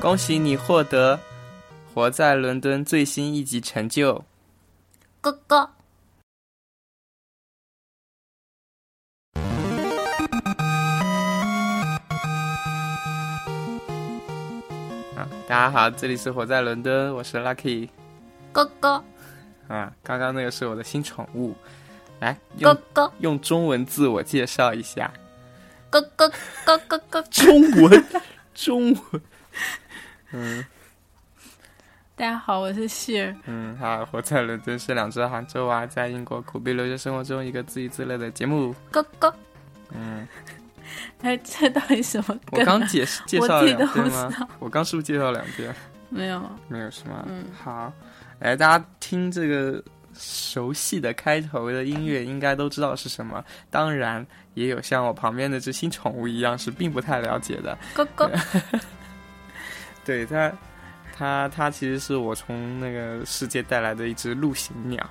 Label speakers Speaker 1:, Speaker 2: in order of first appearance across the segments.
Speaker 1: 恭喜你获得《活在伦敦》最新一集成就。
Speaker 2: 哥哥，
Speaker 1: 啊，大家好，这里是《活在伦敦》，我是 Lucky。
Speaker 2: 哥哥，
Speaker 1: 啊，刚刚那个是我的新宠物，来
Speaker 2: 哥
Speaker 1: 用
Speaker 2: 哥，
Speaker 1: 用中文自我介绍一 下。
Speaker 2: 哥哥，哥哥哥哥。
Speaker 1: 中文，中文，
Speaker 3: 大家好，我是希尔。
Speaker 1: 嗯，好，活在伦敦是两只杭州娃在英国苦逼留学生活中一个自娱自乐的节目。
Speaker 2: 哥哥，
Speaker 1: 嗯，
Speaker 3: 哎，这到底什么
Speaker 1: 我
Speaker 3: 梗、
Speaker 1: 刚
Speaker 3: 啊？
Speaker 1: 解释介
Speaker 3: 我
Speaker 1: 绍了
Speaker 3: 自己
Speaker 1: 两
Speaker 3: 都
Speaker 1: 遍
Speaker 3: 不知
Speaker 1: 吗？我刚是不是介绍了两遍？
Speaker 3: 没有，
Speaker 1: 没有什么。
Speaker 3: 嗯
Speaker 1: 好，哎，大家听这个熟悉的开头的音乐，应该都知道是什么。当然，也有像我旁边的这新宠物一样，是并不太了解的。
Speaker 2: 哥 哥，
Speaker 1: 对它，它，它其实是我从那个世界带来的一只陆行鸟。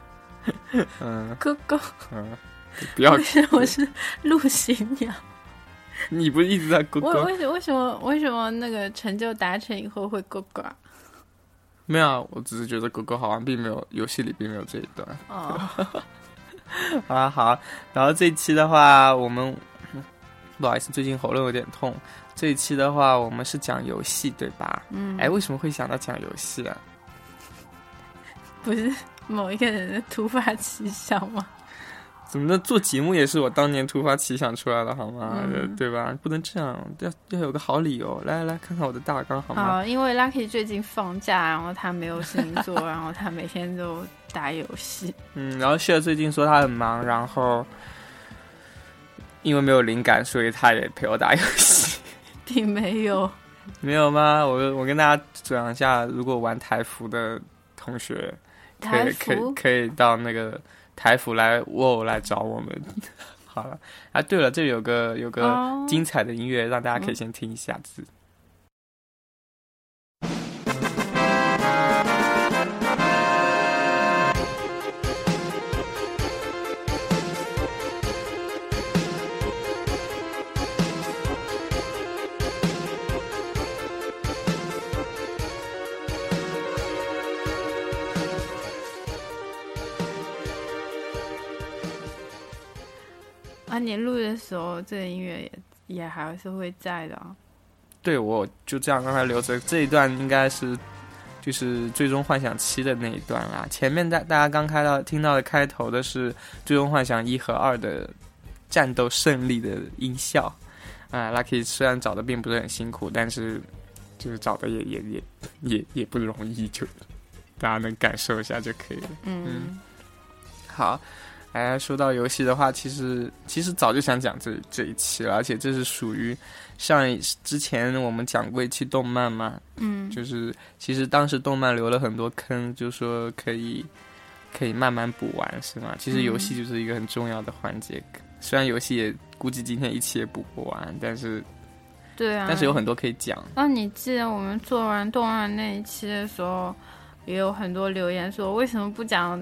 Speaker 1: 嗯
Speaker 3: 哥哥，
Speaker 1: 嗯，不要
Speaker 3: 为，什么我是陆行 鸟？
Speaker 1: 你不是一直在咕
Speaker 3: 我
Speaker 1: 咕？
Speaker 3: 为什为什么为什么那个成就达成以后会哥哥啊？
Speaker 1: 没有啊，我只是觉得狗狗好玩，并没有游戏里并没有这一段。
Speaker 3: 哦，
Speaker 1: 好啊，好。然后这一期的话，我们不好意思，最近喉咙有点痛。这一期的话，我们是讲游戏，对吧？
Speaker 3: 嗯，
Speaker 1: 哎，为什么会想到讲游戏啊？
Speaker 3: 不是某一个人的突发奇想吗？
Speaker 1: 怎么的？做节目也是我当年突发奇想出来的，好吗？
Speaker 3: 嗯
Speaker 1: 对吧？不能这样，要要有个好理由。来来，看看我的大纲，好吗？
Speaker 3: 好，因为 Lucky 最近放假，然后他没有事情 做，然后他每天都打游戏。
Speaker 1: 嗯，然后谢尔最近说他很忙，然后因为没有灵感，所以他也陪我打游 戏。
Speaker 3: 并没有，
Speaker 1: 没有吗？我我跟大家讲一下，如果玩台服的同学，可
Speaker 3: 台
Speaker 1: 以可以
Speaker 3: 服
Speaker 1: 可以到那个台服来哇来找我们。 好了，啊，对了，这里有个有个
Speaker 3: 哦，
Speaker 1: 精彩的音乐，让大家可以先听一下子。
Speaker 3: 啊，你录的时候这个音乐也也还是会在的啊、
Speaker 1: 对，我就这样让它留着。这一段应该是就是《最终幻想七》的那一段啦。前面大大家刚开到听到的开头的是《最终幻想一》和二的战斗胜利的音效啊。Lucky 虽然找的并不是很辛苦，但是就是找的也也也也也不容易，就大家能感受一下就可以了。
Speaker 3: 嗯，
Speaker 1: 好，哎，说到游戏的话，其实其实早就想讲这这一期了，而且这是属于上一之前我们讲过一期动漫嘛，
Speaker 3: 嗯，
Speaker 1: 就是其实当时动漫留了很多坑，就说可以可以慢慢补完是吗？其实游
Speaker 3: 嗯
Speaker 1: 戏就是一个很重要的环节，虽然游戏也估计今天一期也补不完，但是
Speaker 3: 对啊。
Speaker 1: 但是有很多可以讲。
Speaker 3: 那你记得我们做完动漫那一期的时候，也有很多留言说为什么不讲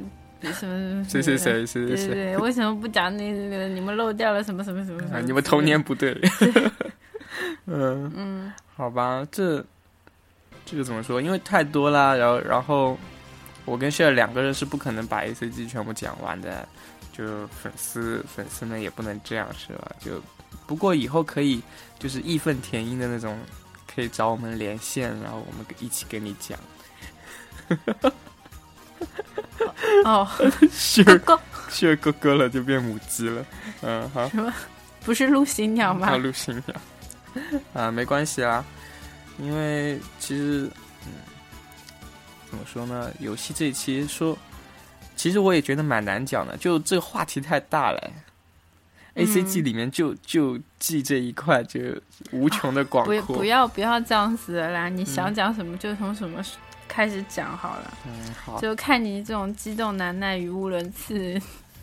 Speaker 3: 什 么什
Speaker 1: 谁
Speaker 3: 么
Speaker 1: 谁
Speaker 3: 谁
Speaker 1: 谁谁谁
Speaker 3: 对对
Speaker 1: 谁
Speaker 3: 对，为什么不讲那那个你们漏掉了什么什么什么什么
Speaker 1: 啊，你们童
Speaker 3: 之类
Speaker 1: 年
Speaker 3: 的
Speaker 1: 不对。 嗯嗯，好吧，这这个怎么说？因为太多啦，然后然后我跟炫儿两个人是不可能把 A C G 全部讲完的，就粉丝粉丝们也不能这样是吧？就不过以后可以就是义愤填膺的那种，可以找我们连线，然后我们一起跟你 讲。
Speaker 3: 哦，
Speaker 1: 炫
Speaker 3: 哥
Speaker 1: 儿
Speaker 3: 哥
Speaker 1: 炫儿哥哥了就变母鸡了，嗯好。
Speaker 3: 不是陆行鸟吗
Speaker 1: 要？录新娘啊，没关系啦，因为其实，嗯，怎么说呢？游戏这一期说，其实我也觉得蛮难讲的，就这个话题太大了。A C G
Speaker 3: 嗯
Speaker 1: 里面就就记这一块就无穷的广
Speaker 3: 嗯啊
Speaker 1: 嗯
Speaker 3: 不
Speaker 1: 阔，
Speaker 3: 不要不要这样子了啦，你想讲什么就从什么开始讲好了，
Speaker 1: 嗯，好，
Speaker 3: 就看你这种激动难耐、语无伦次。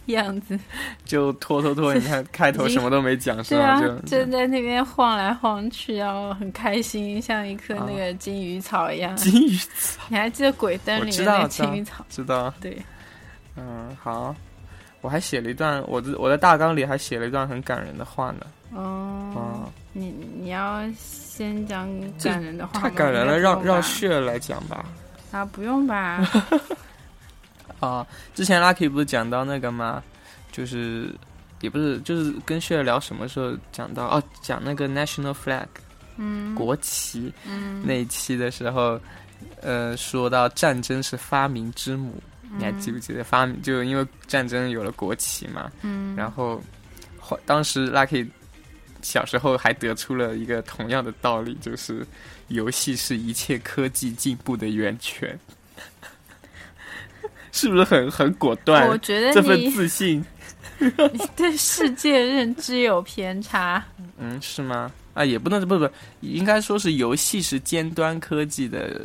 Speaker 3: 样子，
Speaker 1: 就拖拖拖，你看开头
Speaker 3: 已经
Speaker 1: 什么都没讲是
Speaker 3: 对啊
Speaker 1: 吧？，
Speaker 3: 就
Speaker 1: 就
Speaker 3: 在那边晃来晃去，然后很开心，像一棵那个金鱼草一样。
Speaker 1: 金鱼
Speaker 3: 你还记得《鬼灯》
Speaker 1: 我
Speaker 3: 里
Speaker 1: 知
Speaker 3: 面
Speaker 1: 道
Speaker 3: 那
Speaker 1: 我
Speaker 3: 个
Speaker 1: 知道
Speaker 3: 金鱼草？
Speaker 1: 知道，
Speaker 3: 对，
Speaker 1: 嗯，好，我还写了一段，我的我的大纲里还写了一段很感人的话呢。
Speaker 3: 哦，
Speaker 1: 啊，
Speaker 3: 你你要先讲
Speaker 1: 这
Speaker 3: 感人的话吗，
Speaker 1: 太感人
Speaker 3: 应
Speaker 1: 了，
Speaker 3: 该
Speaker 1: 让
Speaker 3: 不
Speaker 1: 让
Speaker 3: 用吧
Speaker 1: 血来讲吧。
Speaker 3: 啊，不 用吧？
Speaker 1: 啊，之前 Lucky 不是讲到那个吗？就是也不是，就是跟血聊什么时候讲到哦，讲那个 national flag
Speaker 3: 嗯，
Speaker 1: 国旗
Speaker 3: 嗯
Speaker 1: 那一期的时候，呃，说到战争是发明之母，你还记不记得发明？就因为战争有了国旗嘛，
Speaker 3: 嗯，
Speaker 1: 然后后当时 Lucky 小时候还得出了一个同样的道理，就是游戏是一切科技进步的源泉。 是不是很很果断？
Speaker 3: 我觉得
Speaker 1: 这份
Speaker 3: 你
Speaker 1: 自信，
Speaker 3: 你对世界认知有偏差。
Speaker 1: 嗯，是吗？啊，也不能不不，应该说是游戏是尖端科技的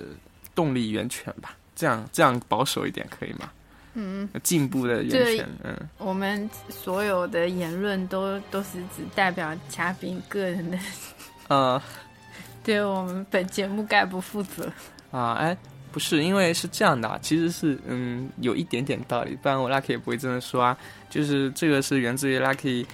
Speaker 1: 动力源泉吧？这样这样保守一点可以吗？
Speaker 3: 嗯，
Speaker 1: 进步的源泉，嗯，
Speaker 3: 我们所有的言论都都是只代表嘉宾个人的，
Speaker 1: 呃
Speaker 3: 对我们本节目概不负责。
Speaker 1: 啊，哎，不是，因为是这样的啊，其实是嗯有一点点道理，不然我 Lucky 也不会这么说啊。就是这个是源自于 Lucky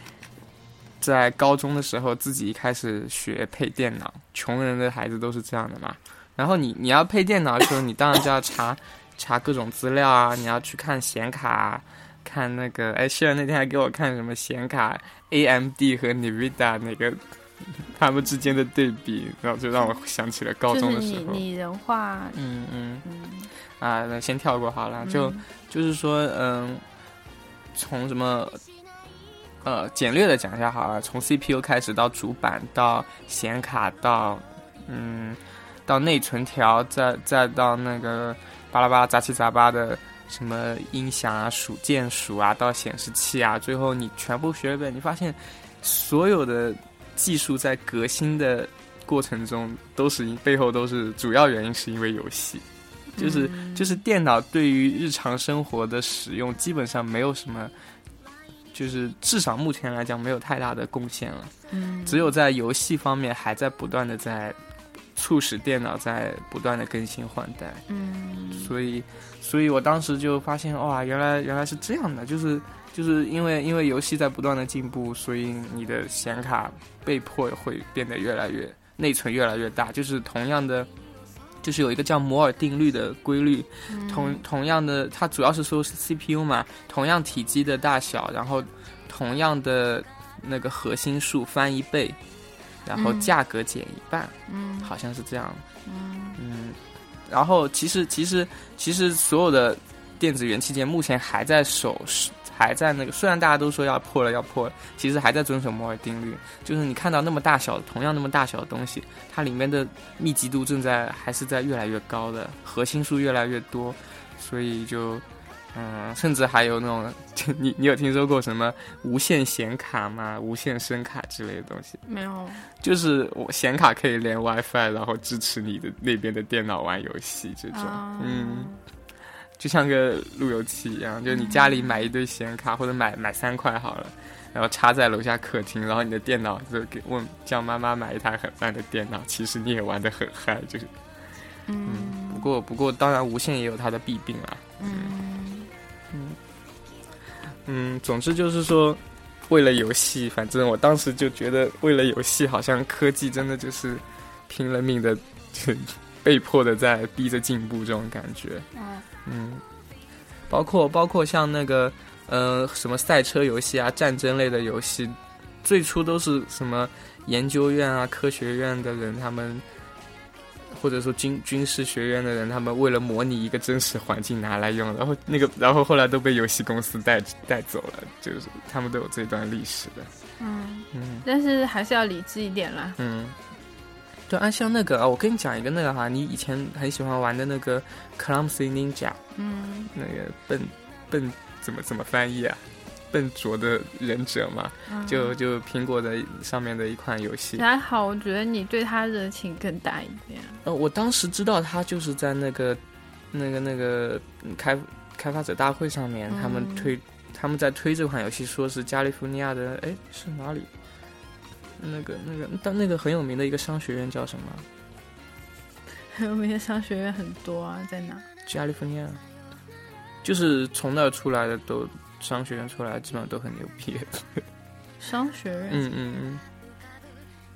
Speaker 1: 在高中的时候自己开始学配电脑，穷人的孩子都是这样的嘛。然后你你要配电脑的时候，你当然就要查查各种资料啊，你要去看显卡啊、看那个哎，希尔那天还给我看什么显卡 AMD 和 NVIDIA 哪个 他们之间的对比，然后就让我想起了高
Speaker 3: 就
Speaker 1: 中
Speaker 3: 是
Speaker 1: 的时
Speaker 3: 你
Speaker 1: 候。
Speaker 3: 拟人化，
Speaker 1: 嗯嗯
Speaker 3: 嗯，
Speaker 1: 啊，那先跳过好了，就、
Speaker 3: 嗯
Speaker 1: 就是说，嗯，从什么，呃，简略的讲一下好了，从 CPU 开始到主板，到显卡，到嗯，到内存条，再再到那个巴拉巴拉杂七杂八的什么音响啊、鼠键鼠啊，到显示器啊，最后你全部学一遍，你发现所有的技术在革新的过程中，都是因背后都是主要原因是因为游戏，就是。
Speaker 3: 嗯
Speaker 1: 就是电脑对于日常生活的使用，基本上没有什么，就是至少目前来讲没有太大的贡献了。
Speaker 3: 嗯
Speaker 1: 只有在游戏方面还在不断的在促使电脑在不断的更新换代，
Speaker 3: 嗯
Speaker 1: 所以，所以我当时就发现，哇，原来原来是这样的，就是就是因为因为游戏在不断的进步，所以你的显卡被迫会变得越来越内存越来越大，就是同样的。就是有一个叫摩尔定律的规律，
Speaker 3: 嗯
Speaker 1: 同同样的，它主要是说是 CPU 嘛，同样体积的大小，然后同样的那个核心数翻一倍，然后
Speaker 3: 嗯
Speaker 1: 价格减一半，
Speaker 3: 嗯
Speaker 1: 好像是这样。
Speaker 3: 嗯
Speaker 1: 嗯，然后其实其实其实所有的电子元器件目前还在守，还在那个，虽然大家都说要破了要破了，其实还在遵守摩尔定律，就是你看到那么大小同样那么大小的东西，它里面的密集度正在还是在越来越高的，核心数越来越多，所以就。嗯，甚至还有那种， 就你你有听说过什么无线显卡吗？无线声卡之类的东西？
Speaker 3: 没有
Speaker 1: 就是我显卡可以连 WiFi，然后支持你的那边的电脑玩游戏这种，
Speaker 3: 啊
Speaker 1: 嗯，就像个路由器一样，就是你家里买一堆显卡或者买买三块好了，然后插在楼下客厅，然后你的电脑就给问叫妈妈买一台很烂的电脑，其实你也玩的很嗨，就是不
Speaker 3: 嗯
Speaker 1: 过不过当然无线也有它的弊病啊，
Speaker 3: 嗯
Speaker 1: 嗯，总之就是说，为了游戏，反正我当时就觉得，为了游戏，好像科技真的就是拼了命的，就被迫的在逼着进步这种感觉。
Speaker 3: 嗯
Speaker 1: 嗯，包括包括像那个呃什么赛车游戏啊、战争类的游戏，最初都是什么研究院啊、科学院的人他们。或者说军军事学院的人，他们为了模拟一个真实环境拿来用，然后那个，然后后来都被游戏公司带带走了，就是他们都有这段历史的。
Speaker 3: 嗯，
Speaker 1: 嗯
Speaker 3: 但是还是要理智一点啦。
Speaker 1: 嗯，对啊，像那个啊，我跟你讲一个那个哈、你以前很喜欢玩的那个 Clumsy Ninja，
Speaker 3: 嗯
Speaker 1: 那个笨笨怎么怎么翻译啊？笨拙的忍者嘛，
Speaker 3: 嗯
Speaker 1: 就就苹果的上面的一款游戏。
Speaker 3: 还好，我觉得你对他热情更大一点。
Speaker 1: 呃，我当时知道他就是在那个那个那个嗯开开发者大会上面，他们
Speaker 3: 嗯
Speaker 1: 推、他们在推这款游戏，说是加利福尼亚的，哎，是哪里？那个那个，但那个很有名的一个商学院叫什么？
Speaker 3: 我们的商学院很多啊，在哪？
Speaker 1: 加利福尼亚，就是从那儿出来的都商学院出来基本上都很牛逼。
Speaker 3: 商学院
Speaker 1: 嗯嗯嗯。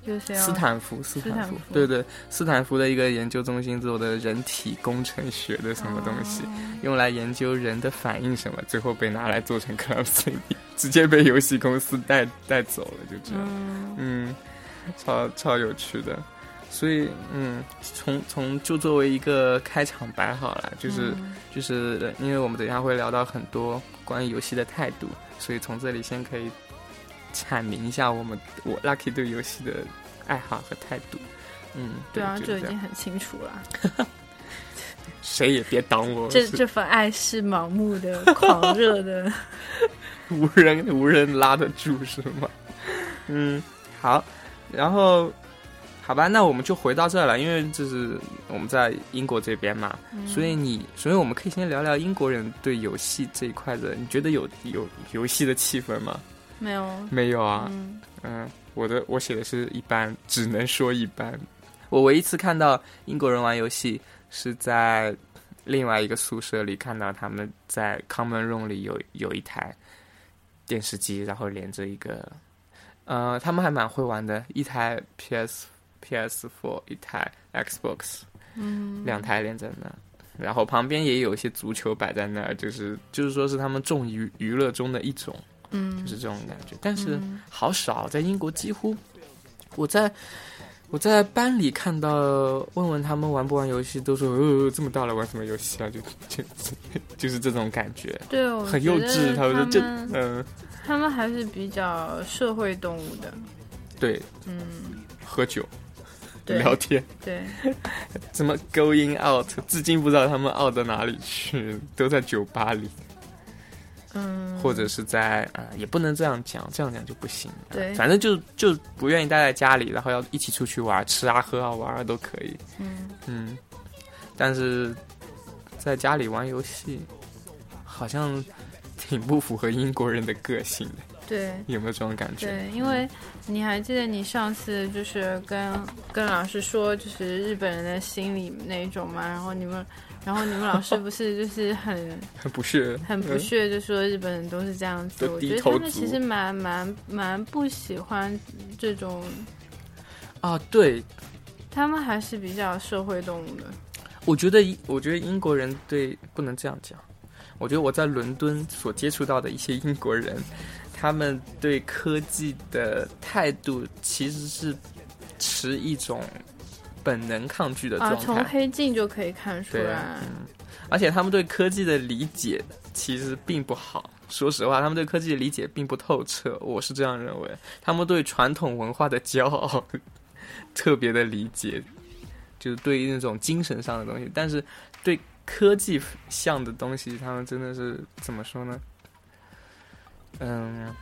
Speaker 3: 有谁
Speaker 1: 斯
Speaker 3: 要
Speaker 1: 坦福，啊斯
Speaker 3: 斯
Speaker 1: 坦
Speaker 3: 坦
Speaker 1: 福，
Speaker 3: 福
Speaker 1: 对对，斯坦福的一个研究中心做的人体工程学的什么东西，
Speaker 3: 哦
Speaker 1: 用来研究人的反应什么，最后被拿来做成 Club CD，直接被游戏公司带带走了，就这样，
Speaker 3: 嗯，
Speaker 1: 嗯，超超有趣的。所以，嗯，从从就作为一个开场白好了，就是、
Speaker 3: 嗯
Speaker 1: 就是因为我们等一下会聊到很多关于游戏的态度，所以从这里先可以阐明一下我们我 Lucky 对游戏的爱好和态度。嗯，
Speaker 3: 对啊，
Speaker 1: 就
Speaker 3: 这
Speaker 1: 是
Speaker 3: 已
Speaker 1: 这样
Speaker 3: 经很清楚了。
Speaker 1: 谁也别挡我，
Speaker 3: 这
Speaker 1: 是
Speaker 3: 这份爱是盲目的、 狂热的。
Speaker 1: 无人无人拉得住是吗？嗯，好，然后好吧，那我们就回到这儿了，因为这是我们在英国这边嘛，
Speaker 3: 嗯
Speaker 1: 所以你，所以我们可以先聊聊英国人对游戏这一块的，你觉得有有游戏的气氛吗？
Speaker 3: 没有，
Speaker 1: 没有啊，
Speaker 3: 嗯，
Speaker 1: 嗯，我的我写的是一般，只能说一般。我唯一一次看到英国人玩游戏是在另外一个宿舍里看到他们在 common room 里有有一台电视机，然后连着一个，呃，他们还蛮会玩的，一台 PS PS Four，一台 Xbox，嗯，两台连在那。然后旁边也有一些足球摆在那儿，就是就是说是他们重娱娱乐中的一种，
Speaker 3: 嗯，
Speaker 1: 就是这种感觉。但是好少，在英国几乎，我在我在班里看到问问他们玩不玩游戏，都说呃这么大了玩什么游戏啊，就就就就是这种感觉，
Speaker 3: 对，我
Speaker 1: 很幼
Speaker 3: 哦觉得
Speaker 1: 稚。
Speaker 3: 他
Speaker 1: 们说这
Speaker 3: 们
Speaker 1: 嗯、
Speaker 3: 他们还是比较社会动物的，
Speaker 1: 对，
Speaker 3: 嗯，
Speaker 1: 喝酒
Speaker 3: 对
Speaker 1: 聊天，
Speaker 3: 对，
Speaker 1: 怎么 going out，至今不知道他们 out 到哪里去，都在酒吧里，
Speaker 3: 嗯，
Speaker 1: 或者是在啊、也不能这样讲，这样讲就不行。
Speaker 3: 对
Speaker 1: 反正就就不愿意待在家里，然后要一起出去玩，吃啊喝啊玩啊都可以。
Speaker 3: 嗯
Speaker 1: 嗯，但是在家里玩游戏，好像挺不符合英国人的个性的，
Speaker 3: 对。
Speaker 1: 有没有这种感觉？
Speaker 3: 对，因为你还记得你上次就是跟跟老师说，就是日本人的心理那一种嘛，然后你们，然后你们老师不是就是很
Speaker 1: 很不屑，
Speaker 3: 很不
Speaker 1: 嗯
Speaker 3: 屑，就说日本人都是这样子。
Speaker 1: 都
Speaker 3: 我
Speaker 1: 低
Speaker 3: 觉得
Speaker 1: 头
Speaker 3: 他们其
Speaker 1: 族
Speaker 3: 实蛮蛮蛮不喜欢这种，
Speaker 1: 啊！对，
Speaker 3: 他们还是比较社会动物的。
Speaker 1: 我觉得英，我觉得英国人对不能这样讲。我觉得我在伦敦所接触到的一些英国人，他们对科技的态度其实是持一种本能抗拒的状
Speaker 3: 啊，
Speaker 1: 态。
Speaker 3: 从黑镜就可以看出
Speaker 1: 对
Speaker 3: 来，
Speaker 1: 啊而且他们对科技的理解其实并不好。说实话，他们对科技的理解并不透彻，我是这样认为。他们对传统文化的骄傲特别的理解，就是对于那种精神上的东西，但是对科技向的东西，他们真的是怎么说呢？嗯，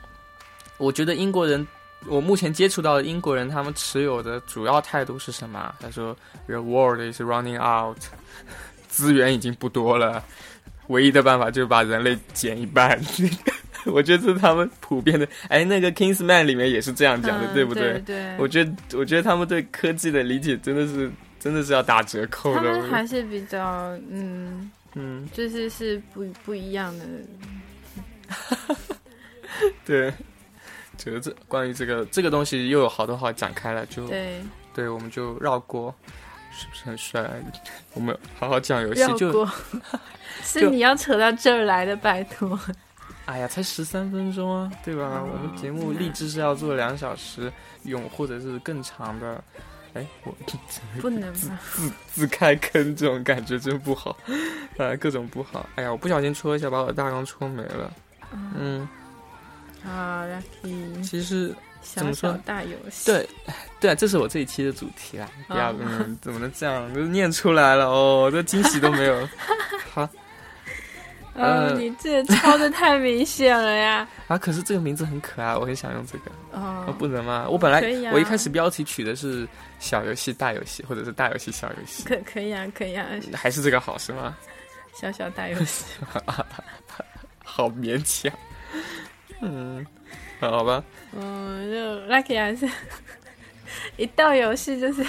Speaker 1: 我觉得英国人，我目前接触到的英国人，他们持有的主要态度是什么啊？他说，The world is running out。资源已经不多了，唯一的办法就是把人类减一半。 我觉得这是他们普遍的。哎，那个《Kingsman》里面也是这样讲的，
Speaker 3: 嗯
Speaker 1: 对
Speaker 3: 对
Speaker 1: 不
Speaker 3: 对？
Speaker 1: 我觉得，我觉得他们对科技的理解真的是，真的是要打折扣
Speaker 3: 他
Speaker 1: 的。
Speaker 3: 们
Speaker 1: 我
Speaker 3: 还是比较嗯，
Speaker 1: 嗯，
Speaker 3: 就是是不不一样的。
Speaker 1: 对，觉得这关于这个这个东西又有好多好展开了，就
Speaker 3: 对，
Speaker 1: 对，我们就绕过，是不是很帅？啊我们好好讲游戏
Speaker 3: 绕
Speaker 1: 就，
Speaker 3: 过是你要扯到这儿来的，拜 托。
Speaker 1: 哎呀，才十三分钟啊，对吧？我们节目立志是要做两小时，永或者是更长的。哎，我
Speaker 3: 不能吧？
Speaker 1: 自 自开坑这种感觉真不好， 啊，各种不好。哎呀，我不小心戳一下，把我的大纲戳没了。 嗯，
Speaker 3: 啊，lucky，
Speaker 1: 其实怎
Speaker 3: 小
Speaker 1: 么说
Speaker 3: 小大游戏。，
Speaker 1: 对，对，啊这是我这一期的主题啦。不要，
Speaker 3: 哦
Speaker 1: 嗯，怎么能这样？都念出来了哦，这惊喜都没有。 好
Speaker 3: 呃，
Speaker 1: 呃
Speaker 3: 你这抄的太明显了呀。
Speaker 1: 啊，可是这个名字很可爱，我很想用这个。
Speaker 3: 哦
Speaker 1: 哦，，不能吗？我本来、
Speaker 3: 可以啊
Speaker 1: 我一开始标题取的是小游戏大游戏，或者是大游戏小游戏，
Speaker 3: 可可以啊，可以啊，
Speaker 1: 还是这个好是吗？
Speaker 3: 小小大游 戏。
Speaker 1: 好勉强。嗯，好吧，
Speaker 3: 嗯，就 lucky 还是 一到游戏就是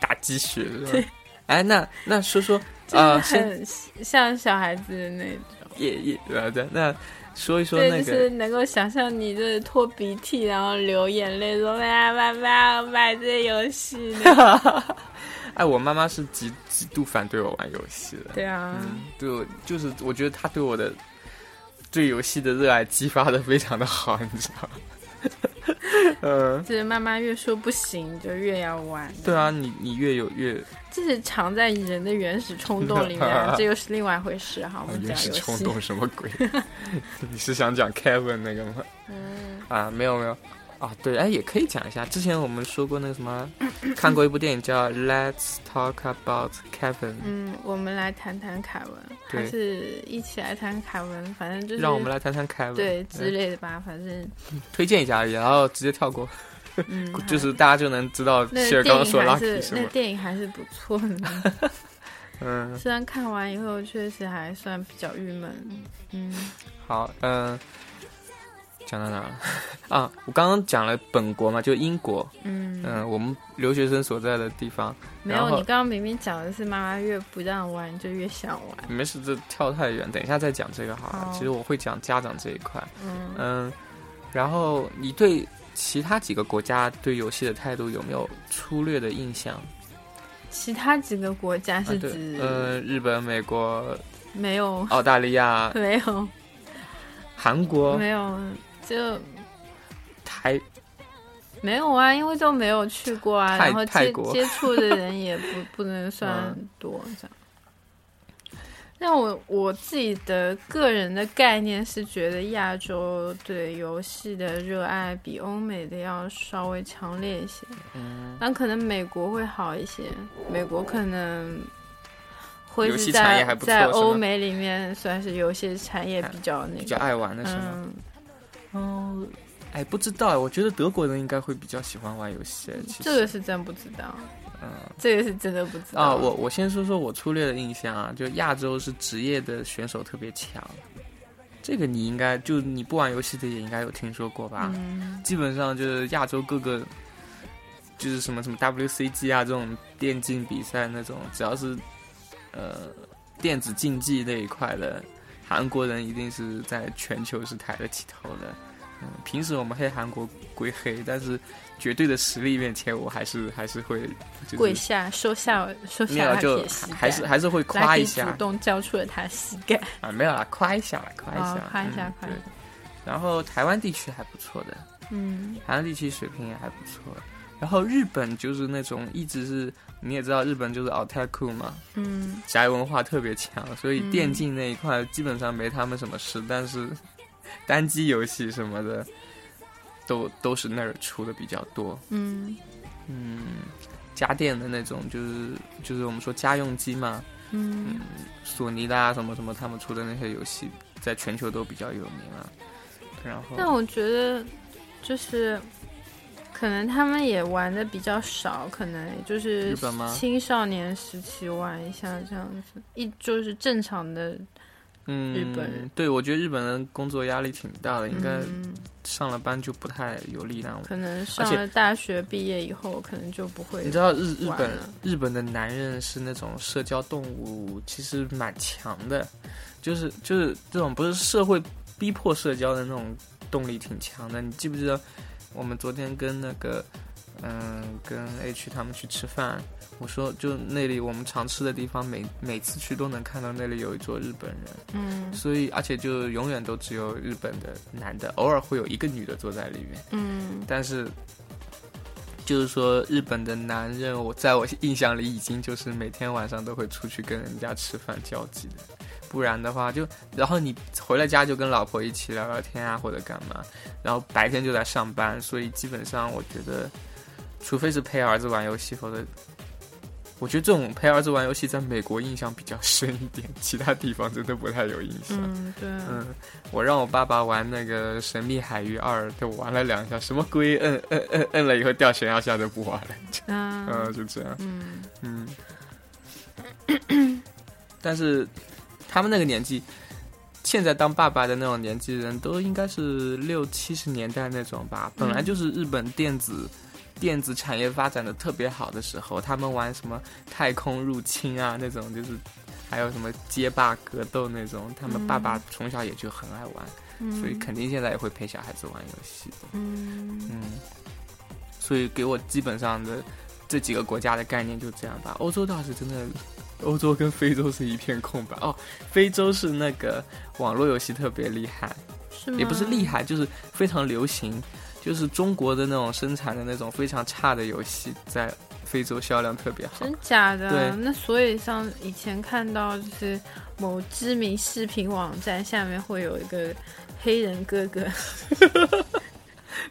Speaker 1: 打鸡血是吧？哎，那那说说
Speaker 3: 就
Speaker 1: 啊、
Speaker 3: 是
Speaker 1: 先
Speaker 3: 很像小孩子的那种。
Speaker 1: 也也呃对，那说一说
Speaker 3: 对，
Speaker 1: 那
Speaker 3: 就
Speaker 1: 个
Speaker 3: 是能够想象你就是拖鼻涕，然后流眼泪，说哎妈妈妈，我买这游戏 呢。
Speaker 1: 哎，我妈妈是极极度反对我玩游戏的，
Speaker 3: 对啊，
Speaker 1: 对我就是我觉得她对我的对游戏的热爱激发的非常的好，你知道吗？ 嗯，
Speaker 3: 就是妈妈越说不行，就越要玩。
Speaker 1: 对啊，你你越有越
Speaker 3: 这是藏在人的原始冲动里面 啊，这又是另外一回事哈。我们讲
Speaker 1: 啊原始
Speaker 3: 游
Speaker 1: 哦冲
Speaker 3: 戏，
Speaker 1: 动什么鬼？ 你是想讲 Kevin 那个吗？
Speaker 3: 嗯，
Speaker 1: 啊，没有没有。啊，对，哎，也可以讲一下。之前我们说过那个什么，看过一部电影叫《Let's Talk About Kevin》，
Speaker 3: 嗯，我们来谈谈凯文，
Speaker 1: 对
Speaker 3: 还是一起来谈凯文，反正就是
Speaker 1: 让我们来谈谈凯文，
Speaker 3: 对之
Speaker 1: 嗯
Speaker 3: 类的吧，反正
Speaker 1: 推荐一下而已，然后直接跳过，
Speaker 3: 嗯，
Speaker 1: 就是大家就能知道
Speaker 3: 那
Speaker 1: 谢尔刚
Speaker 3: 电
Speaker 1: 刚
Speaker 3: 影
Speaker 1: 说
Speaker 3: 还
Speaker 1: lucky
Speaker 3: 是
Speaker 1: 什
Speaker 3: 那
Speaker 1: 么。
Speaker 3: 电影还是不错的，
Speaker 1: 嗯，
Speaker 3: 虽然看完以后确实还算比较郁闷，嗯，
Speaker 1: 好，嗯、讲到哪儿了？ 啊，我刚刚讲了本国嘛，就英国，
Speaker 3: 嗯，
Speaker 1: 嗯、我们留学生所在的地方，
Speaker 3: 没
Speaker 1: 然
Speaker 3: 有，
Speaker 1: 后
Speaker 3: 你刚刚明明讲的是妈妈越不让玩就越想玩，
Speaker 1: 没事，这跳太远，等一下再讲这个好了。
Speaker 3: 好
Speaker 1: 其实我会讲家长这一块，
Speaker 3: 嗯，
Speaker 1: 嗯，然后你对其他几个国家对游戏的态度有没有粗略的印象？
Speaker 3: 其他几个国家
Speaker 1: 啊
Speaker 3: 是，
Speaker 1: 对
Speaker 3: 指、，
Speaker 1: 呃，日本、美国、
Speaker 3: 没有
Speaker 1: 澳大利亚、
Speaker 3: 没有
Speaker 1: 韩 国、
Speaker 3: 没有就
Speaker 1: 台，
Speaker 3: 没有啊，因为都没有去过啊，
Speaker 1: 泰
Speaker 3: 然后
Speaker 1: 泰
Speaker 3: 接
Speaker 1: 国
Speaker 3: 接触的人也不 不能算多这样。但我我自己的个人的概念是觉得亚洲对游戏的热爱比欧美的要稍微强烈一些，
Speaker 1: 嗯，
Speaker 3: 但可能美国会好一些，美国可能。会
Speaker 1: 游戏
Speaker 3: 是
Speaker 1: 产业
Speaker 3: 在
Speaker 1: 还不错
Speaker 3: 在
Speaker 1: 是吗
Speaker 3: 欧美里面算是游戏产业比较那
Speaker 1: 比较
Speaker 3: 个，
Speaker 1: 爱玩的是吗？
Speaker 3: 嗯，
Speaker 1: 哦，哎，不知道，我觉得德国人应该会比较喜欢玩游戏。其
Speaker 3: 这个
Speaker 1: 实，
Speaker 3: 是真不知道，
Speaker 1: 嗯，
Speaker 3: 这个是真的不知道
Speaker 1: 啊，我我先说说我粗略的印象啊，就亚洲是职业的选手特别强，这个你应该就你不玩游戏的也应该有听说过吧？
Speaker 3: 嗯
Speaker 1: 基本上就是亚洲各个，就是什么什么 WCG 啊这种电竞比赛那种，只要是呃电子竞技那一块的，韩国人一定是在全球是抬得起头的。嗯，平时我们黑韩国归黑，但是绝对的实力面前，我还是还是会就
Speaker 3: 跪
Speaker 1: 是
Speaker 3: 下收下收
Speaker 1: 没
Speaker 3: 下
Speaker 1: 有
Speaker 3: 他
Speaker 1: 就
Speaker 3: 的膝盖，
Speaker 1: 还是还是会
Speaker 3: 拉
Speaker 1: 夸
Speaker 3: 蒂
Speaker 1: 一下
Speaker 3: 主动交出了他的膝盖，
Speaker 1: 啊，没有啦，夸一下啦，夸一下
Speaker 3: 哦，夸一下
Speaker 1: 嗯
Speaker 3: 夸
Speaker 1: 对
Speaker 3: 一下
Speaker 1: 然后台湾地区还不错的，
Speaker 3: 嗯
Speaker 1: 台湾地区水平也还不错。然后日本就是那种一直是你也知道，日本就是 otaku 嘛，
Speaker 3: 嗯，
Speaker 1: 宅文化特别强，所以
Speaker 3: 嗯
Speaker 1: 电竞那一块基本上没他们什么事。但是 单机游戏什么的，都都是那儿出的比较多。
Speaker 3: 嗯
Speaker 1: 嗯，家电的那种就是就是我们说家用机嘛，
Speaker 3: 嗯
Speaker 1: 索尼的啊什么什么他们出的那些游戏，在全球都比较有名啊。然
Speaker 3: 但
Speaker 1: 后
Speaker 3: 我觉得就是。可能他们也玩的比较少，可能也就是
Speaker 1: 日本吗
Speaker 3: 青少年时期玩一下这样子，一就是正常的
Speaker 1: 嗯，
Speaker 3: 日本人
Speaker 1: 对我觉得日本人工作压力挺大的，应该
Speaker 3: 嗯
Speaker 1: 上了班就不太有力量了。
Speaker 3: 可能上了大学毕业以后，可能就不会。
Speaker 1: 你知道日日
Speaker 3: 完
Speaker 1: 本
Speaker 3: 了
Speaker 1: 日本的男人是那种社交动物，其实蛮强的，就是就是这种不是社会逼迫社交的那种动力挺强的。你记不记得我们昨天跟那个嗯跟 H 他们去吃饭，我说就那里我们常吃的地方，每每次去都能看到那里有一桌日本人。
Speaker 3: 嗯
Speaker 1: 所以而且就永远都只有日本的男的，偶尔会有一个女的坐在里面，
Speaker 3: 嗯
Speaker 1: 但是。就是说，日本的男人，我在我印象里已经就是每天晚上都会出去跟人家吃饭交际的，不然的话就，然后你回了家就跟老婆一起聊聊天啊，或者干嘛，然后白天就在上班，所以基本上我觉得，除非是陪儿子玩游戏，否则，我觉得这种陪儿子玩游戏在美国印象比较深一点，其他地方真的不太有印象。
Speaker 3: 嗯，对，
Speaker 1: 嗯，我让我爸爸玩那个《神秘海域二》，就玩了两下，什么龟摁摁摁摁了以后掉悬崖下就不玩了，
Speaker 3: 嗯
Speaker 1: 嗯，就这样，
Speaker 3: 嗯
Speaker 1: 嗯。但是他们那个年纪，现在当爸爸的那种年纪人都应该是六七十年代那种吧，本来就是日本电子。电子产业发展的特别好的时候，他们玩什么太空入侵啊那种，就是还有什么街霸格斗那种，他们爸爸从小也就很爱玩，所以肯定现在也会陪小孩子玩游戏的。
Speaker 3: 嗯
Speaker 1: 嗯，所以给我基本上的这几个国家的概念就这样吧。欧洲倒是真的，欧洲跟非洲是一片空白。哦，非洲是那个网络游戏特别厉害，
Speaker 3: 是吗？
Speaker 1: 也不是厉害，就是非常流行，就是中国的那种生产的那种非常差的游戏，在非洲销量特别好
Speaker 3: 真。假的？
Speaker 1: 对
Speaker 3: 那所以像以前看到就是某知名视频网站下面会有一个黑人哥哥，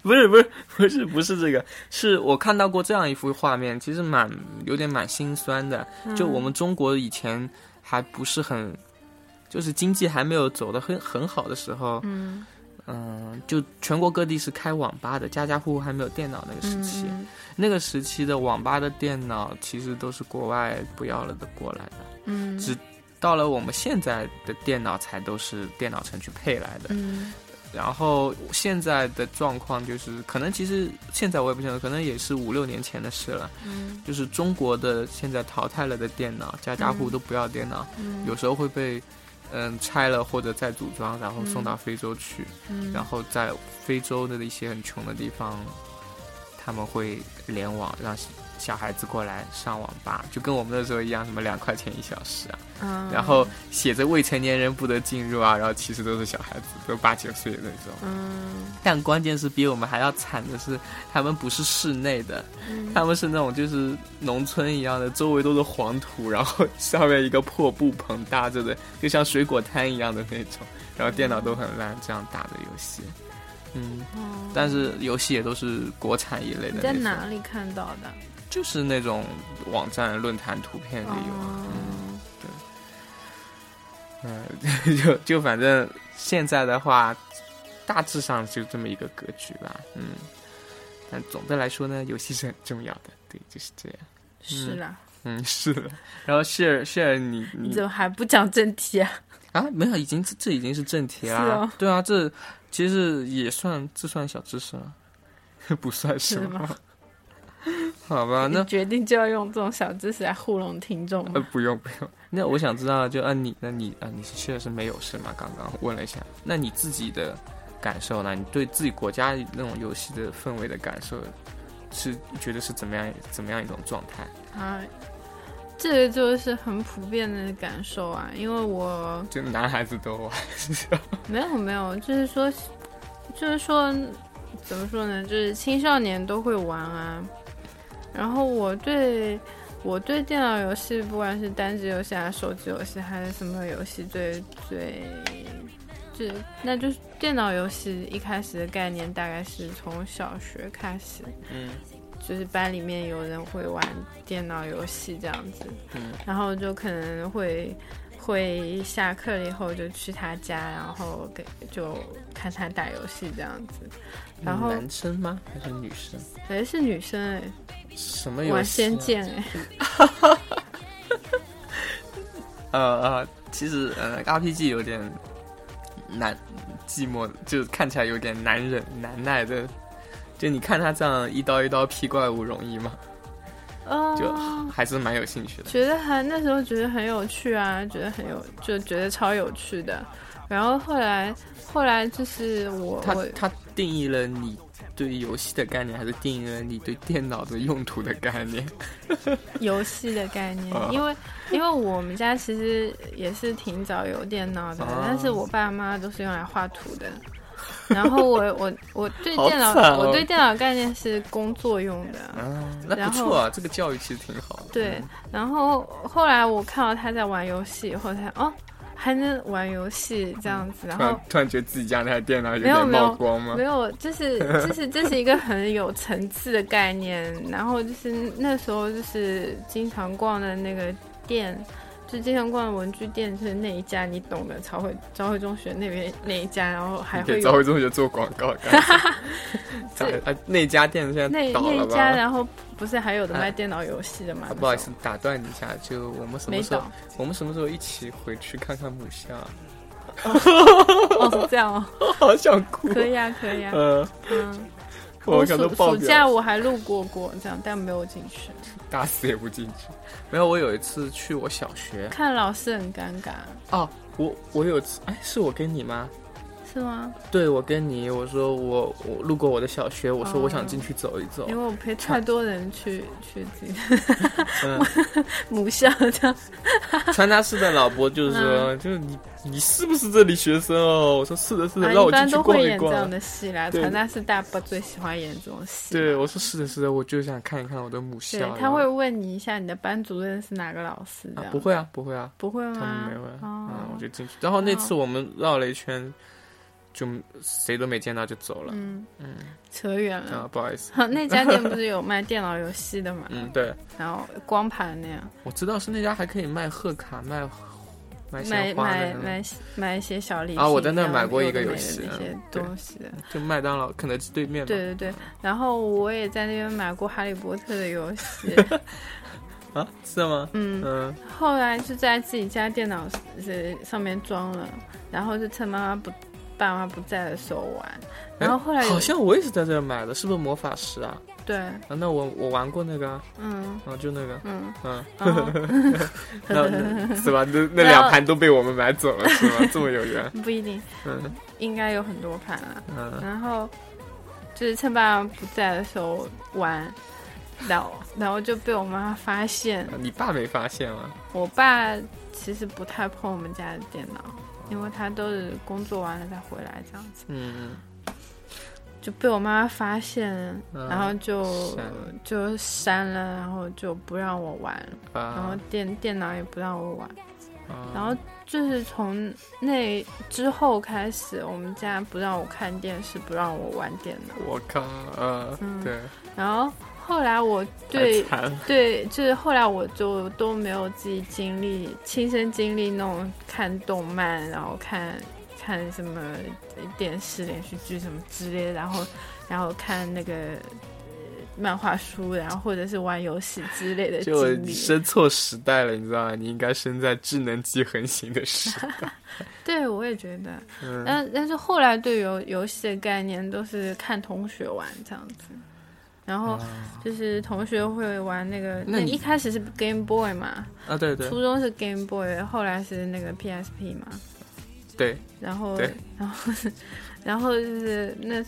Speaker 1: 不是不是不是不是这个，是我看到过这样一幅画面，其实蛮有点蛮心酸的。
Speaker 3: 嗯
Speaker 1: 就我们中国以前还不是很，就是经济还没有走得很很好的时候，
Speaker 3: 嗯
Speaker 1: 嗯、就全国各地是开网吧的，家家户户还没有电脑那个时期，
Speaker 3: 嗯
Speaker 1: 那个时期的网吧的电脑其实都是国外不要了的过来的，
Speaker 3: 嗯
Speaker 1: 只到了我们现在的电脑才都是电脑城去配来的。
Speaker 3: 嗯
Speaker 1: 然后现在的状况就是，可能其实现在我也不清楚，可能也是五六年前的事了。
Speaker 3: 嗯
Speaker 1: 就是中国的现在淘汰了的电脑，家家户户都不要电脑，
Speaker 3: 嗯
Speaker 1: 有时候会被嗯拆了或者再组装，然后送到非洲去，
Speaker 3: 嗯
Speaker 1: 然后在非洲的一些很穷的地方，他们会联网让小小孩子过来上网吧，就跟我们那时候一样，什么两块钱一小时啊，
Speaker 3: 嗯
Speaker 1: 然后写着未成年人不得进入啊，然后其实都是小孩子，都八九岁的那种。
Speaker 3: 嗯
Speaker 1: 但关键是比我们还要惨的是，他们不是室内的，
Speaker 3: 嗯
Speaker 1: 他们是那种就是农村一样的，周围都是黄土，然后上面一个破布棚搭着的，就像水果摊一样的那种，然后电脑都很烂，这样打的游戏。嗯，
Speaker 3: 哦
Speaker 1: 但是游戏也都是国产一类
Speaker 3: 你
Speaker 1: 的
Speaker 3: 在
Speaker 1: 那种，
Speaker 3: 哪里看到的？
Speaker 1: 就是那种网站论坛图片里有啊。
Speaker 3: 哦
Speaker 1: 嗯， 就就反正现在的话，大致上就这么一个格局吧。嗯，但总的来说呢，游戏是很重要的。对，就是这样。
Speaker 3: 是啦，
Speaker 1: 嗯，是的。然后 share share 你
Speaker 3: 你
Speaker 1: 你
Speaker 3: 怎么还不讲正题啊？
Speaker 1: 啊，没有，已经这这已经是正题啦。
Speaker 3: 是哦
Speaker 1: 对啊，这其实也算这算小知识了， 不算什
Speaker 3: 是
Speaker 1: 么
Speaker 3: 吗。
Speaker 1: 好吧，啊那
Speaker 3: 你决定就要用这种小知识来糊弄听众
Speaker 1: 呃
Speaker 3: 吗？
Speaker 1: 不用不用。那我想知道，就啊你那你啊你是 share 是没有是吗？刚刚问了一下，那你自己的感受呢？你对自己国家那种游戏的氛围的感受是觉得是怎么样怎么样一种状态？
Speaker 3: 啊，这个就是很普遍的感受啊，因为我
Speaker 1: 就男孩子都玩，
Speaker 3: 没有没有，就是说，就是说，怎么说呢？就是青少年都会玩啊。然后我对我对电脑游戏，不管是单机游戏还是手机游戏，还是什么游戏，最最最，那就是电脑游戏一开始的概念，大概是从小学开始，
Speaker 1: 嗯
Speaker 3: 就是班里面有人会玩电脑游戏这样子，
Speaker 1: 嗯
Speaker 3: 然后就可能会会下课了以后就去他家，然后给就看他打游戏这样子。然后
Speaker 1: 男生吗？还是女生？
Speaker 3: 哎，是女生哎、
Speaker 1: 什么游戏、啊？
Speaker 3: 玩仙剑哎、
Speaker 1: 呃呃，其实呃 RPG 有点难，寂寞就看起来有点难忍难耐的。就你看他这样一刀一刀劈怪物容易吗？
Speaker 3: 哦，
Speaker 1: 就还是蛮有兴趣的。
Speaker 3: 觉得还那时候觉得很有趣啊，觉得很有就觉得超有趣的。然后后来后来就是我
Speaker 1: 他
Speaker 3: 我
Speaker 1: 他定义了你对游戏的概念，还是定义了你对电脑的用途的概 念？
Speaker 3: 游戏的概念
Speaker 1: 啊，
Speaker 3: 因为因为我们家其实也是挺早有电脑的，
Speaker 1: 啊
Speaker 3: 但是我爸妈都是用来画图的。然后我我我对
Speaker 1: 好
Speaker 3: 电脑、
Speaker 1: 惨哦
Speaker 3: 我对电脑概念是工作用的，
Speaker 1: 啊，那
Speaker 3: 然
Speaker 1: 不
Speaker 3: 后
Speaker 1: 错啊，这个教育其实挺好的。嗯
Speaker 3: 对。然后后来我看到他在玩游戏以后才，哦还能玩游戏这样子，然
Speaker 1: 突
Speaker 3: 后
Speaker 1: 然突然觉得自己家那台电脑有
Speaker 3: 没有
Speaker 1: 点
Speaker 3: 没有
Speaker 1: 冒光吗
Speaker 3: 没？有， 就是就是这是一个很有层次的概念。然后就是那时候就是经常逛的那个店，就经常逛的文具店，就是那一家你懂的，朝会朝会中学那边那一家，然后还
Speaker 1: 你给
Speaker 3: 会
Speaker 1: 朝
Speaker 3: 有
Speaker 1: 晖中学做广告干啥？ 啊，那家店现在
Speaker 3: 那
Speaker 1: 倒
Speaker 3: 那
Speaker 1: 了
Speaker 3: 一
Speaker 1: 吧？
Speaker 3: 家，然后不是还有的
Speaker 1: 哎
Speaker 3: 卖电脑游戏的嘛
Speaker 1: 啊，？不好意思，打断你一下，就我们什
Speaker 3: 没
Speaker 1: 么时候
Speaker 3: 倒，
Speaker 1: 我们什么时候一起回去看看母 校？
Speaker 3: 哦，是这样 哦，
Speaker 1: 好想哭。
Speaker 3: 可以啊，可 以啊。
Speaker 1: 呃，
Speaker 3: 嗯，
Speaker 1: 我
Speaker 3: 我
Speaker 1: 想都
Speaker 3: 暑
Speaker 1: 爆
Speaker 3: 暑假
Speaker 1: 表，
Speaker 3: 我还路过过这样，但没有进去，
Speaker 1: 打死也不进去。没有，我有一次去我小学，
Speaker 3: 看老师很尴尬，
Speaker 1: 哦，我我有一次，哎，是我跟你吗？
Speaker 3: 次吗？
Speaker 1: 对我跟你我说我我路过我的小学，我说
Speaker 3: 哦
Speaker 1: 我想进去走一走
Speaker 3: 因为，我陪太多人去去自己的
Speaker 1: 嗯，
Speaker 3: 母校这样。
Speaker 1: 传达室的老伯就是
Speaker 3: 嗯
Speaker 1: 说，就是你你是不是这里学生哦？我说是的，是的，让
Speaker 3: 啊一
Speaker 1: 我
Speaker 3: 般
Speaker 1: 进去
Speaker 3: 都
Speaker 1: 逛
Speaker 3: 会
Speaker 1: 一
Speaker 3: 演这样
Speaker 1: 逛。
Speaker 3: 的戏啦，
Speaker 1: 对
Speaker 3: 传达是大伯最喜欢演这种戏。
Speaker 1: 对，我说是的，是的，我就想看一看我的母校。
Speaker 3: 对，
Speaker 1: 然
Speaker 3: 他
Speaker 1: 后
Speaker 3: 会问你一下你的班主任是哪个老师这
Speaker 1: 啊
Speaker 3: 样。
Speaker 1: 不会啊，不会啊，
Speaker 3: 不会
Speaker 1: 他
Speaker 3: 吗？
Speaker 1: 们没问。
Speaker 3: 哦嗯
Speaker 1: 嗯，我就进去。然后那次我们绕了一圈，就谁都没见到就走了。
Speaker 3: 嗯
Speaker 1: 嗯
Speaker 3: 扯远了
Speaker 1: 啊。，不好意思。
Speaker 3: 那家店不是有卖电脑游戏的嘛？
Speaker 1: 嗯，对，
Speaker 3: 然后光盘那样，
Speaker 1: 我知道是那家还可以卖贺卡，卖卖
Speaker 3: 买
Speaker 1: 鲜花
Speaker 3: 买
Speaker 1: 的嗯
Speaker 3: 买买一些小礼品
Speaker 1: 啊我在那儿
Speaker 3: 这样
Speaker 1: 买过一个
Speaker 3: 有
Speaker 1: 游
Speaker 3: 的没的
Speaker 1: 戏
Speaker 3: 那些
Speaker 1: 嗯对
Speaker 3: 东西的。
Speaker 1: 就麦当劳、肯德基对面嘛。
Speaker 3: 对对对，然后我也在那边买过《哈利波特》的游戏，
Speaker 1: 啊，是吗？
Speaker 3: 嗯，
Speaker 1: 嗯，
Speaker 3: 后来就在自己家电脑呃上面装了，然后就趁妈妈不爸妈不在的时候玩，然后后来有
Speaker 1: 哎好像我也是在这儿买的，是不是魔法石啊？
Speaker 3: 对，
Speaker 1: 啊，那我我玩过那个啊，
Speaker 3: 嗯
Speaker 1: 啊，就那个，
Speaker 3: 嗯，
Speaker 1: 嗯，
Speaker 3: 然后
Speaker 1: 那那是吧？那那
Speaker 3: 然后
Speaker 1: 两盘都被我们买走了，是吧？这么有缘，
Speaker 3: 不一定，
Speaker 1: 嗯
Speaker 3: 应该有很多盘了。
Speaker 1: 嗯，
Speaker 3: 然后就是趁爸爸不在的时候玩，然后然后就被我妈发现。
Speaker 1: 你爸没发现吗？
Speaker 3: 我爸其实不太碰我们家的电脑，因为他都是工作完了再回来这样子，
Speaker 1: 嗯，
Speaker 3: 就被我妈妈发现了，
Speaker 1: 嗯
Speaker 3: 然后就
Speaker 1: 删了
Speaker 3: 就删了，然后就不让我玩，然后
Speaker 1: 啊，
Speaker 3: 电电脑也不让我玩，
Speaker 1: 啊
Speaker 3: 然后就是从那之后开始，我们家不让我看电视，不让我玩电脑。
Speaker 1: 我靠，呃，
Speaker 3: 嗯
Speaker 1: 对，
Speaker 3: 然后后来我对
Speaker 1: 太惨了
Speaker 3: 对， 就是后来我就都没有自己经历、亲身经历那种看动漫，然后看看什么电视连续剧什么之类的，然后然后看那个呃漫画书，然后或者是玩游戏之类的
Speaker 1: 就
Speaker 3: 经
Speaker 1: 你
Speaker 3: 历。
Speaker 1: 生错时代了，你知道吗？你应该生在智能机横行的时 代。
Speaker 3: 对，我也觉得，
Speaker 1: 嗯，
Speaker 3: 但但是后来对游游戏的概念都是看同学玩这样子。然后就是同学会玩那个，
Speaker 1: 那
Speaker 3: 那
Speaker 1: 你
Speaker 3: 一开始是 Game Boy 嘛，
Speaker 1: 啊，对对
Speaker 3: 初中是 Game Boy，后来是那个 PSP 嘛，
Speaker 1: 对，
Speaker 3: 然后
Speaker 1: 对
Speaker 3: 然后然后就是那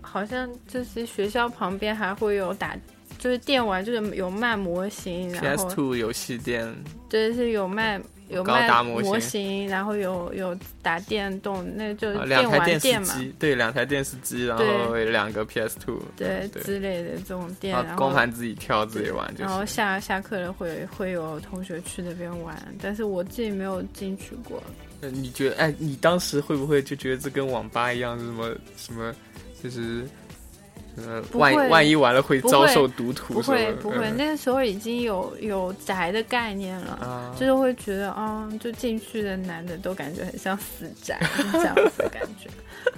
Speaker 3: 好像就是学校旁边还会有打。就是电玩，就是有卖模型，然后
Speaker 1: ，PS Two 游戏店
Speaker 3: 就是有卖有
Speaker 1: 高
Speaker 3: 卖
Speaker 1: 达模型
Speaker 3: 模型，然后有有打电动，那就是
Speaker 1: 啊，两
Speaker 3: 电
Speaker 1: 台
Speaker 3: 玩
Speaker 1: 电视
Speaker 3: 店嘛，
Speaker 1: 机，对，两台电视机，然
Speaker 3: 对
Speaker 1: 后两个 PS Two，
Speaker 3: 对
Speaker 1: 对
Speaker 3: 之类的这种店，
Speaker 1: 然
Speaker 3: 然
Speaker 1: 后
Speaker 3: 后
Speaker 1: 光盘自己挑自己玩就
Speaker 3: 然后
Speaker 1: 是。
Speaker 3: 下下课了会会有同学去那边玩，但是我自己没有进去过，
Speaker 1: 呃你觉得，哎，你当时会不会就觉得这跟网吧一样，什么什么，就是，呃，
Speaker 3: 不
Speaker 1: 万一
Speaker 3: 会
Speaker 1: 万一完了会
Speaker 3: 不
Speaker 1: 遭
Speaker 3: 会
Speaker 1: 受毒徒
Speaker 3: 不
Speaker 1: 什么
Speaker 3: 会
Speaker 1: 的？
Speaker 3: 不会，
Speaker 1: 嗯
Speaker 3: 那个时候已经有有宅的概念了，
Speaker 1: 啊，
Speaker 3: 就是会觉得，啊，就进去的男的都感觉很像死 宅这样子的感觉，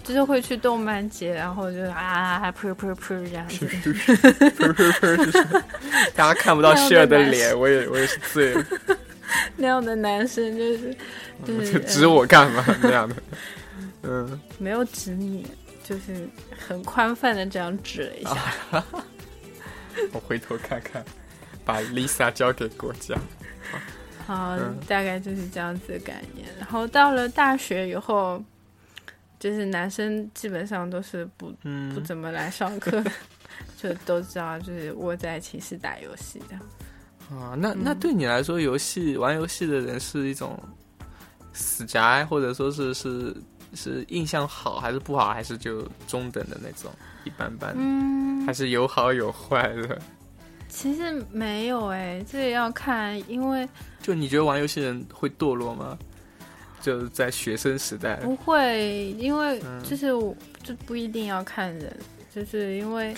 Speaker 3: 就是会去动漫节，然后就啊噗噗噗这样子，
Speaker 1: 不是不是不是，大家看不到
Speaker 3: 那样
Speaker 1: 希尔
Speaker 3: 的
Speaker 1: 的
Speaker 3: 男
Speaker 1: 脸，我也我也是醉了，
Speaker 3: 那样的男生就是就
Speaker 1: 嗯就是指我干嘛那样的？ 嗯，
Speaker 3: 呃没有指你，就是很宽泛的这样指了一下，
Speaker 1: 啊我回头看看，把 Lisa 交给国家。
Speaker 3: 好，
Speaker 1: 嗯
Speaker 3: 大概就是这样子的概念。然后到了大学以后，就是男生基本上都是不
Speaker 1: 嗯
Speaker 3: 不怎么来上 课，就都知道就是窝在寝室打游戏的。
Speaker 1: 啊，那那对你来说，游戏玩游戏的人是一种死宅，或者说是是是印象好还是不好，还是就中等的那种，一般般，
Speaker 3: 嗯，
Speaker 1: 还是有好有坏的？
Speaker 3: 其实没有哎、这也要看，因为
Speaker 1: 就你觉得玩游戏人会堕落吗？就是在学生时代，
Speaker 3: 不会，因为
Speaker 1: 哎嗯
Speaker 3: 就是我就不一定要看人，就是 因为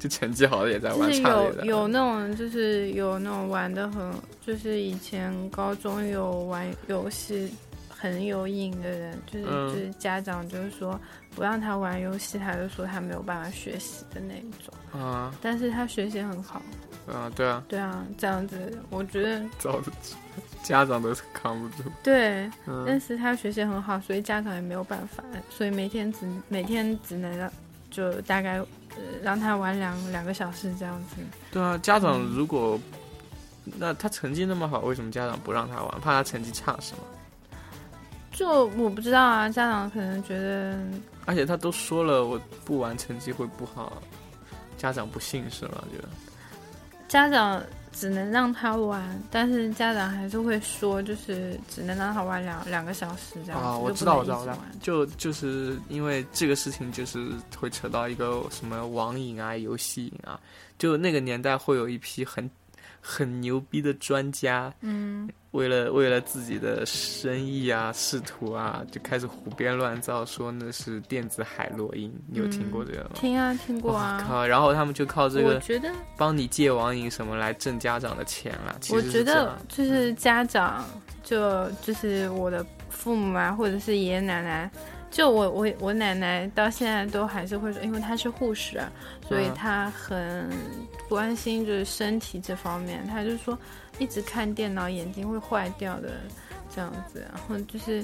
Speaker 1: 就成绩好的也在
Speaker 3: 就
Speaker 1: 玩
Speaker 3: 是
Speaker 1: 差的也嗯
Speaker 3: 有
Speaker 1: 在
Speaker 3: 有
Speaker 1: 玩。
Speaker 3: 那种，就是有那种玩的很，就是以前高中有玩游戏很有瘾的人，就是、
Speaker 1: 嗯
Speaker 3: 就是家长就是说不让他玩游戏，他就说他没有办法学习的那一种。
Speaker 1: 啊
Speaker 3: 但是他学习很好，
Speaker 1: 啊，对啊，
Speaker 3: 对啊，这样子我觉得
Speaker 1: 遭得住，家长都扛不住。
Speaker 3: 对，但
Speaker 1: 嗯，
Speaker 3: 是他学习很好，所以家长也没有办法，所以每天只每天只能让就大概呃让他玩两两个小时这样子。
Speaker 1: 对啊，家长如果那他成绩那么好，为什么家长不让他玩？怕他成绩差是吗？
Speaker 3: 就就我不知道啊，家长可能觉得
Speaker 1: 而且他都说了，我不玩成绩会不好，家长不信是吗？觉得
Speaker 3: 家长只能让他玩，但是家长还是会说，就是只能让他玩两两个小时这样子。
Speaker 1: 啊，
Speaker 3: 就
Speaker 1: 我
Speaker 3: 不
Speaker 1: 知道，
Speaker 3: 能
Speaker 1: 我知道，
Speaker 3: 一
Speaker 1: 我
Speaker 3: 直
Speaker 1: 知道
Speaker 3: 玩，
Speaker 1: 就就是因为这个事情，就是会扯到一个什么网瘾啊、游戏瘾啊，就那个年代会有一批很很牛逼的专家，
Speaker 3: 嗯，
Speaker 1: 为了为了自己的生意啊、仕途啊，就开始胡编乱造，说那是电子海洛因，你有听过这个吗？
Speaker 3: 嗯听啊，听过
Speaker 1: 我
Speaker 3: 啊。
Speaker 1: 靠！然后他们就靠这
Speaker 3: 我
Speaker 1: 个
Speaker 3: 觉得，
Speaker 1: 帮你戒网瘾什么来挣家长的钱了。其
Speaker 3: 我
Speaker 1: 实是这
Speaker 3: 觉得
Speaker 1: 样嗯
Speaker 3: 就是家长，就就是我的父母啊，或者是爷爷奶奶。就我我我奶奶到现在都还是会说，因为她是护士啊，所以
Speaker 1: 嗯
Speaker 3: 她很关心就是身体这方面。她就说，一直看电脑眼睛会坏掉的这样子，然后就是，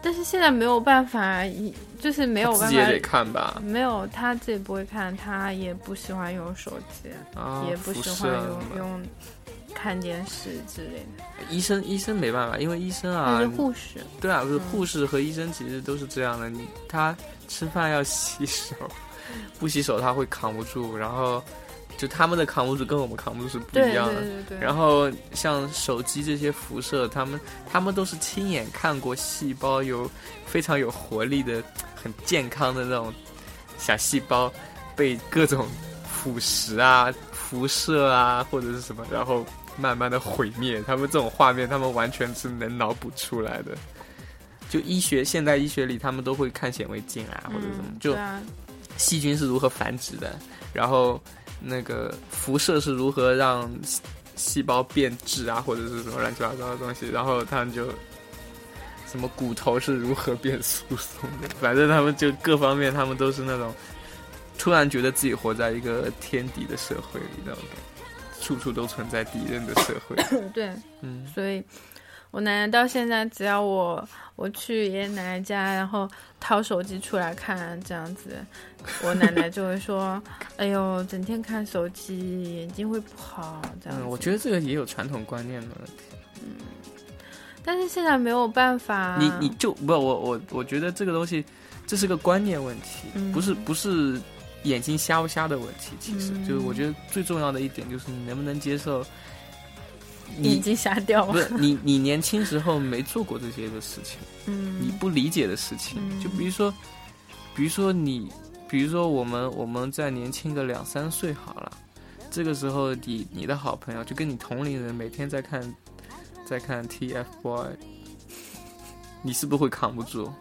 Speaker 3: 但是现在没有办法，一就是没有
Speaker 1: 自
Speaker 3: 办
Speaker 1: 己也得
Speaker 3: 法，
Speaker 1: 看吧，
Speaker 3: 没有她自己不会看，她也不喜欢用手机，
Speaker 1: 啊，
Speaker 3: 也不
Speaker 1: 辐
Speaker 3: 喜
Speaker 1: 射
Speaker 3: 欢
Speaker 1: 嘛
Speaker 3: 用用看电视之类的。
Speaker 1: 医生，医生没办法，因为医生
Speaker 3: 她
Speaker 1: 啊
Speaker 3: 是，护士，
Speaker 1: 对啊，不是
Speaker 3: 嗯
Speaker 1: 护士和医生其实都是这样的，你他吃饭要洗手，不洗手他会扛不住，然后就他们的扛不住跟我们扛不住是不
Speaker 3: 对
Speaker 1: 一
Speaker 3: 对
Speaker 1: 样的。
Speaker 3: 对对。
Speaker 1: 然后像手机这些辐射，他们他们都是亲眼看过细胞有非常有活力的、很健康的那种小细胞被各种腐蚀啊、辐射啊或者是什么，然后慢慢的毁灭。他们这种画面，他们完全是能脑补出来的。就医学现代医学里，他们都会看显微镜啊或者什么，
Speaker 3: 嗯
Speaker 1: 就
Speaker 3: 对啊，
Speaker 1: 细菌是如何繁殖的，然后那个辐射是如何让细细胞变质啊，或者是什么乱七八糟的东西，然后他们就什么骨头是如何变疏松的，反正他们就各方面他们都是那种突然觉得自己活在一个天敌的社会里那种感觉，处处都存在敌人的社会，
Speaker 3: 对，
Speaker 1: 嗯，
Speaker 3: 所以我奶奶到现在，只要我我去爷爷奶奶家，然后掏手机出来看这样子，我奶奶就 会说：“哎呦，整天看手机，眼睛会不好。”这样子、
Speaker 1: 嗯，我觉得这个也有传统观念的问题。
Speaker 3: 但是现在没有办法。
Speaker 1: 你你就不我我我觉得这个东西，这是个观念问题，
Speaker 3: 嗯
Speaker 1: 不是不是眼睛瞎不瞎的问题。其实、
Speaker 3: 嗯
Speaker 1: 就是我觉得最重要的一点就是你能不能接受你，
Speaker 3: 眼睛瞎掉
Speaker 1: 不
Speaker 3: 吗？
Speaker 1: 是你你年轻时候没做过这些的事情，你
Speaker 3: 嗯
Speaker 1: 不理解的事情，
Speaker 3: 嗯
Speaker 1: 就比如说，比如说你，比如说我们我们再年轻个两三岁好了，这个时候你你的好朋友就跟你同龄人每天在看，在看 TFBOY，你是不是会扛不住？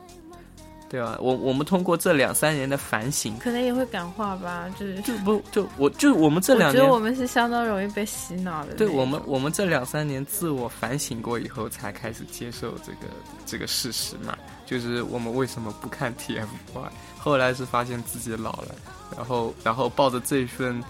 Speaker 1: 对吧？我我们通过这两三年的反省，
Speaker 3: 可能也会感化吧，就是
Speaker 1: 就不就我就我们这
Speaker 3: 我
Speaker 1: 两
Speaker 3: 觉
Speaker 1: 年
Speaker 3: 得我们是相当容易被洗脑的那
Speaker 1: 对
Speaker 3: 种。
Speaker 1: 我们，我们这两三年自我反省过以后，才开始接受这个这个事实嘛，就是我们为什么不看 TFBOY？后 来是发现自己老了，然后然后抱着这份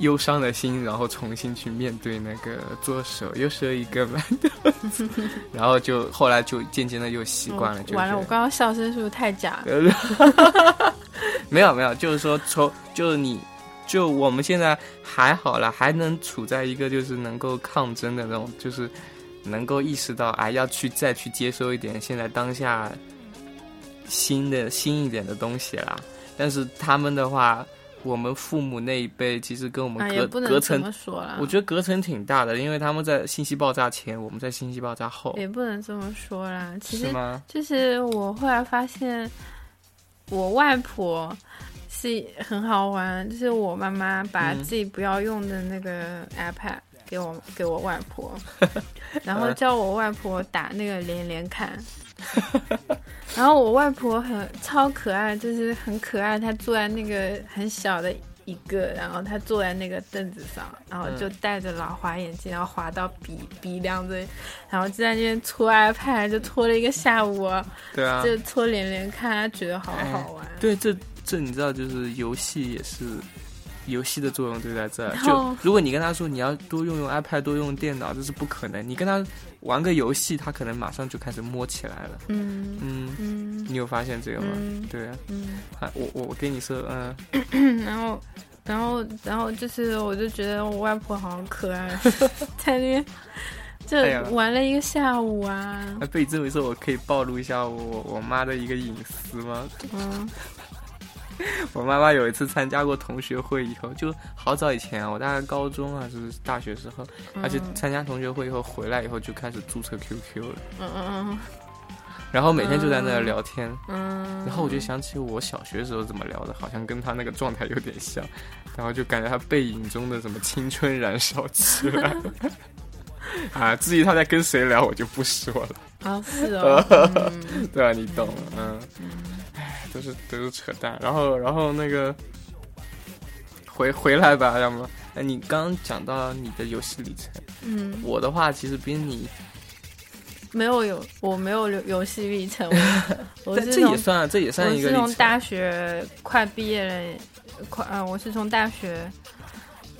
Speaker 1: 忧伤的心，然后重新去面对那个左手右手一个 馒头， 然后就后来就渐渐的又习惯了，
Speaker 3: 嗯
Speaker 1: 就
Speaker 3: 完
Speaker 1: 觉
Speaker 3: 了，
Speaker 1: 得
Speaker 3: 我刚刚笑声是不是太假？了？
Speaker 1: 没有没有，就是说从就是你就我们现在还好了，还能处在一个就是能够抗争的那种，就是能够意识到啊，要去再去接收一点现在当下新的新一点的东西啦。但是他们的话，我们父母那一辈其实跟我们
Speaker 3: 啊，
Speaker 1: 隔、
Speaker 3: 也不能
Speaker 1: 隔
Speaker 3: 这
Speaker 1: 层
Speaker 3: 么，说啦。
Speaker 1: 我觉得隔层挺大的，因为他们在信息爆炸前，我们在信息爆炸后，
Speaker 3: 也不能这么说啦。其
Speaker 1: 是
Speaker 3: 实
Speaker 1: 吗？
Speaker 3: 就是我后来发现，我外婆是很好玩，就是我妈妈把
Speaker 1: 嗯
Speaker 3: 自己不要用的那个 iPad 给我、给我外 婆，然后叫我外婆打那个连连看。然后我外婆很超可爱，就是很可爱。她坐在那个很小的一个，然后她坐在那个凳子上，然后
Speaker 1: 嗯
Speaker 3: 就戴着老花眼镜，然后滑到鼻鼻梁这里，然后就在那边搓 iPad，就搓了一个下午啊。
Speaker 1: 对啊，哎
Speaker 3: 就搓连连看，他觉得好好玩。
Speaker 1: 对，这这你知道，就是游戏也是游戏的作用就在这儿。
Speaker 3: 后
Speaker 1: 就如果你跟他说你要多用用 iPad，多用电脑，这是不可能。你跟他玩个游戏，他可能马上就开始摸起来了。
Speaker 3: 嗯
Speaker 1: 嗯，
Speaker 3: 嗯
Speaker 1: 你有发现这个吗？
Speaker 3: 嗯
Speaker 1: 对啊，
Speaker 3: 嗯，
Speaker 1: 啊我我我跟你说，嗯、
Speaker 3: 然后。 然后，然后就是，我就觉得我外婆好可爱，在那边就
Speaker 1: 哎呀哎
Speaker 3: 玩了一个下午啊，
Speaker 1: 那被你这么一说，我可以暴露一下我我妈的一个隐私吗？
Speaker 3: 嗯，
Speaker 1: 我妈妈有一次参加过同学会以后，就好早以前啊，我大概高中啊，就是大学时候，她去
Speaker 3: 嗯
Speaker 1: 参加同学会以后回来以后就开始注册 QQ 了，
Speaker 3: 嗯嗯
Speaker 1: 然后每天就在那儿聊天，
Speaker 3: 嗯，
Speaker 1: 然后我就想起我小学时候怎么聊的，好像跟她那个状态有点像，然后就感觉她背影中的什么青春燃烧起来 了。啊，至于她在跟谁聊，我就不说了。
Speaker 3: 啊是哦，嗯
Speaker 1: 对啊，你懂，嗯，唉，都是都是扯淡。然后，然后那个回回来吧，要么，哎，你刚刚讲到你的游戏里程，
Speaker 3: 嗯，
Speaker 1: 我的话其实比你，
Speaker 3: 没有有我没有游游戏历程， 我我
Speaker 1: 但
Speaker 3: 是
Speaker 1: 这
Speaker 3: 从
Speaker 1: 也算，这也
Speaker 3: 我
Speaker 1: 算一个里
Speaker 3: 是从
Speaker 1: 程。啊
Speaker 3: 大学快毕业了，快呃，我是从大学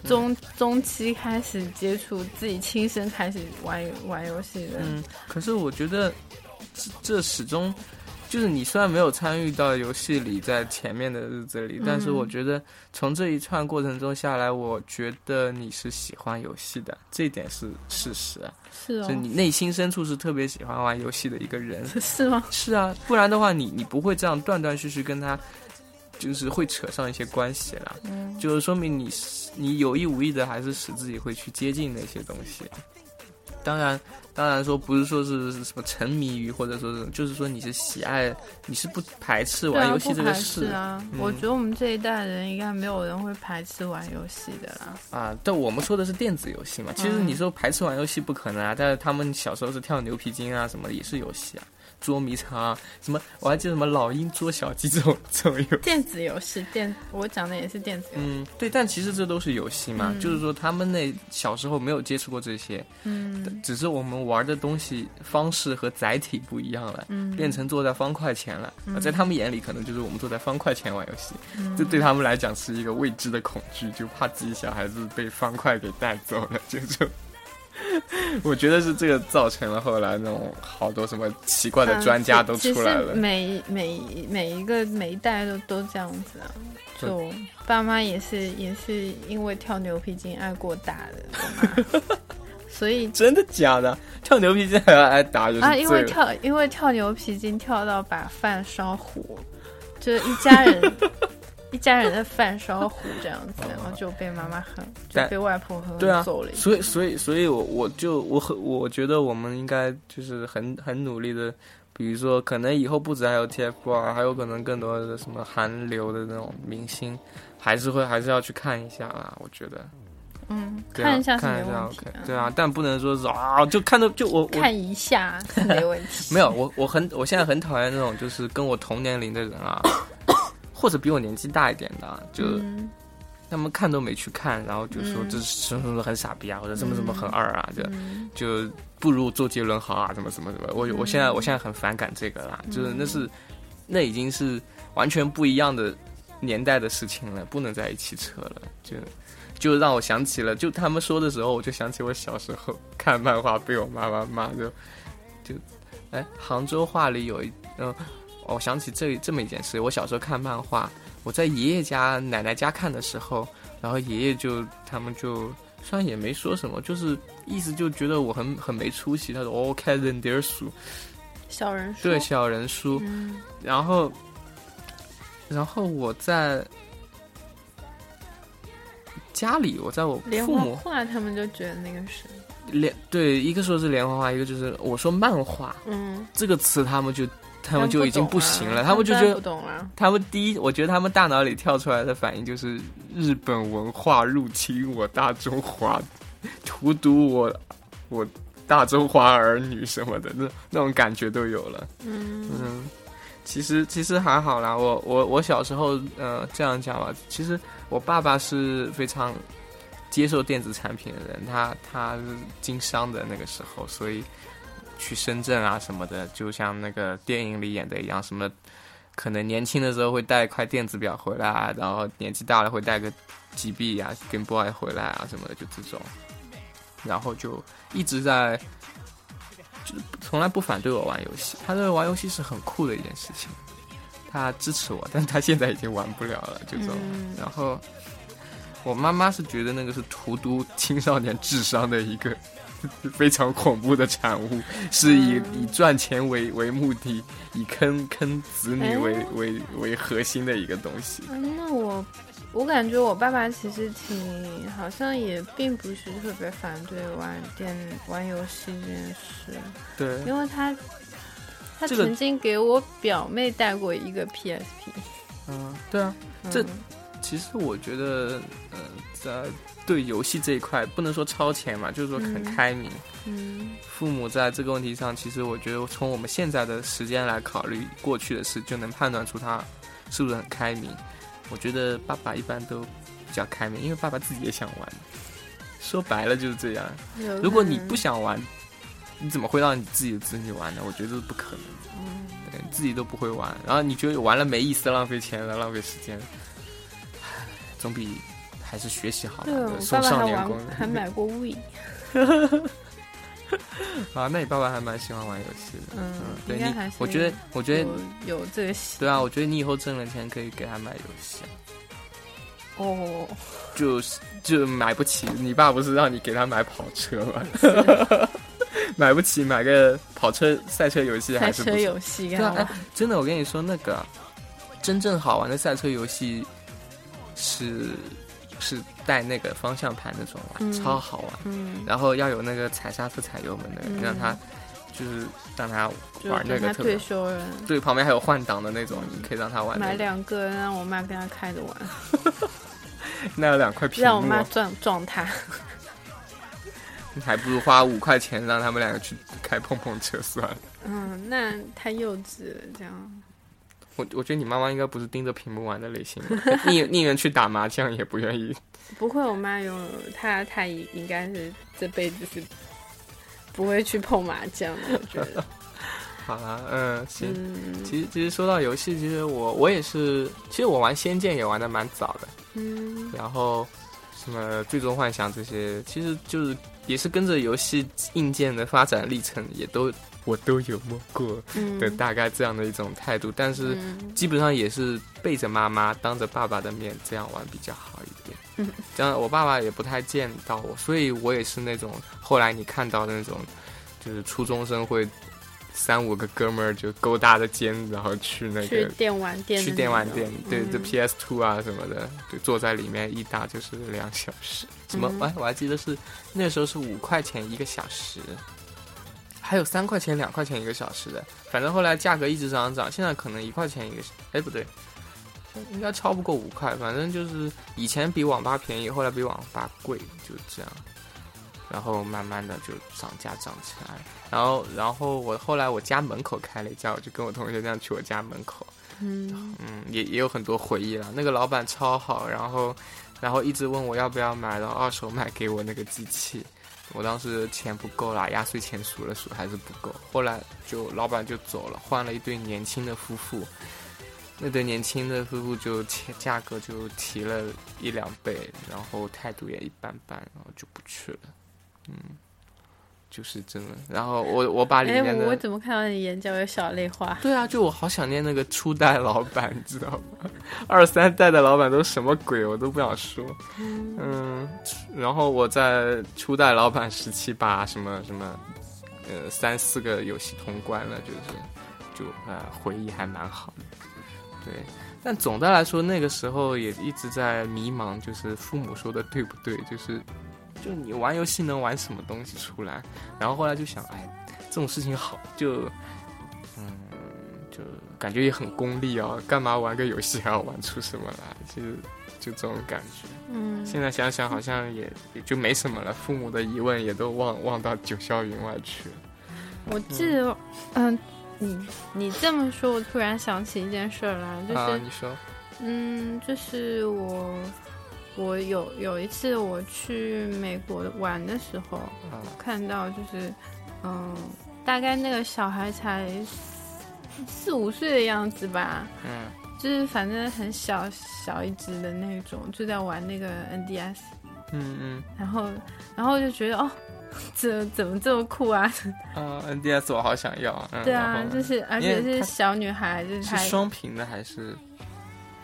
Speaker 1: 嗯
Speaker 3: 中、中期开始接触自己亲身开始玩玩游戏的。
Speaker 1: 嗯，可是我觉得这这始终就是你虽然没有参与到游戏里，在前面的日子里，但是我觉得从这一串过程中下来，我觉得你是喜欢游戏的，这一点是事实啊。
Speaker 3: 是
Speaker 1: 就
Speaker 3: 哦
Speaker 1: 你，内心深处是特别喜欢玩游戏的一个人。
Speaker 3: 是吗？
Speaker 1: 是啊，不然的话你，你不会这样断断续续跟他，就是会扯上一些关系啦。
Speaker 3: 嗯
Speaker 1: 就是说明你是你有意无意的还是使自己会去接近那些东西。啊当然，当然说不是说是是什么沉迷于，或者说是就是说你是喜爱，你是不排斥
Speaker 3: 对
Speaker 1: 玩
Speaker 3: 啊，
Speaker 1: 游戏
Speaker 3: 不
Speaker 1: 这个
Speaker 3: 排
Speaker 1: 事
Speaker 3: 斥啊！
Speaker 1: 嗯
Speaker 3: 我觉得我们这一代人应该没有人会排斥玩游戏的啦。
Speaker 1: 啊但我们说的是电子游戏嘛，其实
Speaker 3: 嗯
Speaker 1: 你说排斥玩游戏不可能啊，但是他们小时候是跳牛皮筋啊什么的也是游戏啊。捉迷藏啊，什么我还记得什么老鹰捉小鸡这种这种游戏
Speaker 3: 电子游戏，电我讲的也是电子游戏。
Speaker 1: 嗯，对，但其实这都是游戏嘛，
Speaker 3: 嗯
Speaker 1: 就是说他们那小时候没有接触过这些，
Speaker 3: 嗯
Speaker 1: 只是我们玩的东西方式和载体不一样了，
Speaker 3: 嗯，
Speaker 1: 变成坐在方块前了、啊在他们眼里可能就是我们坐在方块前玩游戏，
Speaker 3: 嗯
Speaker 1: 这对他们来讲是一个未知的恐惧，就怕自己小孩子被方块给带走了，就 这种。我觉得是这个造成了后来那种好多什么奇怪的
Speaker 3: 嗯
Speaker 1: 专家
Speaker 3: 其
Speaker 1: 都
Speaker 3: 嗯其
Speaker 1: 出来
Speaker 3: 实
Speaker 1: 了，
Speaker 3: 每每每一个每一代都都这样子啊。
Speaker 1: 对
Speaker 3: 就爸妈也是也是因为跳牛皮筋挨过打的，我妈 所 以
Speaker 1: 真的假的？跳牛皮筋还要挨打，就是
Speaker 3: 啊，因为
Speaker 1: 醉了
Speaker 3: 跳因为跳牛皮筋跳到把饭烧糊，就是一家人一家人的饭烧糊这样子，然后就被妈妈狠，就
Speaker 1: 哦但
Speaker 3: 被外婆狠
Speaker 1: 对啊
Speaker 3: 狠揍了一顿。
Speaker 1: 所以，所以，所以我我就我很我觉得我们应该就是很很努力的，比如说可能以后不止还有 TFBOYS，还有啊可能更多的什么韩流的那种明星，还是会还是要去看一下啦。我觉得
Speaker 3: 嗯，
Speaker 1: 对啊
Speaker 3: 看一下是
Speaker 1: 看
Speaker 3: 没
Speaker 1: 一下
Speaker 3: 问
Speaker 1: OK，
Speaker 3: 题啊，
Speaker 1: 对啊，但不能说是啊，就看到就我我
Speaker 3: 看一下是没问 题。
Speaker 1: 没有我我很我现在很讨厌那种就是跟我同年龄的人啊，或者比我年纪大一点的啊，就。
Speaker 3: 嗯
Speaker 1: 他们看都没去看，然后就说
Speaker 3: 嗯
Speaker 1: 这是什么什么很傻逼啊，或者什么什么很二啊，就
Speaker 3: 嗯
Speaker 1: 就不如周杰伦好啊，什么什么什么。我我现在我现在很反感这个啦，就是那是那已经是完全不一样的年代的事情了，不能在一起扯了，就。就让我想起了，就他们说的时候，我就想起我小时候看漫画被我妈妈骂，就就，哎，杭州话里有一，嗯、哦我想起这这么一件事，我小时候看漫画，我在爷爷家、奶奶家看的时候，然后爷爷就他们就虽然也没说什么，就是意思就觉得我很很没出息。他说哦，看人点书，
Speaker 3: 小人书
Speaker 1: 对小人书。
Speaker 3: 嗯
Speaker 1: 然后，然后我在家里，我在我
Speaker 3: 莲
Speaker 1: 父
Speaker 3: 花
Speaker 1: 母
Speaker 3: 画他们就觉得那个是，
Speaker 1: 莲对一个说是莲花画，一个就是我说漫画
Speaker 3: 嗯，
Speaker 1: 这个词，他们就他们
Speaker 3: 不
Speaker 1: 就已经
Speaker 3: 懂
Speaker 1: 不
Speaker 3: 啊
Speaker 1: 行了，
Speaker 3: 他
Speaker 1: 们就
Speaker 3: 当
Speaker 1: 觉得
Speaker 3: 然不懂啊了。
Speaker 1: 他们第一，我觉得他们大脑里跳出来的反应就是日本文化入侵我大中华，荼毒我我大中华儿女什么的，那那种感觉都有了。
Speaker 3: 嗯
Speaker 1: 嗯，其实其实还好啦，我我我小时候，呃，这样讲吧，其实我爸爸是非常接受电子产品的人，他他是经商的那个时候，所以去深圳啊什么的，就像那个电影里演的一样，什么可能年轻的时候会带一块电子表回来啊，然后年纪大了会带个几 B 啊，跟 boy 回来啊什么的，就这种，然后就一直在。就是从来不反对我玩游戏，他认为玩游戏是很酷的一件事情，他支持我，但他现在已经玩不了了，就这种。
Speaker 3: 嗯
Speaker 1: 然后我妈妈是觉得那个是荼毒青少年智商的一个 非常恐怖的产物，是以、以赚钱为为目的，以坑坑子女为、
Speaker 3: 哎
Speaker 1: 为为核心的一个东西。
Speaker 3: 嗯，那我我感觉我爸爸其实挺，好像也并不是特别反对玩电玩游戏这件事，
Speaker 1: 对，
Speaker 3: 因为他他
Speaker 1: 这个
Speaker 3: 曾经给我表妹带过一个 PSP，、
Speaker 1: 嗯，对啊，
Speaker 3: 嗯、
Speaker 1: 这其实我觉得，呃，在对游戏这一块，不能说超前嘛，就是说很
Speaker 3: 嗯
Speaker 1: 开明。
Speaker 3: 嗯
Speaker 1: 父母在这个问题上，其实我觉得从我们现在的时间来考虑过去的事，就能判断出他是不是很开明。我觉得爸爸一般都比较开明，因为爸爸自己也想玩。说白了就是这样。
Speaker 3: 嗯有
Speaker 1: 如果
Speaker 3: 可
Speaker 1: 你
Speaker 3: 能
Speaker 1: 不想玩，你怎么会让你自己的子女玩呢？我觉得这是不可能的。对，自己都不会玩，然后你觉得玩了没意思，浪费钱了，浪费时间，唉总比还是学习好吧
Speaker 3: 对，我。
Speaker 1: 呃送
Speaker 3: 爸爸
Speaker 1: 少
Speaker 3: 还
Speaker 1: 年宫
Speaker 3: 玩还买过 We，
Speaker 1: 啊，那你爸爸还蛮喜欢玩游戏的。
Speaker 3: 嗯
Speaker 1: 嗯，对
Speaker 3: 应该
Speaker 1: 你
Speaker 3: 还是，
Speaker 1: 我觉得，我觉得
Speaker 3: 有，有这个习
Speaker 1: 对啊，我觉得你以后挣了钱可以给他买游戏，啊
Speaker 3: 哦，
Speaker 1: 就是就买不起。你爸不是让你给他买跑车吗？ 买不起，买个跑车赛车游戏还
Speaker 3: 赛
Speaker 1: 是不
Speaker 3: 车
Speaker 1: 错。
Speaker 3: 游戏给
Speaker 1: 对
Speaker 3: 他
Speaker 1: 啊，哎
Speaker 3: 玩，
Speaker 1: 真的，我跟你说，那个真正好玩的赛车游戏是是带那个方向盘那种玩，
Speaker 3: 嗯
Speaker 1: 超好玩。
Speaker 3: 嗯，
Speaker 1: 然后要有那个踩刹车、踩油门的，
Speaker 3: 嗯
Speaker 1: 让他就是让他
Speaker 3: 就
Speaker 1: 玩那
Speaker 3: 等
Speaker 1: 个
Speaker 3: 他
Speaker 1: 特别
Speaker 3: 退。休了。
Speaker 1: 对，旁边还有换挡的那种，你可以让他玩、那
Speaker 3: 买
Speaker 1: 个。
Speaker 3: 两个让我妈跟他开着玩，
Speaker 1: 那有两块屏
Speaker 3: 让我
Speaker 1: 幕
Speaker 3: 妈
Speaker 1: 啊，
Speaker 3: 撞撞他。
Speaker 1: 还不如花五块钱让他们两个去开碰碰车算了。
Speaker 3: 嗯，那太幼稚了，这样。
Speaker 1: 我我觉得你妈妈应该不是盯着屏幕玩的类型吧， 宁宁愿去打麻将也不愿意。
Speaker 3: 不会，我妈有她，她应应该是这辈子是不会去碰麻将的，我觉得。
Speaker 1: 好啦，嗯，行。
Speaker 3: 嗯
Speaker 1: 其实，其实说到游戏，其实我我也是，其实我玩《仙剑》也玩的蛮早的，
Speaker 3: 嗯
Speaker 1: 然后什么《最终幻想》这些，其实就是也是跟着游戏硬件的发展历程，也都我都有摸过
Speaker 3: 嗯，
Speaker 1: 的大概这样的一种态度，但是
Speaker 3: 嗯
Speaker 1: 基本上也是背着妈妈、当着爸爸的面这样玩比较好一点。
Speaker 3: 嗯，
Speaker 1: 这样我爸爸也不太见到我，所以我也是那种后来你看到的那种，就是初中生会三五个哥们儿就勾搭着肩，然后去那
Speaker 3: 去
Speaker 1: 个
Speaker 3: 电玩店，
Speaker 1: 去电玩店，对，这
Speaker 3: 嗯
Speaker 1: PS Two 啊什么的，就坐在里面一打就是两小时。什么？
Speaker 3: 嗯
Speaker 1: 哎、我还记得是那时候是五块钱一个小时，还有三块钱、两块钱一个小时的。反正后来价格一直涨涨，现在可能一块钱一个小，哎不对，应该超不过五块。反正就是以前比网吧便宜，后来比网吧贵，就这样。然后慢慢的就涨价涨起来了，然后然后我后来我家门口开了一家，我就跟我同学这样去我家门口，
Speaker 3: 嗯
Speaker 1: 嗯，也也有很多回忆了。那个老板超好，然后，然后一直问我要不要买，然后二手卖给我那个机器。我当时钱不够啦，压岁钱数了数还是不够。后来就老板就走了，换了一对年轻的夫妇。那对年轻的夫妇就切价格就提了一两倍，然后态度也一般般，然后就不去了。嗯，就是真的。然后我我把里
Speaker 3: 哎，
Speaker 1: 面的、
Speaker 3: 我我怎么看到你眼角有小泪花？
Speaker 1: 对啊，就我好想念那个初代老板， 你知道吗？二三代的老板都什么鬼，我都不想说。嗯，然后我在初代老板时期把什么什么，呃，三四个游戏通关了，就是就呃回忆还蛮好的。对，但总的来说，那个时候也一直在迷茫，就是父母说的对不对？就是就你玩游戏能玩什么东西出来？然后后来就想，哎，这种事情好就。嗯，就感觉也很功利啊、干嘛玩个游戏还要玩出什么来？ 其实就这种感觉。
Speaker 3: 嗯，
Speaker 1: 现在想想好像也也就没什么了，父母的疑问也都忘忘到九霄云外去了。
Speaker 3: 我记得，嗯，你你这么说，我突然想起一件事儿来，就是、
Speaker 1: 啊，你说，
Speaker 3: 嗯，就是我，我有有一次我去美国玩的时候，
Speaker 1: 啊
Speaker 3: 看到就是，嗯，大概那个小孩才四四五岁的样子吧，
Speaker 1: 嗯
Speaker 3: 就是反正很小小一只的那种，就在玩那个 NDS，
Speaker 1: 嗯
Speaker 3: 然后然后就觉得哦，这怎么这么酷啊？
Speaker 1: 嗯，啊，NDS 我好想要。嗯、
Speaker 3: 对啊
Speaker 1: 然，后呢
Speaker 3: 就是而
Speaker 1: 因为
Speaker 3: 且是
Speaker 1: 它
Speaker 3: 小女孩，就是她
Speaker 1: 双屏的还是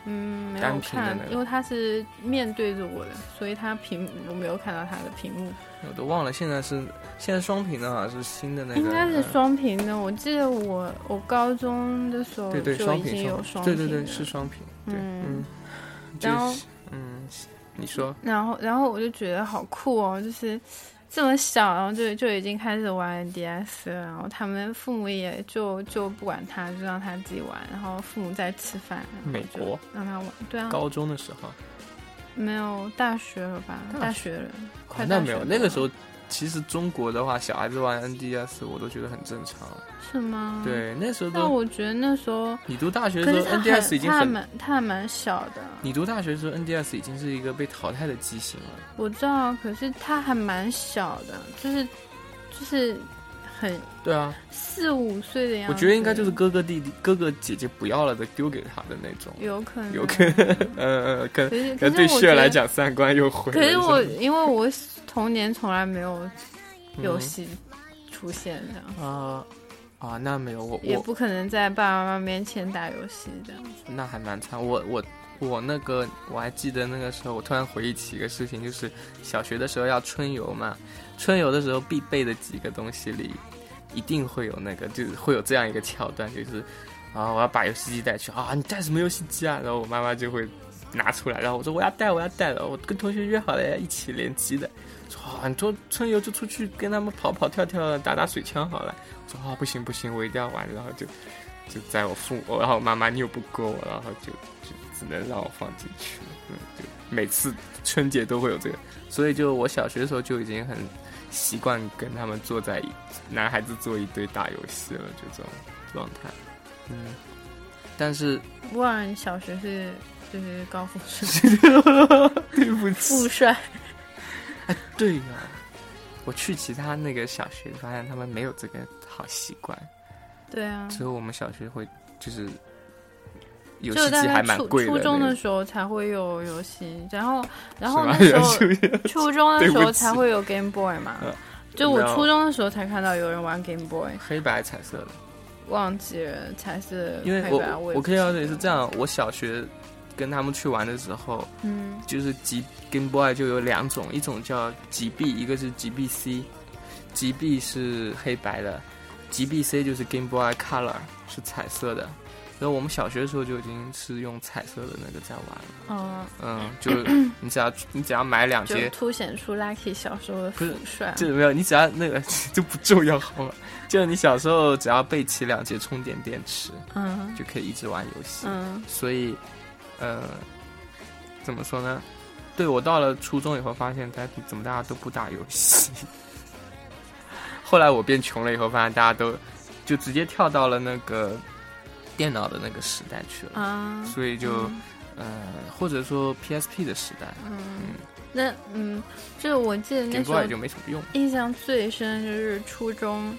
Speaker 3: 嗯，没
Speaker 1: 单
Speaker 3: 有
Speaker 1: 屏的
Speaker 3: 看
Speaker 1: 那，个
Speaker 3: 因为它是面对着我的，所以它屏幕我没有看到它的屏幕，
Speaker 1: 我都忘了现在是现在双屏的，好像是新的那个，
Speaker 3: 应该是
Speaker 1: 嗯
Speaker 3: 双屏的。我记得我我高中的时候
Speaker 1: 对对
Speaker 3: 就
Speaker 1: 双
Speaker 3: 已经
Speaker 1: 屏
Speaker 3: 有
Speaker 1: 双
Speaker 3: 双
Speaker 1: 对
Speaker 3: 屏，
Speaker 1: 对对是。双屏，对嗯
Speaker 3: 嗯，
Speaker 1: 就
Speaker 3: 然后
Speaker 1: 是嗯，你说
Speaker 3: 然后然后我就觉得好酷哦，就是这么小，然后就就已经开始玩 DS 了，然后他们父母也就就不管他，就让他自己玩，然后父母在吃饭，然后
Speaker 1: 美
Speaker 3: 就
Speaker 1: 国
Speaker 3: 让他玩，对啊，
Speaker 1: 高中的时候，
Speaker 3: 没有大学了吧？
Speaker 1: 大
Speaker 3: 大学了，快
Speaker 1: 哦
Speaker 3: 大
Speaker 1: 那没
Speaker 3: 学
Speaker 1: 有
Speaker 3: 了
Speaker 1: 那个时候，其实中国的话，小孩子玩 NDS 我都觉得很正常，
Speaker 3: 是吗？。
Speaker 1: 对，那时候
Speaker 3: 但
Speaker 1: 都
Speaker 3: 我觉得嗯那时候，
Speaker 1: 你读大学
Speaker 3: 可
Speaker 1: 的时
Speaker 3: 是
Speaker 1: 候，NDS
Speaker 3: 他
Speaker 1: 已
Speaker 3: 很
Speaker 1: 经
Speaker 3: 他还
Speaker 1: 很。
Speaker 3: 蛮他还蛮小的，
Speaker 1: 你读大学的时候，NDS 已经是一个被淘汰的机型了。
Speaker 3: 我知道，啊可是他还蛮小的，就是就是很
Speaker 1: 对啊，
Speaker 3: 四五岁的样
Speaker 1: 我
Speaker 3: 子。
Speaker 1: 觉得应该就是哥哥弟弟、哥哥姐姐不要了的丢给他的那种。
Speaker 3: 有可能，
Speaker 1: 有可
Speaker 3: 可能。
Speaker 1: 呃，可
Speaker 3: 可是
Speaker 1: 可
Speaker 3: 可
Speaker 1: 能对
Speaker 3: 是我
Speaker 1: 血
Speaker 3: 觉
Speaker 1: 来
Speaker 3: 得，
Speaker 1: 讲，三观又毁了。
Speaker 3: 可是我
Speaker 1: 你知嗯
Speaker 3: 因为我童年从来没有
Speaker 1: 道吗
Speaker 3: 游戏出现这样。
Speaker 1: 啊啊，那没有我
Speaker 3: 也
Speaker 1: 我
Speaker 3: 不可能在爸爸妈妈面前打游戏这样，
Speaker 1: 那还蛮惨。我我我那个我还记得那个时候，我突然回忆起一个事情，就是小学的时候要春游嘛，春游的时候必备的几个东西里，一定会有那个，就是会有这样一个桥段，就是啊，我要把游戏机带去啊，你带什么游戏机啊？然后我妈妈就会拿出来，然后我说我要带，我要带了，我跟同学约好了要一起联机的。说啊，你说春游就出去跟他们跑跑跳跳，打打水枪好了。我说啊，不行不行，我一定要玩，然后就就在我父母，然后我妈妈拗不过我，然后就就只能让我放进去。嗯，就每次春节都会有这个，所以就我小学的时候就已经很习惯跟他们坐在一男孩子坐一堆打游戏了，就这种状态。嗯，但是
Speaker 3: 我好像小学是就是高富帅，
Speaker 1: 对不
Speaker 3: 富
Speaker 1: 起，
Speaker 3: 帅
Speaker 1: 对呀、我去其他那个小学，发现他们没有这个好习惯，
Speaker 3: 对啊，
Speaker 1: 只有我们小学会就是游
Speaker 3: 就
Speaker 1: 戏
Speaker 3: 大
Speaker 1: 机还
Speaker 3: 概
Speaker 1: 蛮
Speaker 3: 初
Speaker 1: 贵
Speaker 3: 初中
Speaker 1: 那
Speaker 3: 的
Speaker 1: 个
Speaker 3: 时候才会有游戏，然 后然
Speaker 1: 是
Speaker 3: 后
Speaker 1: 吧
Speaker 3: 那时
Speaker 1: 是
Speaker 3: 候
Speaker 1: 不是
Speaker 3: 初中的时
Speaker 1: 对不
Speaker 3: 候
Speaker 1: 起
Speaker 3: 才会有 Game Boy 嘛
Speaker 1: 嗯，
Speaker 3: 就我
Speaker 1: No
Speaker 3: 初中的时候才看到有人玩 Game Boy，
Speaker 1: 黑白彩色的。
Speaker 3: 忘记了才是
Speaker 1: 因为
Speaker 3: 黑白
Speaker 1: 我
Speaker 3: 我也
Speaker 1: 我
Speaker 3: 不
Speaker 1: 可以了解
Speaker 3: 记得
Speaker 1: 是这，样，我小学跟他们去玩的时候，
Speaker 3: 嗯，
Speaker 1: 就是吉 Game Boy 就有两种，一种叫吉 B，一个是吉 BC，吉 B 是黑白的，吉 BC 就是 Game Boy Color 是彩色的。然后我们小学的时候就已经是用彩色的那个在玩了，
Speaker 3: 嗯，
Speaker 1: 嗯， 就你只要你只要买两
Speaker 3: 就
Speaker 1: 节
Speaker 3: 凸显出 Lucky 小时候的
Speaker 1: 不
Speaker 3: 富
Speaker 1: 是
Speaker 3: 帅，
Speaker 1: 这没有，你只要那个 就不重要好吗？就你小时候只要备齐两节充电电池，
Speaker 3: 嗯
Speaker 1: 就可以一直玩游戏。
Speaker 3: 嗯
Speaker 1: 所以，呃，怎么说呢？对我到了初中以后，发现大家怎么大家都不打游戏。 后来我变穷了以后，发现大家都就直接跳到了那个电脑的那个时代去了，
Speaker 3: 啊，
Speaker 1: 所以就、
Speaker 3: 嗯
Speaker 1: 呃，或者说 PSP 的时代
Speaker 3: 嗯，那嗯，就我记得那
Speaker 1: ，Game
Speaker 3: 时候
Speaker 1: Boy 就没什么用。
Speaker 3: 印象最深就是初中，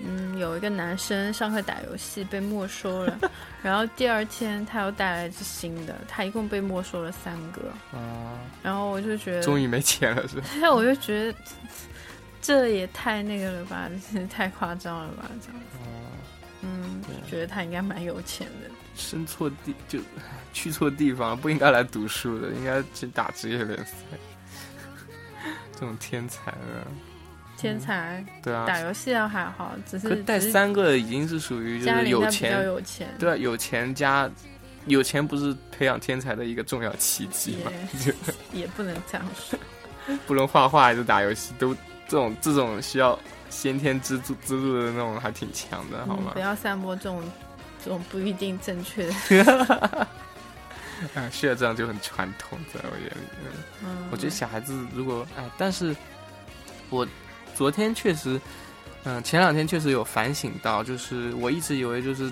Speaker 3: 嗯，有一个男生上课打游戏被没 收了，然后第二天他又带来一只新的，他一共被没收了三个，
Speaker 1: 啊、
Speaker 3: 然后我就觉
Speaker 1: 终
Speaker 3: 得，
Speaker 1: 于没钱了是吧？
Speaker 3: 但 我就觉得这也太那个了吧， 这也太夸张了吧，这样，
Speaker 1: 哦
Speaker 3: 嗯，
Speaker 1: 对啊
Speaker 3: 就觉得他应该蛮有钱的，
Speaker 1: 生错地就 去错地方了，不应该来读书的，应该去打职业联赛。 这种天才了，
Speaker 3: 天才，
Speaker 1: 对啊，
Speaker 3: 打游戏倒还好，只
Speaker 1: 可
Speaker 3: 是
Speaker 1: 带
Speaker 3: 只是
Speaker 1: 三个已经是属于就
Speaker 3: 家
Speaker 1: 是
Speaker 3: 里
Speaker 1: 有
Speaker 3: 应该比较
Speaker 1: 钱，
Speaker 3: 有钱，
Speaker 1: 对啊，有钱加有钱不是培养天才的一个重要契 机嘛？就
Speaker 3: 也也不能这样说。
Speaker 1: 不论画画还是打游戏，都这种这种需要先天资助资助的那种还挺强的，好
Speaker 3: 嗯
Speaker 1: 吗？
Speaker 3: 不要散播这种这种不一定正 确的。
Speaker 1: 啊，是啊，这样就很传统，在我眼里。嗯
Speaker 3: 嗯，
Speaker 1: 我觉得小孩子如果哎，但是我昨天确实，嗯、前两天确实有反省到，就是我一直以为就是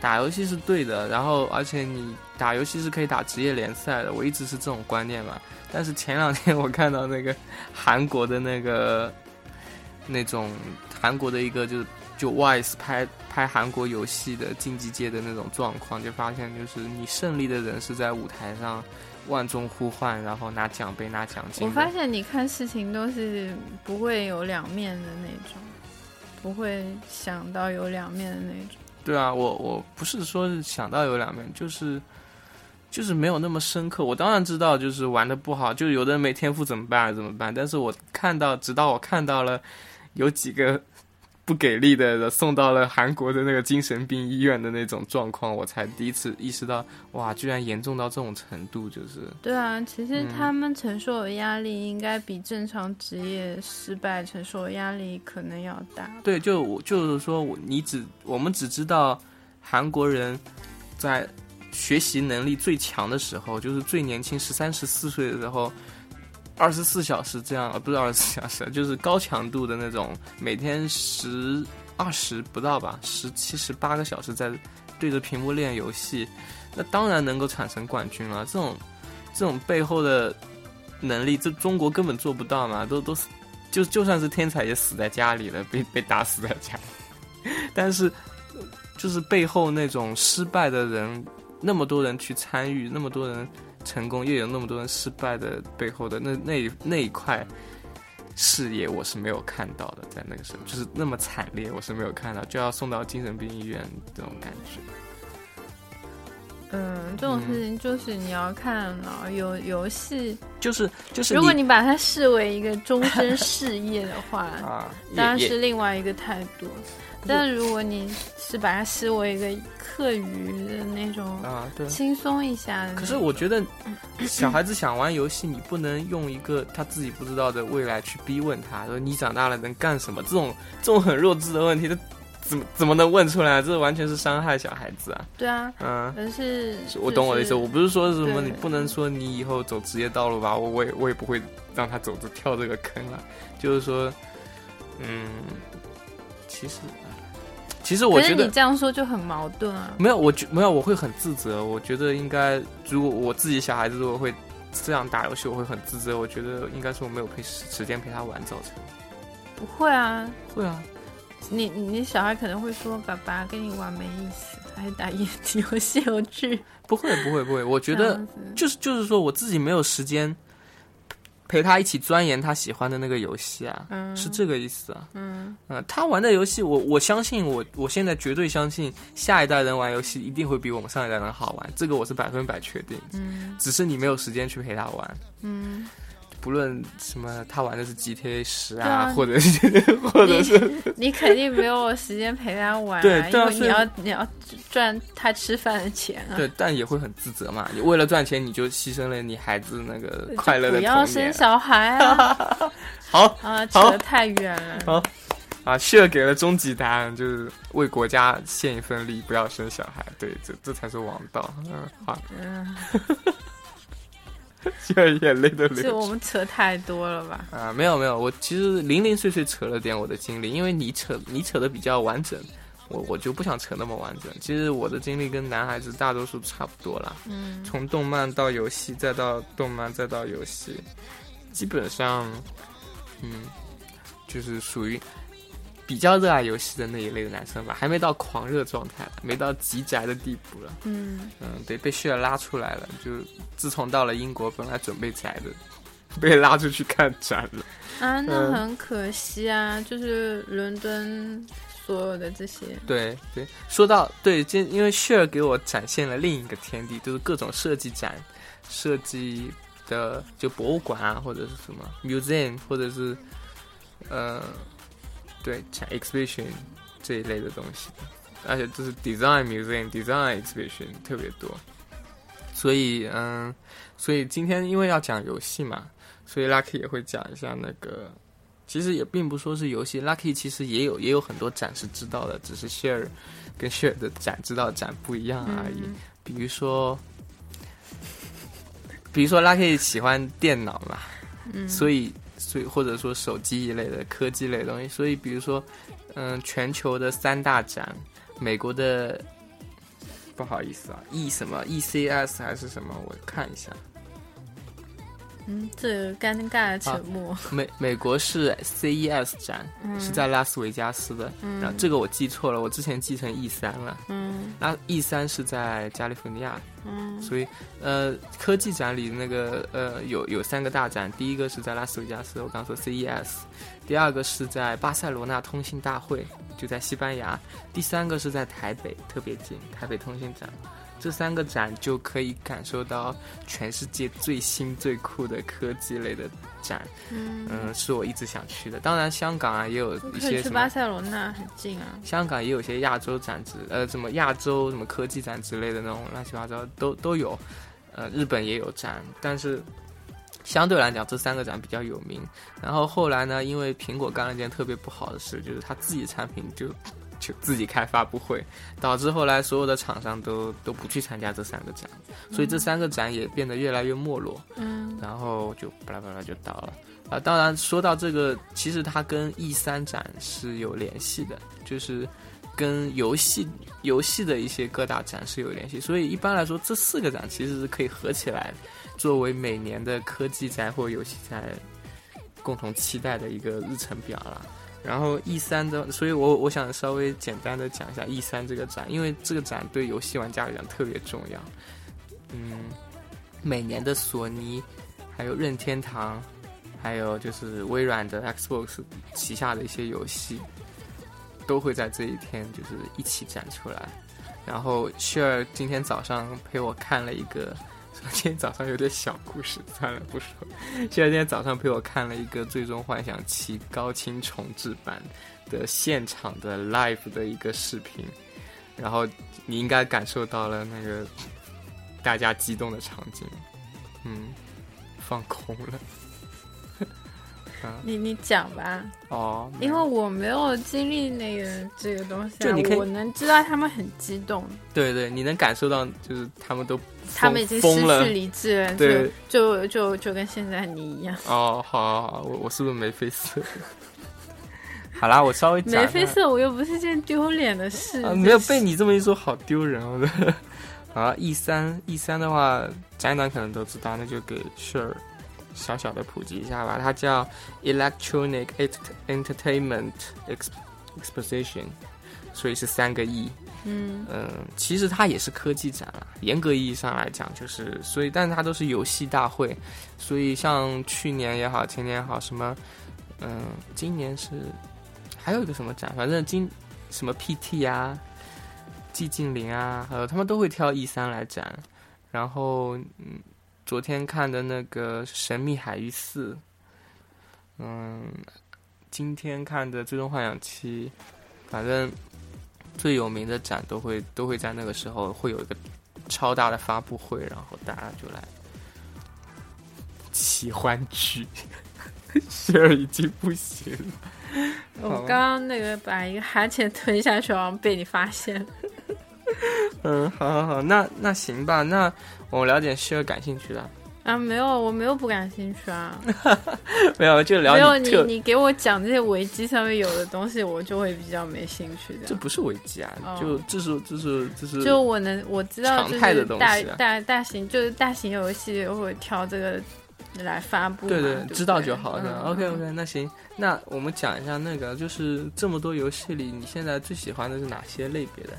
Speaker 1: 打游戏是对的，然后而且你打游戏是可以打职业联赛的，我一直是这种观念嘛。但是前两天 我看到那个韩国的那个那种韩国的一个就是就 Wise 拍拍韩国游戏的竞技界的那种状况，就发现就是你胜利的人是在舞台上万众呼唤，然后拿奖杯拿奖金
Speaker 3: 我
Speaker 1: 的。
Speaker 3: 发现你看事情都是不会有两面的那种，不会想到有两面的那种。
Speaker 1: 对啊，我我不是说是想到有两面，就是就是没有那么深刻。我当然知道，就是玩的不好，就有的人没天赋怎么办？怎么办？但是我看到，直到我看到了有几个不给力的送到了韩国的那个精神病医院的那种状况，我才第一次意识到，哇，居然严重到这种程度，就是
Speaker 3: 对啊，其实他
Speaker 1: 嗯
Speaker 3: 们承受的压力应该比正常职业失败承受的压力可能要大。
Speaker 1: 对，就我就是说我你只我们只知道韩国人在学习能力最强的时候，就是最年轻十三十四岁的时候，二十四小时这样，呃，不是二十四小时，就是高强度的那种，每天十二十不到吧，十七十八个小时在对着屏幕练游戏，那当然能够产生冠军了。这种这种背后的能力，这中国根本做不到嘛，都都就就算是天才也死在家里了，被被打死在家里。 但是，呃就是背后那种失败的人，那么多人去参与，那么多人成功，又有那么多人失败的背后的那那一那一块视野，我是没有看到的。在那个时候，就是那么惨烈，我是没有看到，就要送到精神病医院这种感觉。
Speaker 3: 嗯，这种事情就是你要看了游游戏，
Speaker 1: 就是就是，
Speaker 3: 如果你把它视为一个终身事业的 话，
Speaker 1: 啊，也
Speaker 3: 当然
Speaker 1: 也
Speaker 3: 是另外一个态度。但如果你是把它视为一个课余的那种
Speaker 1: 啊，对，
Speaker 3: 轻松一下的那种，
Speaker 1: 可是我觉得，
Speaker 3: 嗯
Speaker 1: 小孩子想玩游戏，你不能用一个他自己不知道的未来去逼问他，说你长大了能干什么？这种这种很弱智的问题，这怎么怎么能问出来？这完全是伤害小孩子啊！
Speaker 3: 对啊，
Speaker 1: 嗯，
Speaker 3: 而是
Speaker 1: 是我懂我的意思，
Speaker 3: 就是
Speaker 1: 我不是说什么你
Speaker 3: 对
Speaker 1: 不能说你以后走职业道路吧，我我也我也不会让他走这跳这个坑了，就是说，嗯，其实其实我
Speaker 3: 可
Speaker 1: 觉
Speaker 3: 是
Speaker 1: 得
Speaker 3: 你这样说就很矛盾啊。
Speaker 1: 没有，我觉没有，我会很自责。我觉得应该，如果我自己小孩子如果会这样打游戏，我会很自责。我觉得应该是我没有陪时时间陪他玩造成。
Speaker 3: 不会啊，
Speaker 1: 会啊，
Speaker 3: 你你你小孩可能会说：“爸爸跟你玩没意思，还打游戏游戏有趣。
Speaker 1: 不会，不会，不会。我” 觉
Speaker 3: 这
Speaker 1: 得
Speaker 3: 样子
Speaker 1: 就是就是说，我自己没有时间陪他一起钻研他喜欢的那个游戏啊，
Speaker 3: 嗯
Speaker 1: 是这个意思啊。
Speaker 3: 嗯，
Speaker 1: 嗯、他玩的游戏，我我相信我，我现在绝对相信，下一代人玩游戏一定会比我们上一代人好玩，这个我是百分百确定。嗯，只是你没有时间去陪他玩。
Speaker 3: 嗯，
Speaker 1: 不论什么，他玩的是 GTA 十
Speaker 3: 对
Speaker 1: 啊，
Speaker 3: 啊
Speaker 1: 或者 是 或者是
Speaker 3: 你肯定没有时间陪他玩、啊，
Speaker 1: 对对啊
Speaker 3: 因
Speaker 1: 所
Speaker 3: 为你
Speaker 1: 以
Speaker 3: 要你要赚他吃饭的钱啊。
Speaker 1: 对，但也会很自责嘛。你为了赚钱，你就牺牲了你孩子那个
Speaker 3: 就
Speaker 1: 快乐的
Speaker 3: 不要
Speaker 1: 童
Speaker 3: 生
Speaker 1: 年。
Speaker 3: 小孩啊！
Speaker 1: 好
Speaker 3: 啊，扯
Speaker 1: 好
Speaker 3: 得太远了。
Speaker 1: 啊，谢给了终极答案，就是为国家献一份力，不要生小孩。对，这这才是王道。嗯，好，
Speaker 3: 嗯，
Speaker 1: 谢眼泪的
Speaker 3: 就
Speaker 1: 流。
Speaker 3: 我们扯太多了 吧？
Speaker 1: 啊，没有没有，我其实零零碎碎扯了点我的经历，因为你扯你扯的比较完整，我我就不想扯那么完整。其实我的经历跟男孩子大多数差不多啦，
Speaker 3: 嗯，
Speaker 1: 从动漫到游戏，再到动漫，再到游戏，基本上，嗯，就是属于比较热爱游戏的那一类的男生吧，还没到狂热状态，没到极宅的地步了。
Speaker 3: 嗯，
Speaker 1: 嗯，对，被血拉出来了。就自从到了英国，本来准备宅的，被拉出去看展了。
Speaker 3: 啊，那
Speaker 1: 嗯
Speaker 3: 很可惜啊，就是伦敦所有的这些，
Speaker 1: 对对，说到对，今因为雪儿给我展现了另一个天地，就是各种设计展、设计的就博物馆啊，或者是什么 museum，或者是呃，对展 exhibition 这一类的东西，而且就是 design museum、design exhibition 特别多，所以嗯，所以今天因为要讲游戏嘛，所以 Lucky 也会讲一下那个其实也并不说是游戏，Lucky 其实也有也有很多展是知道的，只是 Share 跟 Share 的展知道的展不一样而已。
Speaker 3: 嗯
Speaker 1: 比如说， 比如说 Lucky 喜欢电脑嘛，
Speaker 3: 嗯，
Speaker 1: 所以所以或者说手机一类的科技类的东西，所以比如说，嗯，全球的三大展，美国的。不好意思啊，E 什么 ECS 还是什么？我看一下，
Speaker 3: 嗯，这个尴尬的沉默。
Speaker 1: 美美国是 CES 展，
Speaker 3: 嗯
Speaker 1: 是在拉斯维加斯的，
Speaker 3: 嗯
Speaker 1: 然后这个我记错了，我之前记成 E 三了。
Speaker 3: 嗯
Speaker 1: 那 E 三是在加利福尼亚，
Speaker 3: 嗯
Speaker 1: 所以呃，科技展里那个呃有有三个大展，第一个是在拉斯维加斯，我刚说 CES，第二个是在巴塞罗那通信大会，就在西班牙，第三个是在台北，特别近，台北通信展。这三个展就可以感受到全世界最新最酷的科技类的展，
Speaker 3: 嗯，
Speaker 1: 嗯，是我一直想去的。当然，香港啊也有
Speaker 3: 你
Speaker 1: 一
Speaker 3: 可以
Speaker 1: 些
Speaker 3: 去
Speaker 1: 什
Speaker 3: 巴
Speaker 1: 么，
Speaker 3: 塞罗那，很近啊。
Speaker 1: 香港也有一些亚洲展之，呃，什么亚洲什么科技展之类的那种乱七八糟都都有，呃，日本也有展，但是相对来讲这三个展比较有名。然后后来呢，因为苹果干了一件特别不好的事，就是它自己产品就 就自己开发布会，导致后来所有的厂商都都不去参加这三个展，所以这三个展也变得越来越没落。
Speaker 3: 嗯，
Speaker 1: 然后就巴拉巴拉就倒了。啊，当然说到这个，其实它跟 E 三展是有联系的，就是跟游戏游戏的一些各大展是有联系，所以一般来说这四个展其实是可以合起来作为每年的科技展或游戏展共同期待的一个日程表了。然后 E 三的，所以我我想稍微简单的讲一下 E 三这个展，因为这个展对游戏玩家来讲特别重要。嗯，每年的索尼、还有任天堂，还有就是微软的 Xbox 旗下的一些游戏，都会在这一天就是一起展出来。然后雪儿今天早上陪我看了一个，今天早上有点小故事，算了不说。雪儿今天早上陪我看了一个《最终幻想七》高清重制版的现场的 live 的一个视频，然后你应该感受到了那个大家激动的场景，嗯。放空了。
Speaker 3: 你你讲吧，
Speaker 1: 哦，
Speaker 3: 因为我没有经历那个这个东西、啊，
Speaker 1: 就你可以
Speaker 3: 我能知道他们很激动，
Speaker 1: 对对，你能感受到，就是他们都
Speaker 3: 他们已经失
Speaker 1: 疯了
Speaker 3: 去理智了，
Speaker 1: 对
Speaker 3: 就就就就跟现在你一样。
Speaker 1: 哦，好好好，我我是不是眉飞色舞？ 好啦，我稍微讲
Speaker 3: 眉
Speaker 1: 一下
Speaker 3: 飞色舞又不是件丢脸的事，
Speaker 1: 啊，没有
Speaker 3: 就是
Speaker 1: 被你这么一说，好丢人哦。我的 啊，E 三 E 三的话，宅男可能都知道，那就给 Sure 小小的普及一下吧。它叫 Electronic Ent- Entertainment Ex- Exposition，所以是三个 E。
Speaker 3: 嗯
Speaker 1: 嗯，其实它也是科技展啦，严格意义上来讲，就是所以，但是它都是游戏大会，所以像去年也好，前年也好，什么，嗯，今年是还有一个什么展，反正今什么 PT 啊、寂静岭啊，还有他们都会挑 E 三来展。然后，嗯，昨天看的那个《神秘海域四》，嗯，今天看的《最终幻想七》，反正最有名的展都会都会在那个时候会有一个超大的发布会，然后大家就来喜欢 剧，雪儿已经不行了。
Speaker 3: 我
Speaker 1: 好吧
Speaker 3: 刚刚那个把一个哈欠吞下去，好像被你发现了。
Speaker 1: 嗯，好好好，那那行吧，那我们聊点需要感兴趣的，
Speaker 3: 啊，没有，我没有不感兴趣啊，
Speaker 1: 没有就
Speaker 3: 没有
Speaker 1: 聊
Speaker 3: 你
Speaker 1: 特，
Speaker 3: 你给我讲这些维基上面有的东西，我就会比较没兴趣
Speaker 1: 这
Speaker 3: 的。
Speaker 1: 不是危机啊，
Speaker 3: 哦
Speaker 1: 就这是这是这是
Speaker 3: 就我能我知道，就
Speaker 1: 常态的
Speaker 3: 是
Speaker 1: 东西
Speaker 3: 大
Speaker 1: 啊
Speaker 3: 大大型就是大型游戏会挑这个来发布嘛，
Speaker 1: 对
Speaker 3: 对
Speaker 1: 对
Speaker 3: 不，对，
Speaker 1: 知道就好。
Speaker 3: 嗯
Speaker 1: 那 OK OK，那行，那我们讲一下那个，就是这么多游戏里，你现在最喜欢的是哪些类别的？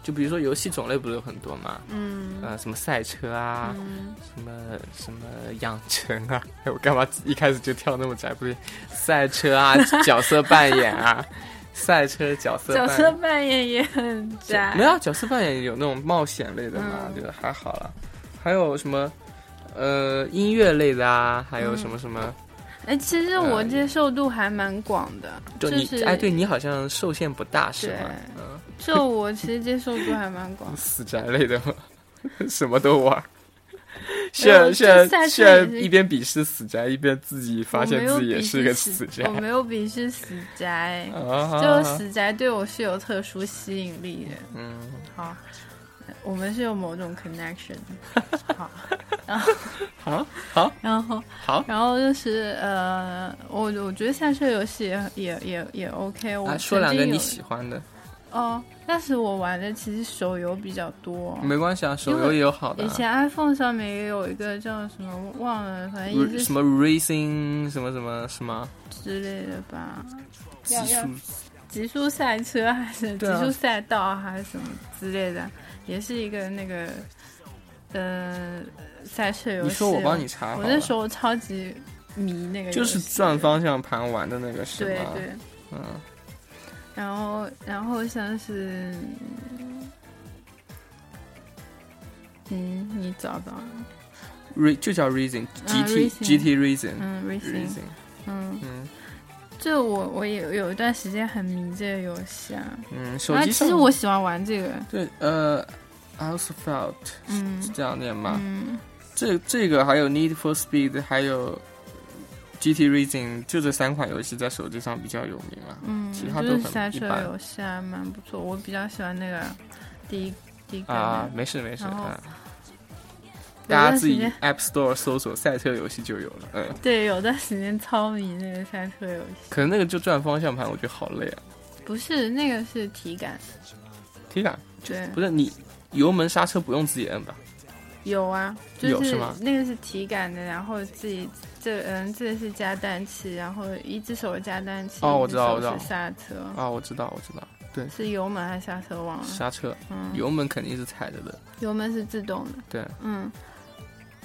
Speaker 1: 就比如说游戏种类不是有很多嘛，
Speaker 3: 嗯
Speaker 1: 呃，什么赛车啊，
Speaker 3: 嗯
Speaker 1: 什么什么养成啊， 哎，我干嘛一开始就跳那么窄？不对，赛车啊，角色扮演啊，赛车角色
Speaker 3: 角
Speaker 1: 扮
Speaker 3: 色
Speaker 1: 演
Speaker 3: 扮演也很宅，
Speaker 1: 没有啊角色扮演有那种冒险类的嘛，
Speaker 3: 嗯
Speaker 1: 觉得还好啦。还有什么呃音乐类的啊，还有什么什么。
Speaker 3: 哎，其实我接受度还蛮广的，
Speaker 1: 嗯就你、
Speaker 3: 是
Speaker 1: 哎，对你好像受限不大是吗？嗯，。
Speaker 3: 就我其实接受度还蛮广
Speaker 1: 死宅类的吗？什么都 玩。
Speaker 3: 没有
Speaker 1: 现现
Speaker 3: 这赛
Speaker 1: 在
Speaker 3: 事
Speaker 1: 现在
Speaker 3: 也是
Speaker 1: 一边鄙视死宅，一边自己 发现自己也是个死宅
Speaker 3: 我没有鄙视死宅，
Speaker 1: 啊！
Speaker 3: 就死宅对我是有特殊吸引力的。
Speaker 1: 嗯，
Speaker 3: 好，我们是有某种 connection 的。好，
Speaker 1: 好好
Speaker 3: 然后
Speaker 1: 好
Speaker 3: 然后就是呃，我我觉得赛车游戏也也也也 OK 我曾经有。
Speaker 1: 啊，说两个你喜欢的，
Speaker 3: 哦，但是我玩的其实手游比较多。
Speaker 1: 没关系啊，手游也有好的
Speaker 3: 哦以
Speaker 1: 啊、
Speaker 3: 前 iPhone 上面也有一个叫什么忘了，反正也
Speaker 1: Ra-
Speaker 3: 是
Speaker 1: 啊什么 racing 什么什么什么
Speaker 3: 之类的吧，
Speaker 1: 极
Speaker 3: 要要
Speaker 1: 速
Speaker 3: 极速赛车还是极
Speaker 1: 对啊
Speaker 3: 速赛道还是什么之类的，也是一个那个呃赛车游戏。
Speaker 1: 你说我帮你，查好
Speaker 3: 我
Speaker 1: 了，
Speaker 3: 那时候超级迷那个游戏，
Speaker 1: 就是转方向盘玩的那个是
Speaker 3: 对
Speaker 1: 吗？
Speaker 3: 对，
Speaker 1: 嗯，
Speaker 3: 然后然后像是。嗯，你找到了，
Speaker 1: ，Re 就叫
Speaker 3: 啊
Speaker 1: Reason，GT、
Speaker 3: Reason
Speaker 1: GT Reason、
Speaker 3: 嗯 r e c i n
Speaker 1: Reason，
Speaker 3: 嗯，
Speaker 1: 嗯
Speaker 3: 就我我也有一段时间很迷这个游戏啊，
Speaker 1: 嗯，手
Speaker 3: 然后
Speaker 1: 机
Speaker 3: 其
Speaker 1: 上
Speaker 3: 实我喜欢玩这个，
Speaker 1: 对呃 a l s f e l t
Speaker 3: 嗯
Speaker 1: 这样念吗？
Speaker 3: 嗯，
Speaker 1: 这这个还有 Need for Speed，还有 GT Racing，就这三款游戏在手机上比较有名了。
Speaker 3: 嗯，
Speaker 1: 其他
Speaker 3: 就
Speaker 1: 都
Speaker 3: 是
Speaker 1: 很
Speaker 3: 赛
Speaker 1: 一
Speaker 3: 车
Speaker 1: 般
Speaker 3: 游戏还蛮不错，我比较喜欢那个第一第一个
Speaker 1: 啊
Speaker 3: 那，
Speaker 1: 没事没事
Speaker 3: 然后
Speaker 1: 啊，
Speaker 3: 个，有
Speaker 1: 大家
Speaker 3: 段
Speaker 1: 自
Speaker 3: 时
Speaker 1: 己
Speaker 3: 间
Speaker 1: App Store 搜索赛车游戏就有了。嗯，
Speaker 3: 对，有段时间超迷那个赛车游戏，
Speaker 1: 可能那个就转方向盘，我觉得好累啊。
Speaker 3: 不是那个是体感，
Speaker 1: 体感
Speaker 3: 对，
Speaker 1: 不是你油门刹车不用自己摁吧？
Speaker 3: 有啊，
Speaker 1: 有
Speaker 3: 就是
Speaker 1: 吗
Speaker 3: 那个是体感的，然后自己这嗯这个是加氮气，然后一只手加氮气，
Speaker 1: 哦
Speaker 3: 一只
Speaker 1: 我知道
Speaker 3: 手
Speaker 1: 我知道
Speaker 3: 是刹车，
Speaker 1: 啊，我知道我知道，对，
Speaker 3: 是油门还是刹车忘了，
Speaker 1: 刹车
Speaker 3: 嗯，
Speaker 1: 油门肯定是踩着的。
Speaker 3: 油门是自动的，
Speaker 1: 对，
Speaker 3: 嗯，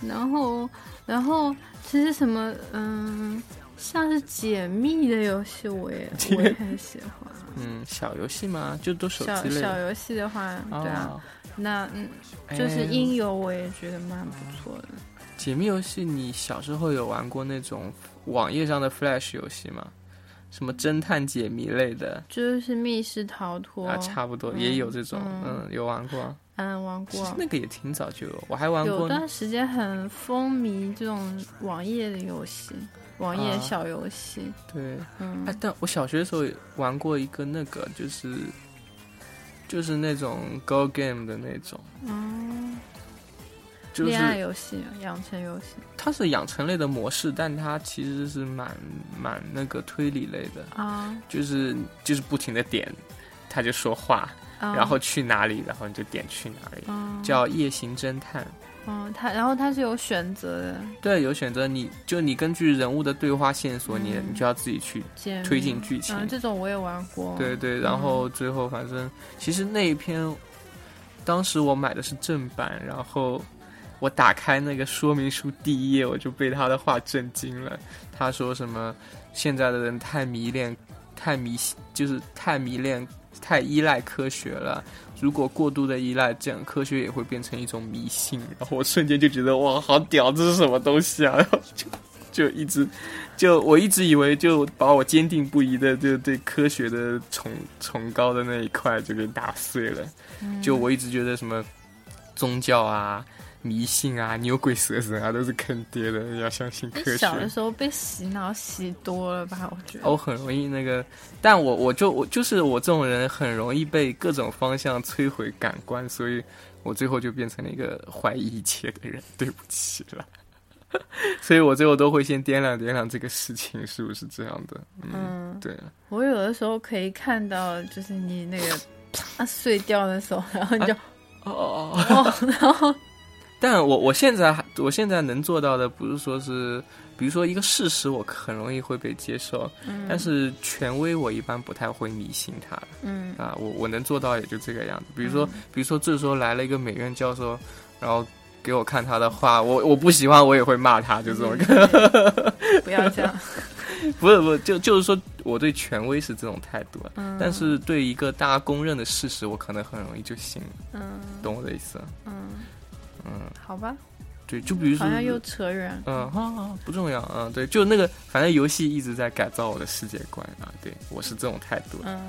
Speaker 3: 然后然后其实什么嗯像是解密的游戏我也我也很喜欢，
Speaker 1: 嗯，小游戏嘛，就都手
Speaker 3: 小
Speaker 1: 机类
Speaker 3: 小
Speaker 1: 的。
Speaker 3: 游戏的话，对啊，
Speaker 1: 啊，
Speaker 3: 那嗯就是
Speaker 1: 哎
Speaker 3: 音游我也觉得蛮不错的。
Speaker 1: 解密游戏，你小时候有玩过那种网页上的 Flash 游戏吗？什么侦探解谜类的
Speaker 3: 就是密室逃脱
Speaker 1: 啊，差不多、
Speaker 3: 嗯
Speaker 1: 也有这种，
Speaker 3: 嗯
Speaker 1: 嗯，有玩过。
Speaker 3: 嗯，玩
Speaker 1: 其实
Speaker 3: 过，
Speaker 1: 那个也挺早就有，我还玩
Speaker 3: 有
Speaker 1: 过。
Speaker 3: 段时间很风靡这种网页的游戏，网页
Speaker 1: 啊
Speaker 3: 小游戏，
Speaker 1: 对，
Speaker 3: 嗯
Speaker 1: 哎，但我小学的时候也玩过一个那个，就是就是那种 Go Game 的那种，
Speaker 3: 嗯，
Speaker 1: 就
Speaker 3: 恋爱
Speaker 1: 是
Speaker 3: 游戏、养成游戏
Speaker 1: 它是养成类的模式，但它其实是蛮蛮那个推理类的，
Speaker 3: 啊，
Speaker 1: 就是就是不停的点，他就说话，
Speaker 3: 啊
Speaker 1: 然后去哪里，然后你就点去哪里。
Speaker 3: 嗯
Speaker 1: 叫夜行侦探。
Speaker 3: 嗯，它然后它是有选择的
Speaker 1: 对，有选择你，就你根据人物的对话线索，你
Speaker 3: 嗯
Speaker 1: 你就要自己去
Speaker 3: 解密
Speaker 1: 推进剧情。
Speaker 3: 嗯，这种我也玩过，
Speaker 1: 对对，然后最后反正其实那一篇，当时我买的是正版，然后我打开那个说明书第一页，我就被他的话震惊了。他说什么现在的人太迷恋，太迷信就是太迷恋，太依赖科学了。如果过度的依赖，这样科学也会变成一种迷信。然后我瞬间就觉得哇，好屌，这是什么东西啊？然 后就就一直就我一直以为就把我坚定不移的就对科学的崇崇高的那一块就给打碎了。
Speaker 3: 嗯
Speaker 1: 就我一直觉得什么宗教啊、迷信啊、牛鬼蛇神啊都是坑爹的，要相信科
Speaker 3: 你哎小的
Speaker 1: 学。
Speaker 3: 时候被洗脑洗多了吧？我觉得
Speaker 1: 我很容易那个，但我我就我就是我这种人很容易被各种方向摧毁感官，所以我最后就变成了一个怀疑一切的人。对不起了， 所以我最后都会先掂量掂量这个事情是不是这样的。
Speaker 3: 嗯，
Speaker 1: 对，
Speaker 3: 我有的时候可以看到，就是你那个啪碎掉的时候，然后你就、
Speaker 1: 啊哦，
Speaker 3: 哦，然后
Speaker 1: 但我我现在还我现在能做到的，不是说是，比如说一个事实，我很容易会被接受，
Speaker 3: 嗯
Speaker 1: 但是权威我一般不太会迷信它
Speaker 3: 嗯
Speaker 1: 啊，我我能做到也就这个样子。比如说，比如说这时候来了一个美院教授，然后给我看他的画，我我不喜欢我也会骂他，就这种。
Speaker 3: 嗯不要这样，
Speaker 1: 不是不是，就就是说我对权威是这种态度，啊
Speaker 3: 嗯，
Speaker 1: 但是对一个大家公认的事实，我可能很容易就信了，
Speaker 3: 嗯
Speaker 1: 懂我的意思？
Speaker 3: 嗯，
Speaker 1: 嗯，
Speaker 3: 好吧，
Speaker 1: 对，就比如说
Speaker 3: 好像又扯远，
Speaker 1: 嗯，好好好不重要，嗯，对，就那个，反正游戏一直在改造我的世界观啊，对我是这种态度
Speaker 3: 嗯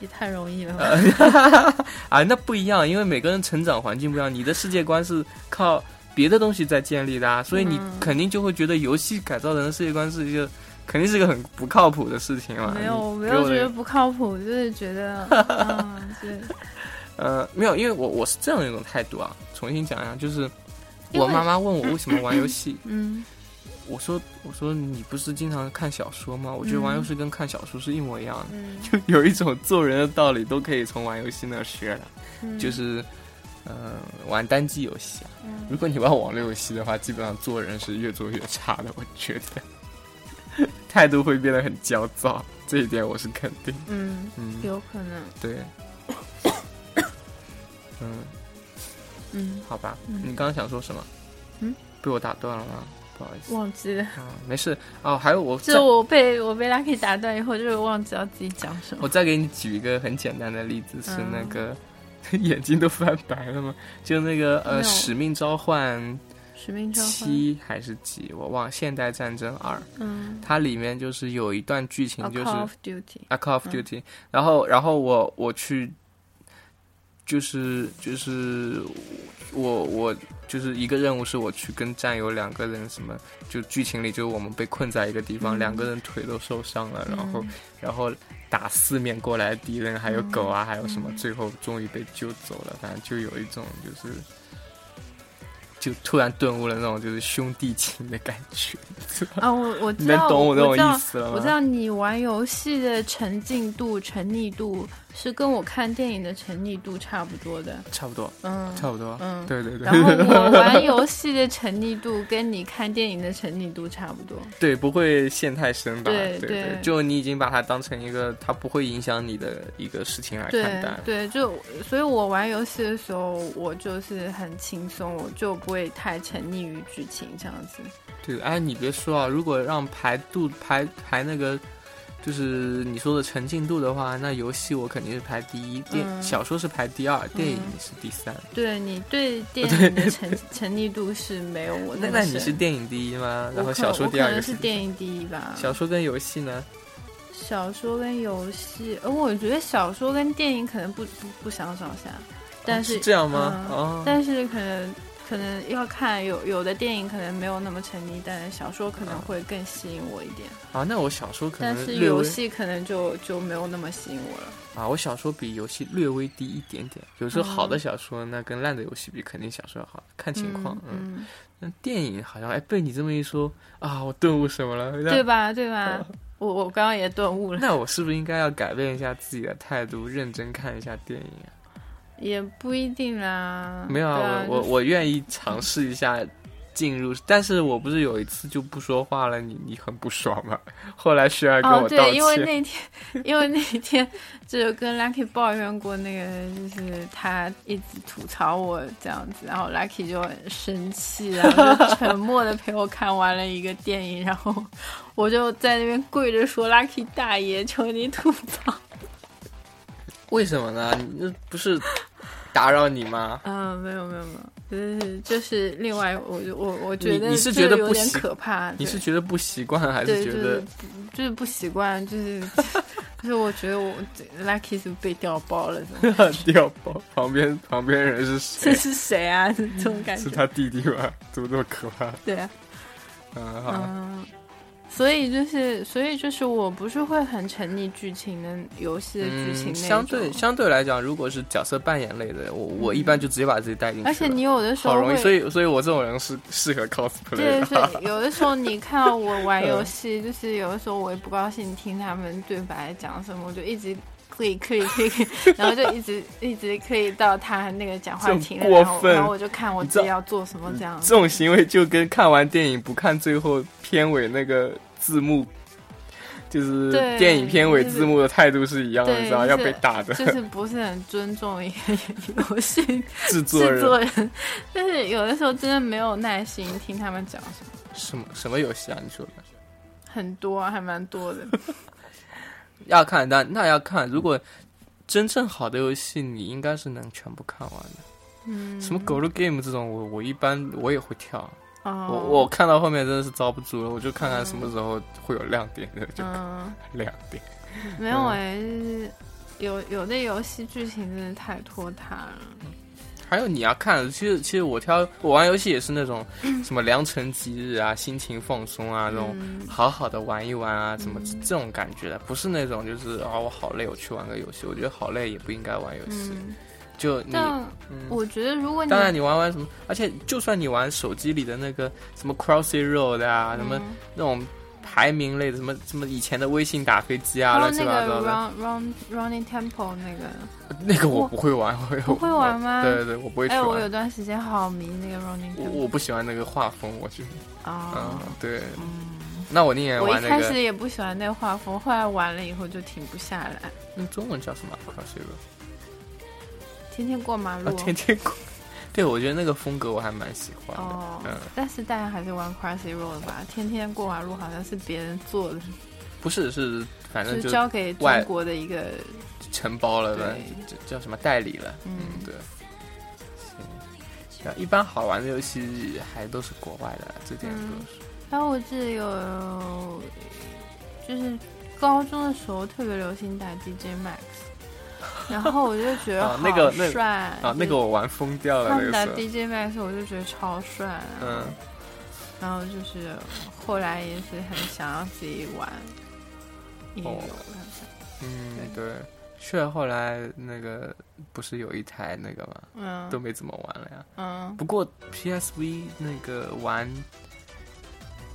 Speaker 3: 也太容易了吧，
Speaker 1: 啊，那不一样，因为每个人成长环境不一样，你的世界观是靠别的东西在建立的啊，所以你
Speaker 3: 嗯
Speaker 1: 肯定就会觉得游戏改造人的世界观是一个，肯定是一个很不靠谱的事情嘛。
Speaker 3: 没有，我
Speaker 1: 你
Speaker 3: 没
Speaker 1: 给我
Speaker 3: 有
Speaker 1: 的
Speaker 3: 觉得不靠谱，就是 觉得，嗯，对，
Speaker 1: 呃，没有，因为我我是这样一种态度啊，重新讲一下，就是
Speaker 3: 因为
Speaker 1: 我妈妈问我为什么玩游 戏，
Speaker 3: 嗯
Speaker 1: 我说我说你不是经常看小说吗？我觉得玩游戏跟看小说是一模一样的。
Speaker 3: 嗯，
Speaker 1: 就 有一种做人的道理都可以从玩游戏那儿学的，
Speaker 3: 嗯
Speaker 1: 就是，嗯、玩单机游戏啊。
Speaker 3: 嗯
Speaker 1: 如果你玩网络游戏的话，基本上做人是越做越差的，我觉得态度会变得很焦躁，这一点我是肯定。
Speaker 3: 嗯，
Speaker 1: 嗯，
Speaker 3: 有可能，
Speaker 1: 对，嗯，
Speaker 3: 嗯，
Speaker 1: 好吧。
Speaker 3: 嗯
Speaker 1: 你刚刚想说什么？
Speaker 3: 嗯，
Speaker 1: 被我打断了吗？不好意思。
Speaker 3: 忘记了。
Speaker 1: 啊，没事哦。还有我再
Speaker 3: 就我被我被 Lucky 打断以后，就是忘记要自己讲什么
Speaker 1: 我。再给你举一个很简单的例子，是
Speaker 3: 嗯
Speaker 1: 那个、眼睛都翻白了吗？就那个
Speaker 3: 没
Speaker 1: 呃，《
Speaker 3: 有
Speaker 1: 使命召唤
Speaker 3: 使命召唤，
Speaker 1: 七》还是几？我忘了，《现代战争二》
Speaker 3: 嗯
Speaker 1: 它里面就是有一段剧情
Speaker 3: 啊
Speaker 1: 就是
Speaker 3: ，Call of 嗯 Duty，
Speaker 1: 啊，Call of Duty，、然后然后我我去，就是就是我我就是一个任务是我去跟战友两个人什么，就剧情里就我们被困在一个地方，
Speaker 3: 嗯
Speaker 1: 两个人腿都受伤了，然后
Speaker 3: 嗯
Speaker 1: 然后打四面过来的敌人，还有狗啊，还有什么，
Speaker 3: 嗯
Speaker 1: 最后终于被救走了，反正就有一种就是。就突然顿悟了那种就是兄弟情的感觉，
Speaker 3: 啊，我我
Speaker 1: 你
Speaker 3: 知
Speaker 1: 能
Speaker 3: 道，
Speaker 1: 懂
Speaker 3: 我
Speaker 1: 这种
Speaker 3: 知道
Speaker 1: 意思了吗？
Speaker 3: 我知道你玩游戏的沉浸度、沉溺度是跟我看电影的沉溺度差不多的，
Speaker 1: 差不多，
Speaker 3: 嗯。
Speaker 1: 差不多，
Speaker 3: 嗯
Speaker 1: 对对对。
Speaker 3: 然后我玩游戏的沉溺度跟你看电影的沉溺度差不多，
Speaker 1: 对，不会陷太深吧？
Speaker 3: 对
Speaker 1: 对
Speaker 3: 对
Speaker 1: 就你已经把它当成一个它不会影响你的一个事情来看
Speaker 3: 对
Speaker 1: 待。
Speaker 3: 对，就所以，我玩游戏的时候，我就是很轻松，我就不会太沉溺于剧情这样子。
Speaker 1: 对哎，你别说啊，如果让排度排排那个，就是你说的沉浸度的话，那游戏我肯定是排第一，电、
Speaker 3: 嗯
Speaker 1: 小说是排第二，电影是第三。
Speaker 3: 对你 对电影的沉沉溺度是没有我
Speaker 1: 那
Speaker 3: 么
Speaker 1: 那
Speaker 3: 深
Speaker 1: 你是电影第一吗？
Speaker 3: 我
Speaker 1: 然后
Speaker 3: 可
Speaker 1: 小说
Speaker 3: 我
Speaker 1: 第
Speaker 3: 可
Speaker 1: 二，游
Speaker 3: 能
Speaker 1: 戏
Speaker 3: 是
Speaker 1: 第
Speaker 3: 电影第一吧
Speaker 1: 三。小说跟游戏呢？
Speaker 3: 小说跟游戏，呃，我觉得小说跟电影可能不不不相上下，但
Speaker 1: 是,、
Speaker 3: 是、
Speaker 1: 这样吗？
Speaker 3: 嗯
Speaker 1: 哦，
Speaker 3: 但是可能可能要看有有的电影可能没有那么沉迷，但是小说可能会更吸引我一点，
Speaker 1: 啊，那我小说嗯可
Speaker 3: 但
Speaker 1: 能
Speaker 3: 是
Speaker 1: 略
Speaker 3: 游
Speaker 1: 微
Speaker 3: 戏可能就就没有那么吸引我了。
Speaker 1: 啊，我小说比游戏略微低一点点。有时候好
Speaker 3: 嗯
Speaker 1: 的小说，那跟烂的游戏比，肯定小说要好，看情况。嗯，
Speaker 3: 嗯，
Speaker 1: 那、电影好像，哎，被你这么一说啊，我顿悟什么了？
Speaker 3: 对
Speaker 1: 那呃
Speaker 3: 吧？对吧？我我刚刚也顿悟了，
Speaker 1: 那我是不是应该要改变一下自己的态度，认真看一下电影啊？
Speaker 3: 也不一定啦。
Speaker 1: 没有
Speaker 3: 对
Speaker 1: 啊
Speaker 3: 啊，
Speaker 1: 我我我愿意尝试一下进入，但是我不是有一次就不说话了，你你很不爽吗？后来雪儿跟
Speaker 3: 哦，
Speaker 1: 我道
Speaker 3: 对，
Speaker 1: 歉，
Speaker 3: 因为那天，因为那天就跟 Lucky 抱怨过那个，就是他一直吐槽我这样子，然后 Lucky 就很生气，然后就沉默的陪我看完了一个电影，然后我就在那边跪着说：“Lucky 大爷，求你吐槽。
Speaker 1: 为什么呢？你这不是打扰你吗”？
Speaker 3: 嗯，没有没有没有，就是就是另外，我就我我觉得
Speaker 1: 你是
Speaker 3: 这
Speaker 1: 觉得
Speaker 3: 个
Speaker 1: 不
Speaker 3: 有点
Speaker 1: 习
Speaker 3: 可怕，
Speaker 1: 你
Speaker 3: 对
Speaker 1: 是觉得不习惯，还
Speaker 3: 对，
Speaker 1: 是
Speaker 3: 就
Speaker 1: 觉
Speaker 3: 是
Speaker 1: 得
Speaker 3: 不就是不习惯，就是 就是我觉得我这 Lucky 是被调包了，怎么
Speaker 1: 掉包，旁边旁边人是
Speaker 3: 这
Speaker 1: 谁？
Speaker 3: 是谁啊？ 这种感
Speaker 1: 是
Speaker 3: 觉，
Speaker 1: 他弟弟吗？怎么这么可怕？
Speaker 3: 对啊，
Speaker 1: 嗯，好，
Speaker 3: 嗯。所以就是，所以就是，我不是会很沉溺剧情的游戏的剧情
Speaker 1: 嗯，
Speaker 3: 那种
Speaker 1: 相对相对来讲，如果是角色扮演类的，我我一般就直接把自己带进去了，
Speaker 3: 嗯而且你有的时
Speaker 1: 好
Speaker 3: 候
Speaker 1: 容易，所
Speaker 3: 会，
Speaker 1: 以所以我这种人是适合 cosplay 的。
Speaker 3: 对，
Speaker 1: 嗯
Speaker 3: 所 以有的时候你看到我玩游戏，就是有的时候我也不高兴听他们对白讲什么，我就一直 click click click，然后就一直一直 click 到他那个讲话
Speaker 1: 这么
Speaker 3: 停了，
Speaker 1: 过
Speaker 3: 然后
Speaker 1: 分
Speaker 3: 然后我就看我
Speaker 1: 你
Speaker 3: 自
Speaker 1: 知
Speaker 3: 己
Speaker 1: 道
Speaker 3: 要做什么这样。
Speaker 1: 这种行为就跟看完电影不看最后片尾那个字幕，就是
Speaker 3: 对
Speaker 1: 电影片尾
Speaker 3: 就是
Speaker 1: 字幕的态度是一样的，
Speaker 3: 对
Speaker 1: 你知道
Speaker 3: 就是
Speaker 1: 要被打的。
Speaker 3: 就是不是很尊重一个 游戏
Speaker 1: 制
Speaker 3: 制
Speaker 1: 作人
Speaker 3: 作人，但是有的时候真的没有耐心听他们讲什么，
Speaker 1: 什么什么游戏啊？你说的？
Speaker 3: 很多啊还蛮多的。
Speaker 1: 要看，那那要看。如果真正好的游戏，你应该是能全部看完的。
Speaker 3: 嗯，
Speaker 1: 什么狗肉 game 这种，我我一般我也会跳。
Speaker 3: 哦？
Speaker 1: 我我看到后面真的是遭不住了，我就看看什么时候会有亮点的，就
Speaker 3: 嗯，
Speaker 1: 亮点。
Speaker 3: 没有哎、就是有有的游戏剧情真的太拖沓了。
Speaker 1: 还有你要看，其实其实我挑我玩游戏也是那种什么良辰吉日啊，心情放松啊，那种
Speaker 3: 嗯
Speaker 1: 好好的玩一玩啊，什么这种感觉的，不是那种就是啊我好累，我去玩个游戏。我觉得好累也不应该玩游戏，
Speaker 3: 嗯，
Speaker 1: 就你
Speaker 3: 但
Speaker 1: 嗯
Speaker 3: 我觉得如果你
Speaker 1: 当然，你玩玩什么，而且就算你玩手机里的那个什么 Crossy Road 啊，什么
Speaker 3: 嗯
Speaker 1: 那种排名类的，什么什么以前的微信打飞机啊，
Speaker 3: 然后
Speaker 1: 乱七
Speaker 3: 哦那
Speaker 1: 八糟
Speaker 3: 个
Speaker 1: 的，
Speaker 3: Run Run Running Temple 那个，
Speaker 1: 那个我
Speaker 3: 我
Speaker 1: 不会玩，我
Speaker 3: 不会玩吗
Speaker 1: 对对对，我不会去
Speaker 3: 哎，我有
Speaker 1: 玩。
Speaker 3: 段时间好迷那个 Running
Speaker 1: 我
Speaker 3: Temple
Speaker 1: 我不喜欢那个画风，我觉得，嗯
Speaker 3: 啊。，
Speaker 1: 对，那我宁愿
Speaker 3: 我一
Speaker 1: 玩那
Speaker 3: 开始
Speaker 1: 个，
Speaker 3: 也不喜欢那个画风，后来玩了以后就停不下来，
Speaker 1: 那中文叫什么 Crossy Road？
Speaker 3: 天天过马路。哦
Speaker 1: 啊，天天过。对，我觉得那个风格我还蛮喜欢的。
Speaker 3: 哦
Speaker 1: 嗯，
Speaker 3: 但是大家还是玩 Crossy Road 吧，天天过马路好像是别人做的，
Speaker 1: 不是，是反正
Speaker 3: 是
Speaker 1: 就
Speaker 3: 交给中
Speaker 1: 外
Speaker 3: 国的一个
Speaker 1: 承包了的
Speaker 3: 对，
Speaker 1: 这叫什么代理了？
Speaker 3: 嗯，
Speaker 1: 对。行，然后一般好玩的游戏还都是国外的，这点
Speaker 3: 嗯
Speaker 1: 就是。
Speaker 3: 然后我记得有，就是高中的时候特别流行打 DJ Max，然后我就觉得
Speaker 1: 啊
Speaker 3: 好
Speaker 1: 那个那个
Speaker 3: 帅
Speaker 1: 啊，那个我玩疯掉了，
Speaker 3: 他
Speaker 1: 那
Speaker 3: 们打
Speaker 1: 个时候。
Speaker 3: DJ Max 我就觉得超帅、啊，
Speaker 1: 嗯，
Speaker 3: 然后就是后来也是很想要自己玩，也有
Speaker 1: 哦
Speaker 3: 好像
Speaker 1: 嗯，对。确后来那个不是有一台那个嘛，都
Speaker 3: 嗯
Speaker 1: 没怎么玩了呀。
Speaker 3: 嗯，
Speaker 1: 不过 PSV 那个玩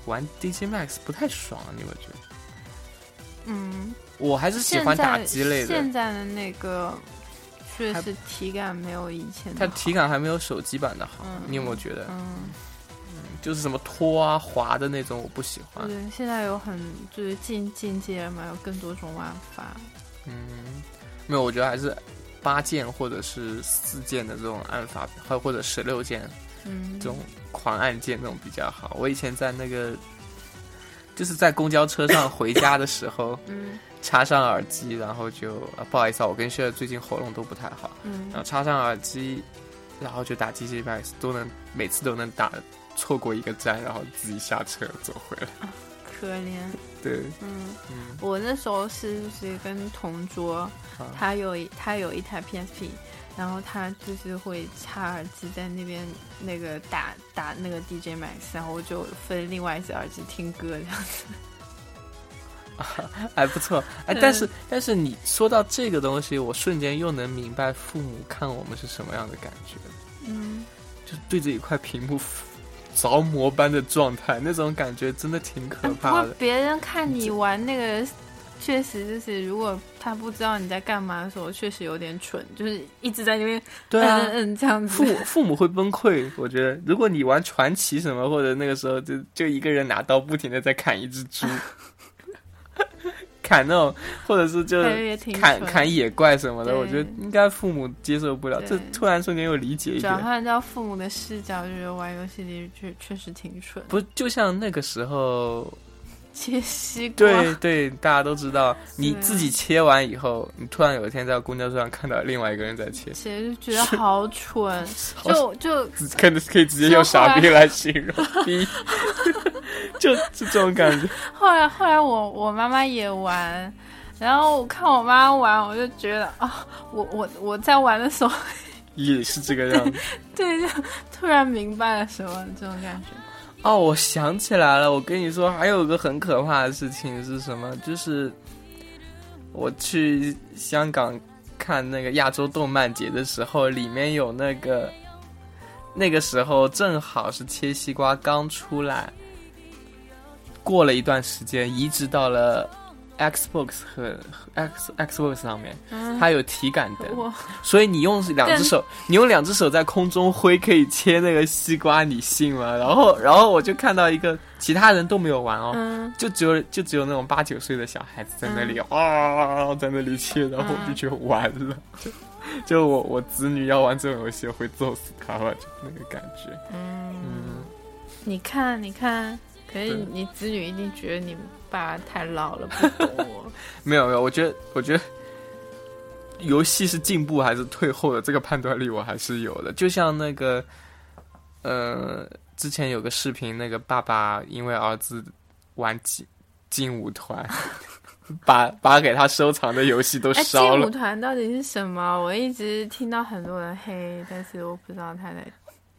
Speaker 1: 玩 DJ Max 不太爽，啊你们觉得？
Speaker 3: 嗯，
Speaker 1: 我还是喜欢打击类的
Speaker 3: 现在现，在的那个确实体感没有以前
Speaker 1: 它
Speaker 3: 的好
Speaker 1: 体，感还没有手机版的好。
Speaker 3: 嗯
Speaker 1: 你有没有觉得？
Speaker 3: 嗯，
Speaker 1: 就是什么拖啊、滑的那种，我不喜欢。
Speaker 3: 对，现在有很就是进进阶了嘛，有更多种玩法，
Speaker 1: 嗯，没有，我觉得还是八键或者是四键的这种按法，还有或者十六键
Speaker 3: 嗯，
Speaker 1: 这种狂按键那种比较好。我以前在那个，就是在公交车上回家的时候，
Speaker 3: 嗯
Speaker 1: 插上耳机，然后就、啊、不好意思啊，我跟雪儿最近喉咙都不太好，
Speaker 3: 嗯
Speaker 1: 然后插上耳机，然后就打 G G Max，都能每次都能打错过一个站，然后自己下车走回来。
Speaker 3: 可怜，
Speaker 1: 对，
Speaker 3: 嗯，
Speaker 1: 嗯，
Speaker 3: 我那时候是就是跟同桌，
Speaker 1: 啊
Speaker 3: 他有一他有一台 PSP，然后他就是会插耳机在那边那个打打那个 DJ Max，然后我就分另外一只耳机听歌这样子。
Speaker 1: 还不错，哎，但是但是你说到这个东西，我瞬间又能明白父母看我们是什么样的感觉，
Speaker 3: 嗯，
Speaker 1: 就是对着一块屏幕 着魔般的状态，那种感觉真的挺可
Speaker 3: 不
Speaker 1: 怕
Speaker 3: 过
Speaker 1: 的。
Speaker 3: 别人看你玩那个，确实就是如果他不知道你在干嘛的时候，确实有点蠢，就是一直在那边
Speaker 1: 对
Speaker 3: 嗯
Speaker 1: 啊，
Speaker 3: 嗯嗯这 样
Speaker 1: 父母
Speaker 3: 子。
Speaker 1: 父母会崩溃，我觉得，如果你玩传奇什么，或者那个时候就就一个人拿刀不停的在砍一只猪， 砍那种，或者是就
Speaker 3: 还
Speaker 1: 是
Speaker 3: 有也挺
Speaker 1: 砍
Speaker 3: 蠢
Speaker 1: 砍野怪什么的，
Speaker 3: 对
Speaker 1: 我觉得应该父母接受不了。这
Speaker 3: 对
Speaker 1: 突然瞬间又理解一
Speaker 3: 转
Speaker 1: 点，
Speaker 3: 换到父母的视角，就觉得玩游戏里确确实挺蠢。
Speaker 1: 不就像那个时候，
Speaker 3: 切西瓜，
Speaker 1: 对对，大家都知道，你
Speaker 3: 对啊
Speaker 1: 自己切完以后，你突然有一天在公交车上看到另外一个人在切，
Speaker 3: 切就觉得好蠢，
Speaker 1: 好
Speaker 3: 就就
Speaker 1: 可能可以直接用傻逼来形容，逼 就 就这种感觉。
Speaker 3: 后来后来我我妈妈也玩，然后我看我妈玩，我就觉得啊，我我我在玩的时候，
Speaker 1: 也是这个样子。
Speaker 3: 对，就突然明白了什么这种感觉。
Speaker 1: 哦，我想起来了，我跟你说，还有一个很可怕的事情是什么？就是我去香港看那个亚洲动漫节的时候，里面有那个，那个时候正好是切西瓜刚出来，过了一段时间移植到了 Xbox 和和 X Xbox 上面，
Speaker 3: 嗯，
Speaker 1: 它有体感灯。
Speaker 3: 我
Speaker 1: 所以你用两只手，你用两只手在空中挥，可以切那个西瓜，你信吗？然后，然后我就看到一个其他人都没有玩哦，
Speaker 3: 嗯
Speaker 1: 就只有就只有那种八九岁的小孩子在那里、啊，在那里切，然后我就觉得完了，就 就我我子女要玩这种游戏，我会揍死他吧，就那个感觉，
Speaker 3: 嗯，
Speaker 1: 嗯，
Speaker 3: 你看你看，可是
Speaker 1: 对
Speaker 3: 你子女一定觉得你爸太老了，不懂我。
Speaker 1: 没有没有，我觉得我觉得。游戏是进步还是退后的，这个判断力我还是有的。就像那个，呃，之前有个视频，那个爸爸因为儿子玩劲劲舞团， 把把给他收藏的游戏都
Speaker 3: 哎，劲
Speaker 1: 烧
Speaker 3: 舞
Speaker 1: 了。
Speaker 3: 团到底是什么？我一直听到很多人黑，但是我不知道他在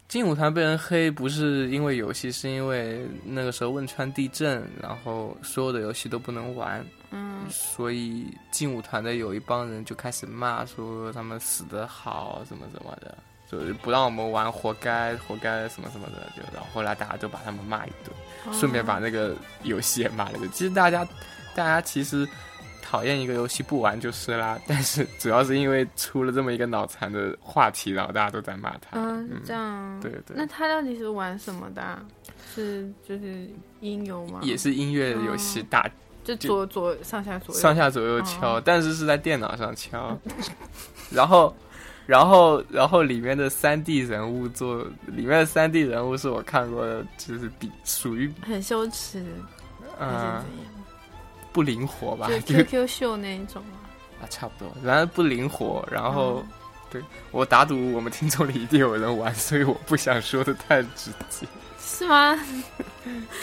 Speaker 1: 劲舞团被人黑不是因为游戏，是因为那个时候汶川地震，然后所有的游戏都不能玩，
Speaker 3: 嗯
Speaker 1: 所以劲舞团的有一帮人就开始骂说他们死得好，怎么怎么的，就是不让我们玩，活该，活该，什么什么的。就然后后来大家都把他们骂一顿，
Speaker 3: 哦
Speaker 1: 顺便把那个游戏也骂了一顿。其实大家，大家其实讨厌一个游戏不玩就是啦，但是主要是因为出了这么一个脑残的话题，然后大家都在骂他。
Speaker 3: 嗯，这样。
Speaker 1: 对对
Speaker 3: 那他到底是玩什么的啊、是就是音游吗？
Speaker 1: 也，是音乐游
Speaker 3: 哦
Speaker 1: 戏，打
Speaker 3: 就左左上下左右。
Speaker 1: 上下左右敲，
Speaker 3: 哦
Speaker 1: 但是是在电脑上敲， 然后，然后，然后里面的三 D 人物做，里面的三 D 人物是我看过的，就是比属于
Speaker 3: 很羞耻，
Speaker 1: 嗯、
Speaker 3: 还
Speaker 1: 不灵活吧，
Speaker 3: 是
Speaker 1: 就
Speaker 3: 怎样？就 QQ 秀那一种吗？
Speaker 1: 啊，差不多，反正不灵活。然
Speaker 3: 嗯
Speaker 1: 后，对我打赌我们听众里一定有人玩，所以我不想说的太直接，
Speaker 3: 是吗？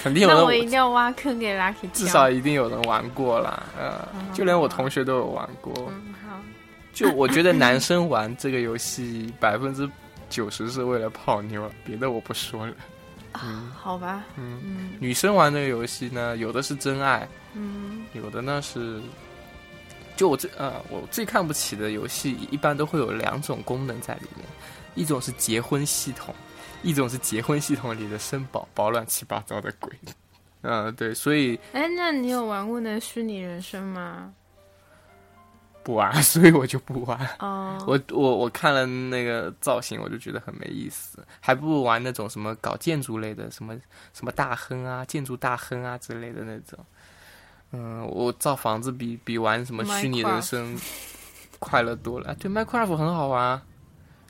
Speaker 1: 肯定有
Speaker 3: 那
Speaker 1: 人
Speaker 3: 我一
Speaker 1: 玩
Speaker 3: 定要挖坑给 Lucky 跳。
Speaker 1: 至少一定有人玩过啦，呃，
Speaker 3: 嗯
Speaker 1: 就连我同学都有玩过。
Speaker 3: 嗯好，
Speaker 1: 就我觉得男生玩这个游戏百分之九十是为了泡妞，别的我不说了。嗯
Speaker 3: 好吧，
Speaker 1: 嗯，
Speaker 3: 嗯
Speaker 1: 女生玩这个游戏呢，有的是真爱，
Speaker 3: 嗯
Speaker 1: 有的呢是，就我最呃我最看不起的游戏，一般都会有两种功能在里面，一种是结婚系统，一种是结婚系统里的生宝宝乱七八糟的鬼。 嗯，对，所以
Speaker 3: 哎，那你有玩过那虚拟人生吗？
Speaker 1: 不玩， 所以我就不玩。
Speaker 3: 哦，
Speaker 1: 我我我看了那个造型，我就觉得很没意思，还不如玩那种什么搞建筑类的，什么什么大亨啊、建筑大亨啊之类的那种。嗯，我造房子比比玩什么虚拟人生快乐多了。啊对，Minecraft 很好玩啊，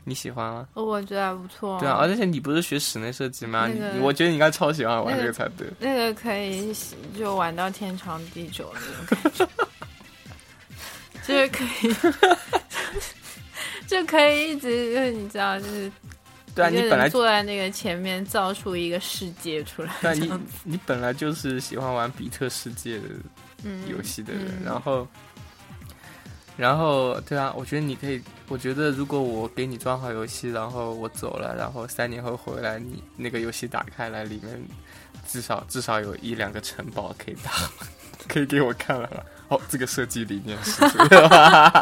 Speaker 1: 你喜欢吗？
Speaker 3: 哦我觉得还不错。
Speaker 1: 对啊，而且你不是学室内设计吗？
Speaker 3: 哦那个
Speaker 1: 你我觉得你应该超喜欢玩这
Speaker 3: 那个
Speaker 1: 个才对。
Speaker 3: 那个可以就玩到天长地久的那种感觉，就是可以， 就可以一直就是你知道，就是
Speaker 1: 对啊，
Speaker 3: 一
Speaker 1: 你
Speaker 3: 个
Speaker 1: 本
Speaker 3: 人
Speaker 1: 来
Speaker 3: 坐在那个前面造出一个世界出来，
Speaker 1: 对啊
Speaker 3: 这
Speaker 1: 你
Speaker 3: 样
Speaker 1: 你本来就是喜欢玩比特世界的
Speaker 3: 嗯
Speaker 1: 游戏的人，
Speaker 3: 嗯
Speaker 1: 然后，然后，对啊，我觉得你可以，我觉得如果我给你装好游戏，然后我走了，然后三年后回来，你那个游戏打开来，里面至少至少有一两个城堡可以打， 可以给我看了。哦，这个设计理念是 这样，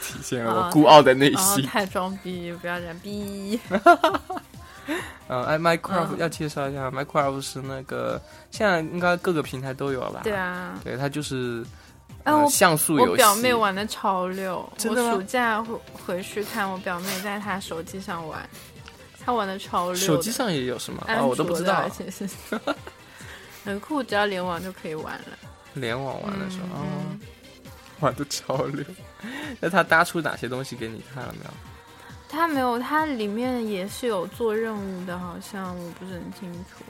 Speaker 1: 体现
Speaker 3: 哦
Speaker 1: 了我孤傲的内
Speaker 3: 然后
Speaker 1: 心。
Speaker 3: 太装逼，不要这样逼。
Speaker 1: 嗯，哎，Minecraft
Speaker 3: 嗯
Speaker 1: 要介绍一下，Minecraft 是那个现在应该各个平台都有吧？
Speaker 3: 对，啊，
Speaker 1: 对，它就是。
Speaker 3: 哎
Speaker 1: 呃
Speaker 3: 我
Speaker 1: 像素游戏，
Speaker 3: 我表妹玩的超溜，
Speaker 1: 真
Speaker 3: 我
Speaker 1: 的吗
Speaker 3: 暑假回回去看我表妹在她手机上玩，她玩的超溜的。哎
Speaker 1: 手机上也有是吗？
Speaker 3: 安
Speaker 1: 啊，
Speaker 3: 卓
Speaker 1: 我都不知
Speaker 3: 的
Speaker 1: 道
Speaker 3: 而。且是很酷，只要联网就可以玩了。
Speaker 1: 联网玩的时候，哦
Speaker 3: 嗯，
Speaker 1: 玩的超溜。那他搭出哪些东西给你看了没有？
Speaker 3: 它没有，它里面也是有做任务的，好像我不是很清楚。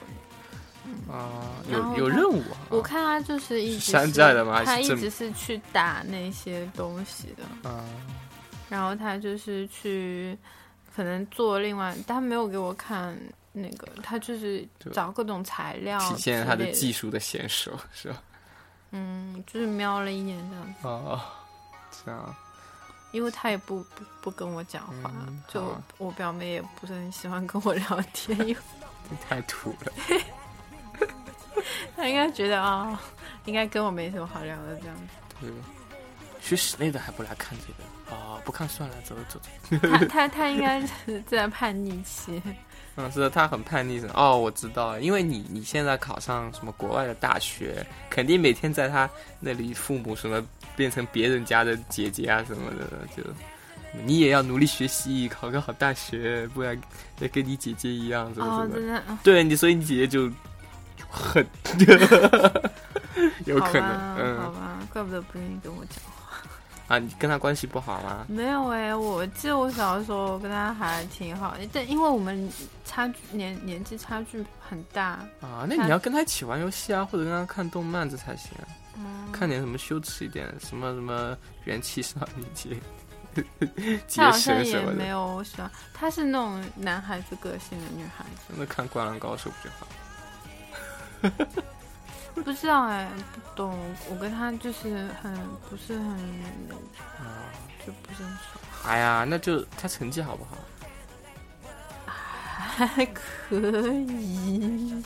Speaker 1: 啊，
Speaker 3: 然后
Speaker 1: 有
Speaker 3: 他
Speaker 1: 有任务啊。
Speaker 3: 我看它就是一直
Speaker 1: 是山寨的吗还
Speaker 3: 它
Speaker 1: 是
Speaker 3: 一
Speaker 1: 正
Speaker 3: 直是去打那些东西的，
Speaker 1: 啊，
Speaker 3: 然后它就是去可能做另外，它没有给我看那个，它就是
Speaker 1: 对
Speaker 3: 找各种材料
Speaker 1: 体现他
Speaker 3: 之
Speaker 1: 的
Speaker 3: 类
Speaker 1: 技术的娴熟是吧？
Speaker 3: 嗯，就是瞄了一眼这样子，
Speaker 1: 哦，这样。
Speaker 3: 因为他也不不不跟我讲话，
Speaker 1: 嗯
Speaker 3: 就
Speaker 1: 好啊
Speaker 3: 我表妹也不是很喜欢跟我聊天， 因为
Speaker 1: 太土了，
Speaker 3: 她应该觉得啊、应该跟我没什么好聊的这样子。
Speaker 1: 对吧？学室内的还不来看这个啊、不看算了，走走走。
Speaker 3: 她她她应该是在叛 逆期，
Speaker 1: 嗯，是的，他很叛逆什么？哦，我知道了，因为你你现在考上什么国外的大学，肯定每天在他那里，父母什么变成别人家的姐姐啊什么的，就你也要努力学习，考个好大学，不然要跟你姐姐一样，什么
Speaker 3: 哦，
Speaker 1: 什么。
Speaker 3: 真的啊
Speaker 1: 对你，所以你姐姐就很 有可能，
Speaker 3: 好吧，好
Speaker 1: 嗯
Speaker 3: 吧，怪不得不愿意跟我讲。
Speaker 1: 啊，你跟他关系不好吗？
Speaker 3: 没有哎、我记得我小的时候跟她还挺好，但因为我们差距年年纪差距很大，
Speaker 1: 啊，那你要跟他一起玩游戏啊，或者跟他看动漫这才行啊。
Speaker 3: 嗯，
Speaker 1: 看点什么羞耻一点，什么什么元气少女节，
Speaker 3: 她
Speaker 1: 结
Speaker 3: 好像
Speaker 1: 绳
Speaker 3: 也
Speaker 1: 什么
Speaker 3: 没
Speaker 1: 的，
Speaker 3: 有喜欢，她是那种男孩子个性的女孩子。
Speaker 1: 那看《灌篮高手》不就好？
Speaker 3: 不知道哎、不懂。我跟他就是很不是很，
Speaker 1: 啊，
Speaker 3: 就不是很熟，
Speaker 1: 哎呀，那就他成绩好不好？
Speaker 3: 还可以。